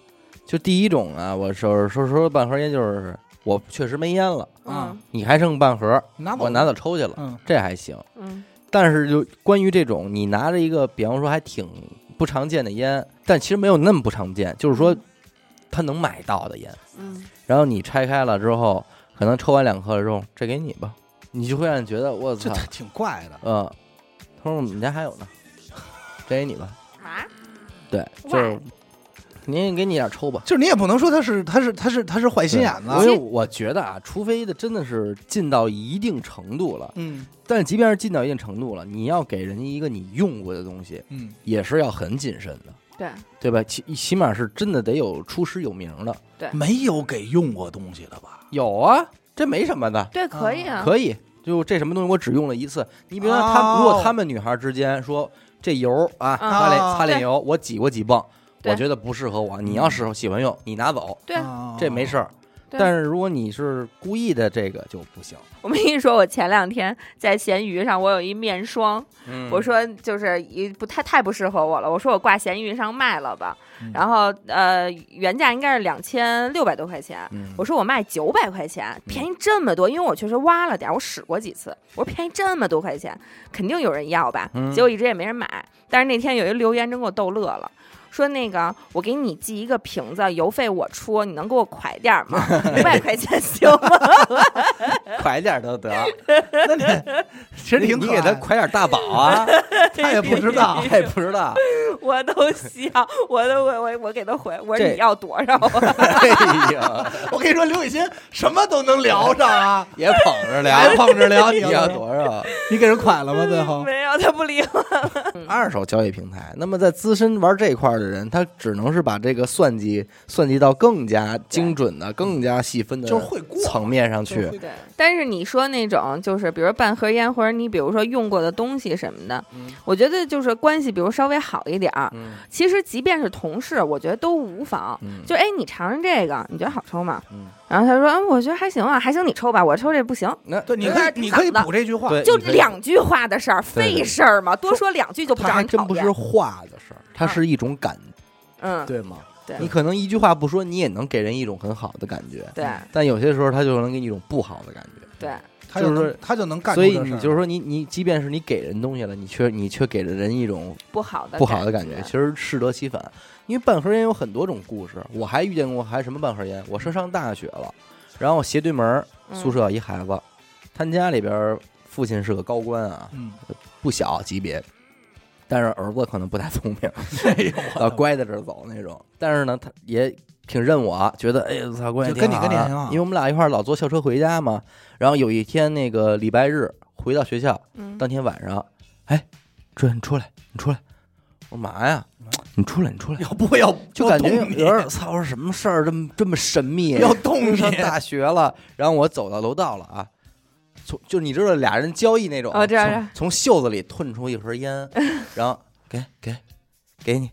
Speaker 1: 就第一种啊，我收收收半盒烟，就是我确实没烟了，
Speaker 2: 嗯
Speaker 1: 你还剩半盒，
Speaker 3: 你拿走，
Speaker 1: 我拿，走抽去了，
Speaker 3: 嗯
Speaker 1: 这还行。
Speaker 2: 嗯
Speaker 1: 但是就关于这种，你拿着一个，比方说还挺不常见的烟，但其实没有那么不常见，就是
Speaker 3: 嗯
Speaker 1: 说他能买到的烟。
Speaker 2: 嗯，
Speaker 1: 然后你拆开了之后，可能抽完两颗之后，这给你吧，你就会让你觉得我
Speaker 3: 这
Speaker 1: 操，
Speaker 3: 挺怪的，
Speaker 1: 嗯，他说我们家还有呢， *laughs* 这给你吧，
Speaker 2: 啊？
Speaker 1: 对，就是您给你点儿抽吧。
Speaker 3: 就是你也不能说他是他是他是他是坏心眼
Speaker 1: 因
Speaker 3: 子，
Speaker 1: 为我觉得啊，除非的真的是进到一定程度了，
Speaker 3: 嗯
Speaker 1: 但是即便是进到一定程度了，你要给人家一个你用过的东西，
Speaker 3: 嗯，
Speaker 1: 也是要很谨慎的，
Speaker 2: 对，
Speaker 1: 对吧？起起码是真的得有出师有名的，
Speaker 3: 没有给用过东西的吧？
Speaker 1: 有啊，这没什么的，
Speaker 2: 对，可以啊，
Speaker 1: 可以。就这什么东西我只用了一次，你比如说他
Speaker 3: 哦
Speaker 1: 如果他们女孩之间说这油啊，擦脸擦脸油，我挤过几泵，
Speaker 2: 对
Speaker 1: 我觉得不适合我，你要适合喜欢用，你拿走，
Speaker 2: 对，
Speaker 3: 啊
Speaker 1: 这没事，儿。
Speaker 2: 哦对
Speaker 1: 但是如果你是故意的，这个就不行。
Speaker 2: 我跟你说，我前两天在闲鱼上，我有一面霜，
Speaker 1: 嗯
Speaker 2: 我说就是一不太太不适合我了，我说我挂闲鱼上卖了吧，
Speaker 1: 嗯
Speaker 2: 然后呃原价应该是两千六百多块钱，
Speaker 1: 嗯
Speaker 2: 我说我卖九百块钱，便宜这么多，因为我确实挖了点儿，我使过几次，我说便宜这么多块钱，肯定有人要吧，
Speaker 1: 嗯
Speaker 2: 结果一直也没人买。但是那天有一留言真给我逗乐了。说那个，我给你寄一个瓶子，邮费我出，你能给我快点儿
Speaker 1: *laughs*
Speaker 2: 吗？五百块钱行吗？
Speaker 1: 快点儿都得，
Speaker 3: 那你其实挺
Speaker 1: 你
Speaker 3: 可
Speaker 1: 给他
Speaker 3: 爱，
Speaker 1: 快点儿大宝啊，
Speaker 3: 他也不知道，
Speaker 1: 他也不知道。
Speaker 2: *laughs* 我都想，我都我我我给他回，我说
Speaker 1: 这
Speaker 2: 你要多少啊？
Speaker 1: 哎呀，
Speaker 3: *laughs* 我跟你说，刘雨欣什么都能聊
Speaker 1: *laughs*
Speaker 3: 上啊，
Speaker 1: 也捧着
Speaker 3: *laughs* 还
Speaker 1: 聊，
Speaker 3: 捧着聊，你
Speaker 1: 你要
Speaker 3: 要
Speaker 1: 多少？
Speaker 3: 你给人蒯了吗？最后，
Speaker 2: 没有，他不理我。
Speaker 3: 嗯
Speaker 1: 二手交易平台。那么在资深玩这块儿的人，他只能是把这个算计算计到更加精准的、更加细分的
Speaker 3: 嗯就是会过
Speaker 1: 层面上
Speaker 3: 就是
Speaker 1: 去
Speaker 3: 会。
Speaker 2: 对，但是你说那种就是，比如半盒烟，或者你比如说用过的东西什么的，我觉得就是关系，比如稍微好一点儿，
Speaker 1: 嗯
Speaker 2: 其实即便是同事，我觉得都无妨。
Speaker 1: 嗯
Speaker 2: 就哎，你尝尝这个，你觉得好抽吗？
Speaker 1: 嗯
Speaker 2: 然后他说，嗯，我觉得还行啊，还行，你抽吧，我抽这不行。
Speaker 1: 那
Speaker 3: 对，你
Speaker 2: 有
Speaker 3: 可以
Speaker 2: 点
Speaker 3: 你
Speaker 2: 挺
Speaker 3: 可以
Speaker 2: 狠的
Speaker 3: 补这句话，
Speaker 1: 对哎
Speaker 2: 就
Speaker 1: 你可以
Speaker 2: 两句话的事儿，
Speaker 1: 对对
Speaker 2: 费事儿嘛，多说两句就不
Speaker 1: 它
Speaker 2: 招
Speaker 1: 还
Speaker 2: 人
Speaker 1: 真
Speaker 2: 讨
Speaker 1: 不是
Speaker 2: 厌。
Speaker 1: 话的事儿，它是一种感，
Speaker 3: 啊
Speaker 2: 嗯，
Speaker 1: 对吗？
Speaker 2: 对
Speaker 1: 你可能一句话不说，你也能给人一种很好的感觉。
Speaker 2: 对
Speaker 1: 但有些时候，它就能给你一种不好的感觉。
Speaker 2: 对，
Speaker 3: 他就
Speaker 1: 就是
Speaker 3: 能
Speaker 1: 说
Speaker 3: 他就能干出
Speaker 1: 所
Speaker 3: 这
Speaker 1: 以
Speaker 3: 事儿。
Speaker 1: 你就是说你你即便是你给人东西了，你却你却给了人一种
Speaker 2: 不好的
Speaker 1: 不好的
Speaker 2: 感
Speaker 1: 感觉，其实适得其反。因为半盒烟有很多种故事，我还遇见过还什么半盒烟，我是上大学了，然后我斜对门儿
Speaker 2: 嗯
Speaker 1: 宿舍一孩子，他家里边儿父亲是个高官啊，
Speaker 3: 嗯，
Speaker 1: 不小级别，但是儿子可能不太聪明，
Speaker 3: 哎
Speaker 1: *laughs* 老乖在这儿走那种。但是呢，他也挺认我啊，觉得哎呀，操，关系
Speaker 3: 就跟你
Speaker 1: 的
Speaker 3: 跟你挺好
Speaker 1: 因为我们俩一块儿老坐校车回家嘛。然后有一天那个礼拜日回到学校，
Speaker 2: 嗯，
Speaker 1: 当天晚上，哎，志远你出来，你出来，我说嘛呀？
Speaker 3: 嗯
Speaker 1: 你出来，你出来，
Speaker 5: 要不要
Speaker 1: 就感觉
Speaker 5: 要
Speaker 1: 有
Speaker 5: 动你
Speaker 1: 点儿操，我说什么事儿这么这么神秘？
Speaker 5: 要动你
Speaker 1: 上大学了，然后我走到楼道了啊，从就你知道俩人交易那种，
Speaker 2: 哦这样这
Speaker 1: 从
Speaker 2: 样
Speaker 1: 从袖子里吞出一盒烟，然后给给给你，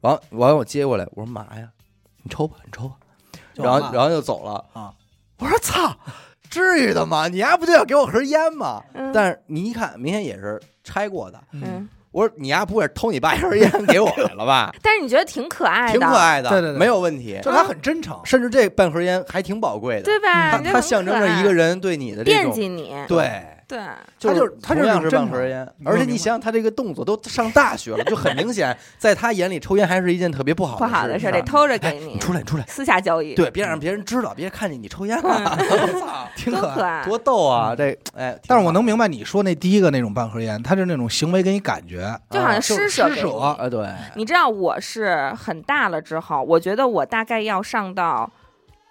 Speaker 1: 完完我接过来，我说嘛呀，你抽吧，你抽吧，
Speaker 3: 就
Speaker 1: 然后
Speaker 3: 完了
Speaker 1: 然后就走了
Speaker 3: 啊，
Speaker 1: 我说操，至于的吗？你丫不就要给我盒烟吗？
Speaker 2: 嗯
Speaker 1: 但是你一看，明显也是拆过的。
Speaker 2: 嗯，
Speaker 1: 我说你丫不会是偷你爸一盒烟给我来了吧？
Speaker 2: 但是你觉得挺可爱的，
Speaker 1: 挺可爱的，
Speaker 3: 对对对
Speaker 1: 没有问题。
Speaker 3: 就是他很真诚，
Speaker 1: 甚至这半盒烟还挺宝贵的，
Speaker 2: 对吧？
Speaker 1: 它
Speaker 2: 你觉得
Speaker 1: 它
Speaker 2: 很
Speaker 1: 象征
Speaker 2: 可
Speaker 1: 着
Speaker 2: 爱
Speaker 1: 一个人对你的这
Speaker 2: 惦
Speaker 1: 种，
Speaker 2: 记你，
Speaker 3: 对，
Speaker 2: 对，
Speaker 1: 就
Speaker 3: 他就是他就
Speaker 1: 同
Speaker 3: 是
Speaker 1: 样是
Speaker 3: 真
Speaker 1: 半盒
Speaker 3: 诚
Speaker 1: 烟，
Speaker 3: 你
Speaker 1: 而且
Speaker 3: 明
Speaker 1: 你
Speaker 3: 白
Speaker 1: 想想，他这个动作都上大学了，就很明显，在他眼里抽烟还是一件特别不好
Speaker 2: 不好
Speaker 1: 的
Speaker 2: 的
Speaker 1: 事
Speaker 2: 事
Speaker 1: 儿
Speaker 2: 儿得偷着给
Speaker 1: 你
Speaker 2: 你，
Speaker 1: 出来，你出来，
Speaker 2: 私下交易，
Speaker 1: 对，别让别人知道，别看见你抽烟了，
Speaker 3: *laughs* 挺
Speaker 2: 多
Speaker 3: 可
Speaker 2: 可
Speaker 3: 爱。
Speaker 1: *laughs*
Speaker 2: 爱，
Speaker 1: 多逗啊！这哎，
Speaker 3: 但是我能明白你说那第一个那种半盒烟，他是那种行为给你感觉，
Speaker 2: 就好像
Speaker 3: 就是
Speaker 2: 施舍
Speaker 3: 施
Speaker 2: 给
Speaker 3: 舍
Speaker 2: 你
Speaker 1: 啊，哎对，
Speaker 2: 你知道我是很大了之后，我觉得我大概要上到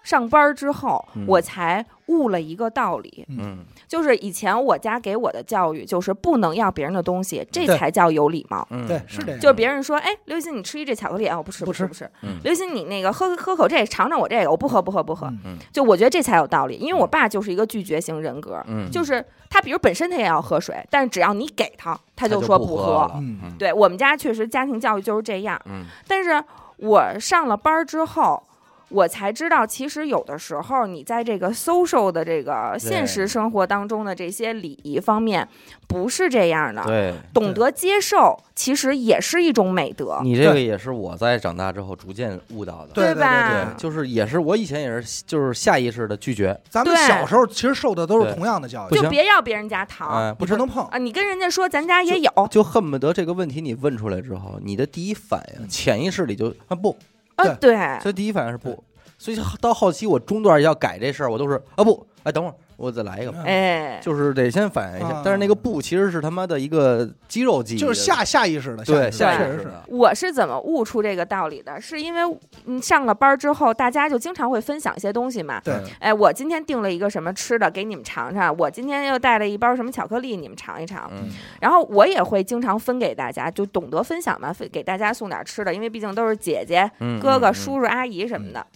Speaker 2: 上班儿之后，
Speaker 1: 嗯
Speaker 2: 我才悟了一个道理，
Speaker 1: 嗯，
Speaker 2: 就是以前我家给我的教育就是不能要别人的东西，这
Speaker 3: 对
Speaker 2: 才叫有礼貌。
Speaker 1: 嗯
Speaker 3: 对是这样
Speaker 2: 就是别人说，哎，刘雨欣，你吃一这巧克力啊？我不吃，
Speaker 3: 不
Speaker 2: 吃，
Speaker 3: 吃
Speaker 2: 不吃
Speaker 1: 嗯。
Speaker 2: 刘雨欣，你那个喝喝口这，尝尝我这个，我不喝，不喝，不喝
Speaker 3: 嗯。
Speaker 1: 嗯
Speaker 2: 就我觉得这才有道理，因为我爸就是一个拒绝型人格，
Speaker 1: 嗯，
Speaker 2: 就是他比如本身他也要喝水，但是只要你给他，
Speaker 1: 他
Speaker 2: 他就
Speaker 1: 就
Speaker 2: 说
Speaker 1: 不
Speaker 2: 喝。
Speaker 1: 了，
Speaker 3: 嗯
Speaker 1: 嗯
Speaker 2: 对我们家确实家庭教育就是这样，
Speaker 1: 嗯
Speaker 2: 但是我上了班儿之后，我才知道，其实有的时候你在这个 social 的这个现实生活当中的这些礼仪方面，不是这样的。
Speaker 1: 对。
Speaker 2: 懂得接受，其实也是一种美德。
Speaker 1: 你这个也是我在长大之后逐渐悟到的，
Speaker 3: 对对
Speaker 2: 吧？
Speaker 1: 对，就是也是我以前也是就是下意识的拒绝，
Speaker 3: 咱们
Speaker 2: 对
Speaker 3: 小时候其实受的都是
Speaker 1: 对
Speaker 3: 同样的教
Speaker 1: 不
Speaker 3: 育，
Speaker 1: 行
Speaker 2: 就别要别人家糖、
Speaker 1: 哎，
Speaker 3: 不只能碰，
Speaker 2: 啊！你跟人家说咱家也有，
Speaker 1: 就恨不得这个问题你问出来之后，你的第一反
Speaker 3: 嗯
Speaker 1: 应，潜意识里就啊不，
Speaker 2: 啊，对，
Speaker 3: 哎
Speaker 1: 所以第一反应是不，所以到后期我中段要改这事儿，我都是啊不，哎等会儿我再来一个
Speaker 3: 嗯
Speaker 1: 吧，
Speaker 2: 哎，
Speaker 1: 就是得先反应一下
Speaker 3: 啊。
Speaker 1: 但是那个不其实是他妈的一个肌肉记忆，
Speaker 3: 就是下下意识的，
Speaker 1: 对
Speaker 3: 下
Speaker 1: 下
Speaker 3: 意识的
Speaker 1: 意识
Speaker 3: 确实是。
Speaker 1: 的，
Speaker 2: 我是怎么悟出这个道理的？是因为嗯上了班儿之后，大家就经常会分享一些东西嘛。
Speaker 3: 对，
Speaker 2: 哎，我今天订了一个什么吃的给你们尝尝，我今天又带了一包什么巧克力，你们尝一尝。
Speaker 1: 嗯
Speaker 2: 然后我也会经常分给大家，就懂得分享嘛，分给大家送点吃的，因为毕竟都是姐姐、
Speaker 1: 嗯，
Speaker 2: 哥哥、
Speaker 1: 嗯，
Speaker 2: 叔叔、阿姨什么的。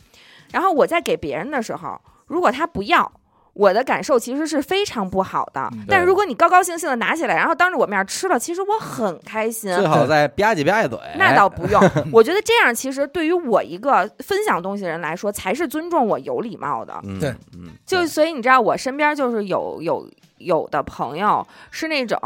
Speaker 2: 然后我在给别人的时候，如果他不要。我的感受其实是非常不好的，
Speaker 1: 嗯
Speaker 2: 但是如果你高高兴兴的拿起来，然后当着我面吃了，其实我很开心。
Speaker 1: 最好再吧唧吧唧嘴，
Speaker 2: 那倒
Speaker 1: *laughs*
Speaker 2: 不用，我觉得这样其实对于我一个分享东西的人来说，才是尊重我、有礼貌的。
Speaker 1: 嗯
Speaker 3: 对，
Speaker 1: 嗯，
Speaker 2: 就
Speaker 1: 对
Speaker 2: 所以你知道，我身边就是有有有的朋友是那种，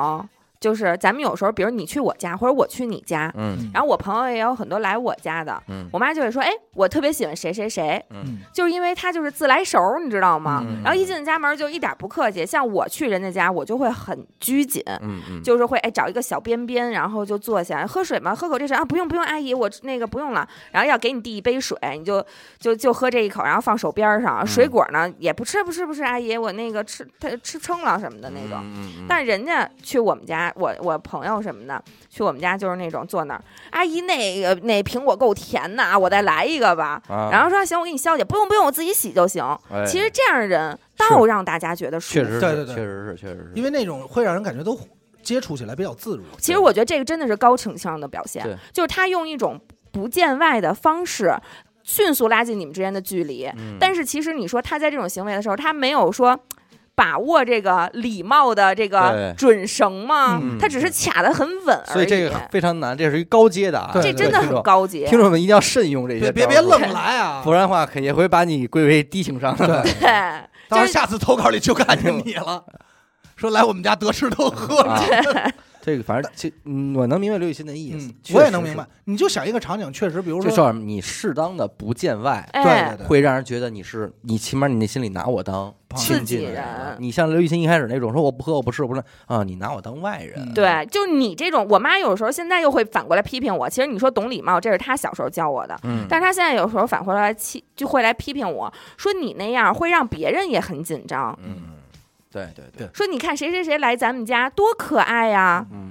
Speaker 2: 就是咱们有时候，比如你去我家，或者我去你家，
Speaker 1: 嗯
Speaker 2: 然后我朋友也有很多来我家的，
Speaker 1: 嗯
Speaker 2: 我妈就会说，哎，我特别喜欢谁谁谁，
Speaker 3: 嗯
Speaker 2: 就是因为他就是自来熟儿，你知道吗？
Speaker 1: 嗯
Speaker 2: 然后一进家门就一点不客气，像我去人家家，我就会很拘谨，
Speaker 1: 嗯嗯，
Speaker 2: 就是会哎找一个小边边，然后就坐下喝水吗？喝口这水啊，不用不用，阿姨我那个不用了。然后要给你递一杯水，你就就就喝这一口，然后放手边上。
Speaker 1: 嗯
Speaker 2: 水果呢也不吃不吃不吃，阿姨我那个吃他吃撑了什么的那种。
Speaker 1: 嗯，
Speaker 2: 但人家去我们家，我我朋友什么的去我们家就是那种坐那儿，阿姨那个那苹果够甜的啊，我再来一个吧。
Speaker 1: 嗯啊
Speaker 2: 然后说行，我给你消解，不用不用，我自己洗就行。
Speaker 1: 哎
Speaker 2: 其实这样的人倒让大家觉得舒
Speaker 1: 确
Speaker 2: 服。
Speaker 1: 实是，
Speaker 3: 对对对
Speaker 1: 确实是，确实是，
Speaker 3: 因为那种会让人感觉都接触起来比较自如。
Speaker 2: 其实我觉得这个真的是高情商的表现
Speaker 1: 对，
Speaker 2: 就是他用一种不见外的方式。迅速拉近你们之间的距离，
Speaker 1: 嗯
Speaker 2: 但是其实你说他在这种行为的时候，他没有说把握这个礼貌的这个
Speaker 1: 对
Speaker 2: 准绳吗？
Speaker 1: 嗯
Speaker 2: 他只是卡得很稳而已。
Speaker 1: 所以这个非常难，这是一高阶的啊，
Speaker 3: 对
Speaker 2: 这
Speaker 3: 对
Speaker 2: 真的
Speaker 1: 听
Speaker 2: 很
Speaker 1: 众
Speaker 2: 高级。
Speaker 1: 听众们一定要慎用这些
Speaker 3: 别
Speaker 1: 招数，
Speaker 3: 别别愣来啊！
Speaker 1: 不然的话肯定会把你归为低情商的。
Speaker 3: 对，
Speaker 2: 对，
Speaker 1: 啊
Speaker 2: 就是
Speaker 3: 到时候
Speaker 2: 啊 *laughs*
Speaker 3: 下次投稿里就看见你了，说来我们家得吃得喝。
Speaker 1: 这个反正其嗯我能明白刘雨欣的意思
Speaker 3: 嗯，，
Speaker 1: 确
Speaker 3: 我也
Speaker 1: 实
Speaker 3: 能明
Speaker 1: 是
Speaker 3: 白。。你就想一个场景，确实，比如
Speaker 1: 这
Speaker 3: 说，
Speaker 1: 事儿你适当的不见外，
Speaker 2: 哎
Speaker 3: 对对，对，
Speaker 1: 会让人觉得你是你，起码你那心里拿我当
Speaker 2: 自
Speaker 1: 亲
Speaker 2: 己
Speaker 1: 近的人
Speaker 2: 人
Speaker 1: 了。你像刘雨欣一开始那种说我不喝我不吃我不是啊，你拿我当外人
Speaker 3: 嗯，
Speaker 2: 对，就你这种，我妈有时候现在又会反过来批评我。其实你说懂礼貌，这是她小时候教我的，
Speaker 1: 嗯，
Speaker 2: 但是她现在有时候反过来气，就会来批评我说你那样会让别人也很紧张。
Speaker 1: 嗯，对对对，
Speaker 2: 说你看谁谁谁来咱们家多可爱呀、
Speaker 1: 嗯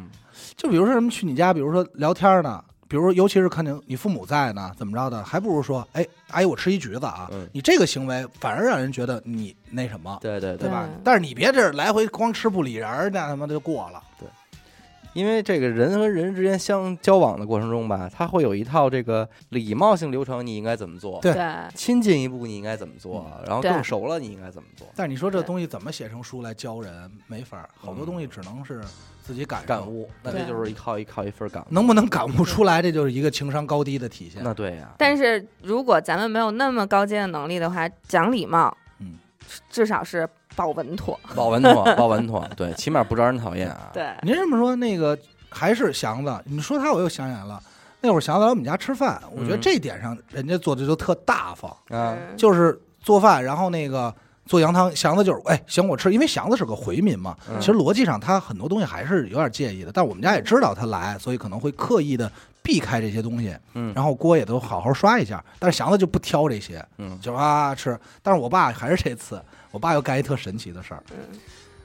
Speaker 3: 就比如说什么去你家，比如说聊天呢，比如说尤其是看见你父母在呢，怎么着的，还不如说，哎，阿姨我吃一橘子啊，
Speaker 1: 嗯
Speaker 3: 你这个行为反而让人觉得你那什么，
Speaker 1: 对对对
Speaker 3: 对吧
Speaker 2: 对？
Speaker 3: 但是你别这儿来回光吃不理人儿，那他妈就过了。
Speaker 1: 因为这个人和人之间相交往的过程中吧，他会有一套这个礼貌性流程，你应该怎么做？
Speaker 3: 对
Speaker 2: 对，
Speaker 1: 亲近一步你应该怎么做？然后
Speaker 2: 对
Speaker 1: 更熟了你应该怎么做？
Speaker 3: 但是你说这
Speaker 2: 对
Speaker 3: 东西怎么写成书来教人，没法儿，好
Speaker 1: 嗯
Speaker 3: 多东西只能是自己感受
Speaker 1: 感，悟，那这
Speaker 2: 对
Speaker 1: 就是一靠一靠一分感悟。
Speaker 3: 能不能感悟出来，这就是一个情商高低的体现。
Speaker 1: 那对呀，
Speaker 2: *laughs* 但是如果咱们没有那么高阶的能力的话，讲礼貌，
Speaker 3: 嗯，
Speaker 2: 至少是保稳妥。
Speaker 1: 保稳妥， *laughs* 保稳妥，对，起码不招人讨厌啊。
Speaker 2: 对，
Speaker 3: 您这么说，那个还是祥子，你说他我又想起来了。那会儿祥子来我们家吃饭，我觉得
Speaker 1: 嗯
Speaker 3: 这点上人家做的就特大方，
Speaker 1: 啊，
Speaker 2: 嗯
Speaker 3: 就是做饭，然后那个做羊汤，祥子就是哎行我吃，因为祥子是个回民嘛，
Speaker 1: 嗯
Speaker 3: 其实逻辑上他很多东西还是有点介意的，但我们家也知道他来，所以可能会刻意的避开这些东西，
Speaker 1: 嗯
Speaker 3: 然后锅也都好好刷一下，但是祥子就不挑这些，
Speaker 1: 嗯
Speaker 3: 就啊吃，但是我爸还是这次，我爸又干一特神奇的事儿，
Speaker 2: 嗯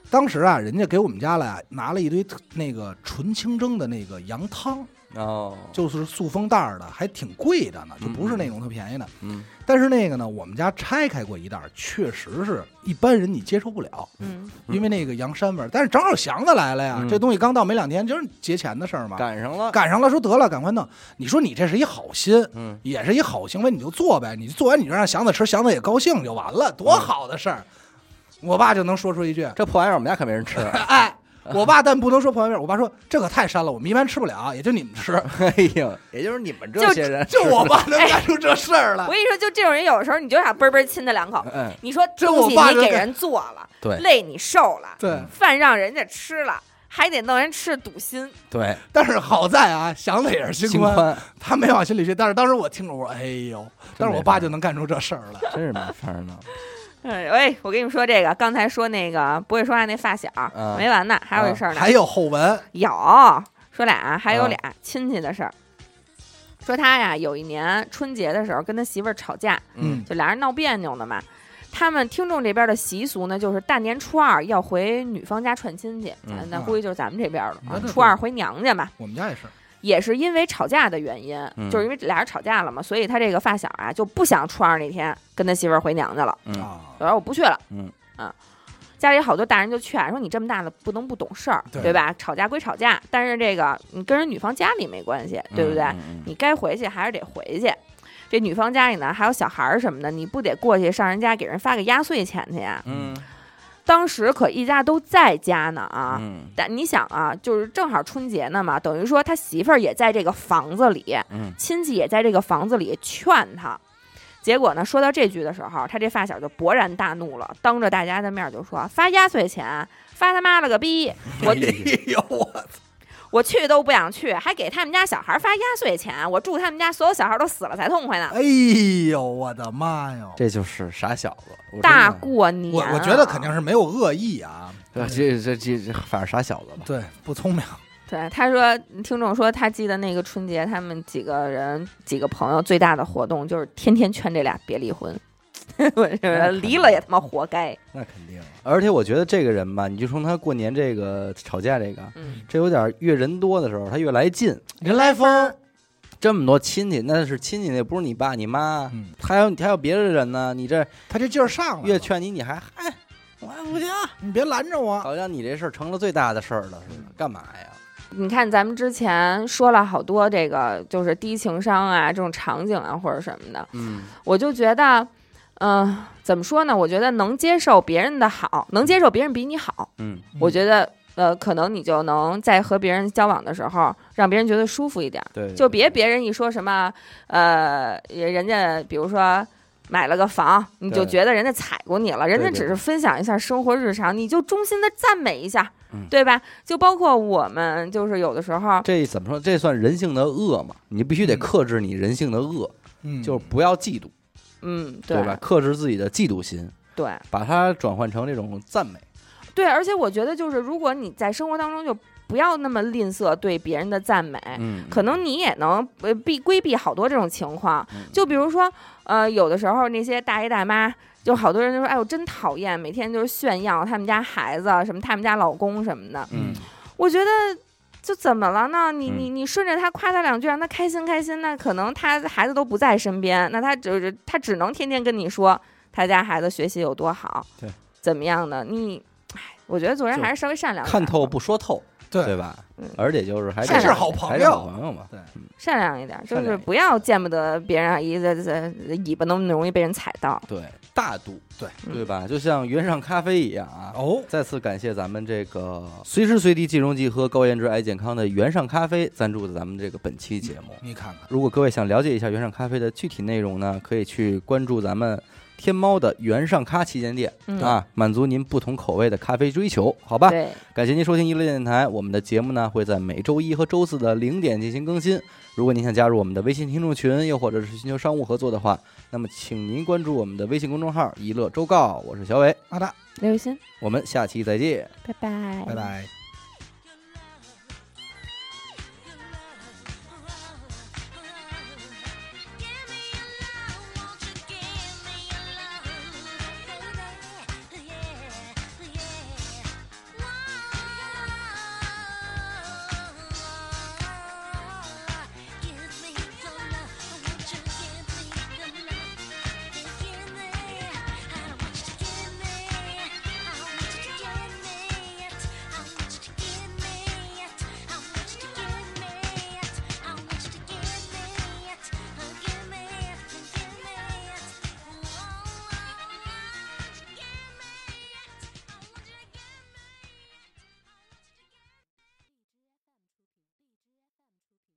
Speaker 3: 当时啊，人家给我们家来啊拿了一堆特那个纯清蒸的那个羊汤，
Speaker 1: 哦，
Speaker 3: 就是塑封袋儿的，还挺贵的呢，就不是那种特便宜的。
Speaker 1: 嗯
Speaker 3: 但是那个呢，我们家拆开过一袋儿，确实是一般人你接受不了，
Speaker 2: 嗯，
Speaker 1: 嗯
Speaker 3: 因为那个羊膻味儿。但是正好祥子来了呀，
Speaker 1: 嗯
Speaker 3: 这东西刚到没两天，就是节前的事儿嘛，
Speaker 1: 赶上了，
Speaker 3: 赶上了，说得了，赶快弄。你说你这是一好心。
Speaker 1: 嗯，
Speaker 3: 也是一好行为，你就做呗，你做完你就让祥子吃，祥子也高兴就完了，
Speaker 1: 嗯
Speaker 3: 多好的事儿！我爸就能说出一句：“ *laughs*
Speaker 1: 这破玩意儿我们家可没人 *laughs* 吃。
Speaker 3: 哎，我爸但不能说破玩意儿，我爸说这可太膻了，我们一般吃不了，也就你们吃。
Speaker 1: 哎呦，也就是你们这
Speaker 2: 就
Speaker 1: 些人，
Speaker 3: *laughs* 就我爸能干出这事儿来
Speaker 2: 哎我，跟你说，就这种人，有时候你就想嘣嘣亲他两口。
Speaker 1: 嗯，
Speaker 2: 你说
Speaker 3: 这
Speaker 2: 东
Speaker 3: 我
Speaker 2: 西
Speaker 3: 爸
Speaker 2: 你
Speaker 3: 就
Speaker 2: 给
Speaker 3: 干
Speaker 2: 人做了，
Speaker 1: 对
Speaker 2: 累你受了，
Speaker 3: 对。
Speaker 2: 饭让人家吃了，还得弄人吃堵心。
Speaker 1: 对，
Speaker 3: 但是好在啊，祥子也是
Speaker 1: 心
Speaker 3: 心宽，
Speaker 1: 宽，
Speaker 3: 他没往心里去。但是当时我听着我说，哎呦，但是我爸就能干出这事儿来。
Speaker 1: 真是没法儿弄。
Speaker 2: 哎，喂，我跟你说这个，刚才说那个不会说话那发小、
Speaker 1: 啊
Speaker 2: 没完呢，还有一事儿呢，
Speaker 3: 嗯还有嗯后文，
Speaker 2: 有说俩啊，还有
Speaker 1: 啊
Speaker 2: 俩亲戚的事儿。说他呀，有一年春节的时候跟他媳妇儿吵架，
Speaker 1: 嗯
Speaker 2: 就俩人闹别扭呢嘛。他们听众这边的习俗呢，就是大年初二要回女方家串亲戚，
Speaker 1: 嗯
Speaker 2: 啊那估计就是咱们这边儿
Speaker 3: 啊
Speaker 2: 了。
Speaker 3: 对
Speaker 2: 初二回娘家嘛，
Speaker 3: 我们家也是，
Speaker 2: 也是因为吵架的原因，
Speaker 1: 嗯
Speaker 2: 就是因为俩人吵架了嘛，所以他这个发小啊就不想初二那天跟他媳妇儿回娘家了。
Speaker 1: 嗯
Speaker 3: 啊，
Speaker 2: 我说我不去了，
Speaker 1: 嗯
Speaker 2: 啊，家里好多大人就劝说你这么大了不能不懂事儿，
Speaker 3: 对
Speaker 2: 对吧？吵架归吵架，但是这个你跟人女方家里没关系，对不对？
Speaker 1: 嗯
Speaker 2: 你该回去还是得回去。这女方家里呢还有小孩儿什么的，你不得过去上人家给人发个压岁钱去呀？
Speaker 1: 嗯
Speaker 2: 当时可一家都在家呢啊。
Speaker 1: 嗯
Speaker 2: 但你想啊，就是正好春节呢嘛，等于说他媳妇儿也在这个房子里，
Speaker 1: 嗯
Speaker 2: 亲戚也在这个房子里劝他。结果呢，说到这句的时候，他这发小就勃然大怒了，当着大家的面就说：“发压岁钱，发他妈了个
Speaker 3: *laughs*
Speaker 2: 逼！
Speaker 1: 嗯
Speaker 2: 我
Speaker 3: 哎呦我，
Speaker 2: 我去都不想去，还给他们家小孩发压岁钱，我祝他们家所有小孩都死了才痛快呢
Speaker 3: 哎呦我的妈哟！
Speaker 1: 这就是傻小子，我！”真
Speaker 2: 大
Speaker 1: 的
Speaker 2: 过年
Speaker 3: 我
Speaker 2: 啊、
Speaker 3: 我觉得肯定是没有恶意啊，
Speaker 1: 呃这这这这，反正傻小子吧。
Speaker 3: 对，不聪明，
Speaker 2: 对。他说，听众说他记得那个春节，他们几个人几个朋友最大的活动就是天天劝这俩别离婚， *laughs* 我觉得离了也他妈活该。
Speaker 1: 那肯定。而且我觉得这个人吧，你就从他过年这个吵架这个，
Speaker 2: 嗯，
Speaker 1: 这有点儿越人多的时候他越来劲。
Speaker 3: 人来疯，
Speaker 1: 这么多亲戚，那是亲戚，那不是你爸你妈，啊
Speaker 3: 嗯，
Speaker 1: 还有还有别的人呢。你这
Speaker 3: 他这劲儿上来了，
Speaker 1: 越劝你，你还嗨，我还不行，
Speaker 3: 你别拦着我，
Speaker 1: 好像你这事儿成了最大的事儿了
Speaker 3: 嗯
Speaker 1: 似的，干嘛呀？
Speaker 2: 你看，咱们之前说了好多这个就是低情商啊，这种场景啊或者什么的，
Speaker 1: 嗯
Speaker 2: 我就觉得，嗯、怎么说呢？我觉得能接受别人的好，能接受别人比你好，
Speaker 1: 嗯
Speaker 3: 嗯
Speaker 2: 我觉得，呃，可能你就能在和别人交往的时候，让别人觉得舒服一点儿，
Speaker 1: 对，
Speaker 2: 就别别人一说什么，呃，人家比如说。买了个房，你
Speaker 1: 对
Speaker 2: 就觉得人家踩过你了，人家
Speaker 1: 对对
Speaker 2: 只是
Speaker 1: 对
Speaker 2: 分享一下生活日常，你就衷心的赞美一下
Speaker 1: 嗯，
Speaker 2: 对吧？就包括我们，就是有的时候，
Speaker 1: 这怎么说？这算人性的恶嘛？你必须得
Speaker 3: 嗯
Speaker 1: 克制你人性的恶，
Speaker 3: 嗯，
Speaker 1: 就是不要嫉妒，
Speaker 2: 嗯，
Speaker 1: 对吧？克制自己的嫉妒心，
Speaker 2: 对
Speaker 1: 把它转换成这种赞美。
Speaker 2: 对，而且我觉得就是，如果你在生活当中就不要那么吝啬对别人的赞美，
Speaker 1: 嗯，
Speaker 2: 可能你也能呃避规避好多这种情况。
Speaker 1: 嗯
Speaker 2: 就比如说，呃，有的时候那些大爷大妈，就好多人就说：“哎，我真讨厌，每天就是炫耀他们家孩子啊什么，他们家老公什么的。
Speaker 1: 嗯，”
Speaker 2: 我觉得。就怎么了呢？你你你顺着他夸他两句，让他开心开心，那可能他孩子都不在身边，那他只他只能天天跟你说他家孩子学习有多好，
Speaker 1: 对，
Speaker 2: 怎么样的？你，哎，我觉得做人
Speaker 1: 就
Speaker 2: 还是稍微善良一点吧，
Speaker 1: 看透不说透，对
Speaker 3: 对，
Speaker 1: 吧
Speaker 2: 嗯？
Speaker 1: 而且就是还
Speaker 2: 还是
Speaker 3: 好朋友
Speaker 1: 还是好朋友嘛。
Speaker 2: 善良一点，就
Speaker 1: 善良
Speaker 2: 是
Speaker 1: 一点
Speaker 2: 不要见不得别人啊，一这这尾巴那么容易被人踩到。
Speaker 1: 对，大度，
Speaker 3: 对
Speaker 2: 嗯
Speaker 1: 对吧？就像原上咖啡一样啊。
Speaker 3: 哦，
Speaker 1: 再次感谢咱们这个随时随地即溶即喝、高颜值爱健康的原上咖啡赞助的咱们这个本期节目。
Speaker 3: 你看看，
Speaker 1: 如果各位想了解一下原上咖啡的具体内容呢，可以去关注咱们天猫的原上咖旗舰店、
Speaker 2: 嗯
Speaker 1: 啊，满足您不同口味的咖啡追求，好吧？
Speaker 2: 对，
Speaker 1: 感谢您收听一乐电台，我们的节目呢会在每周一和周四的零点进行更新。如果您想加入我们的微信听众群，又或者是寻求商务合作的话，那么请您关注我们的微信公众号“一乐周告”，我是小伟，
Speaker 3: 阿达，
Speaker 2: 刘雨欣，
Speaker 1: 我们下期再见。
Speaker 2: 拜拜，
Speaker 3: 拜。拜。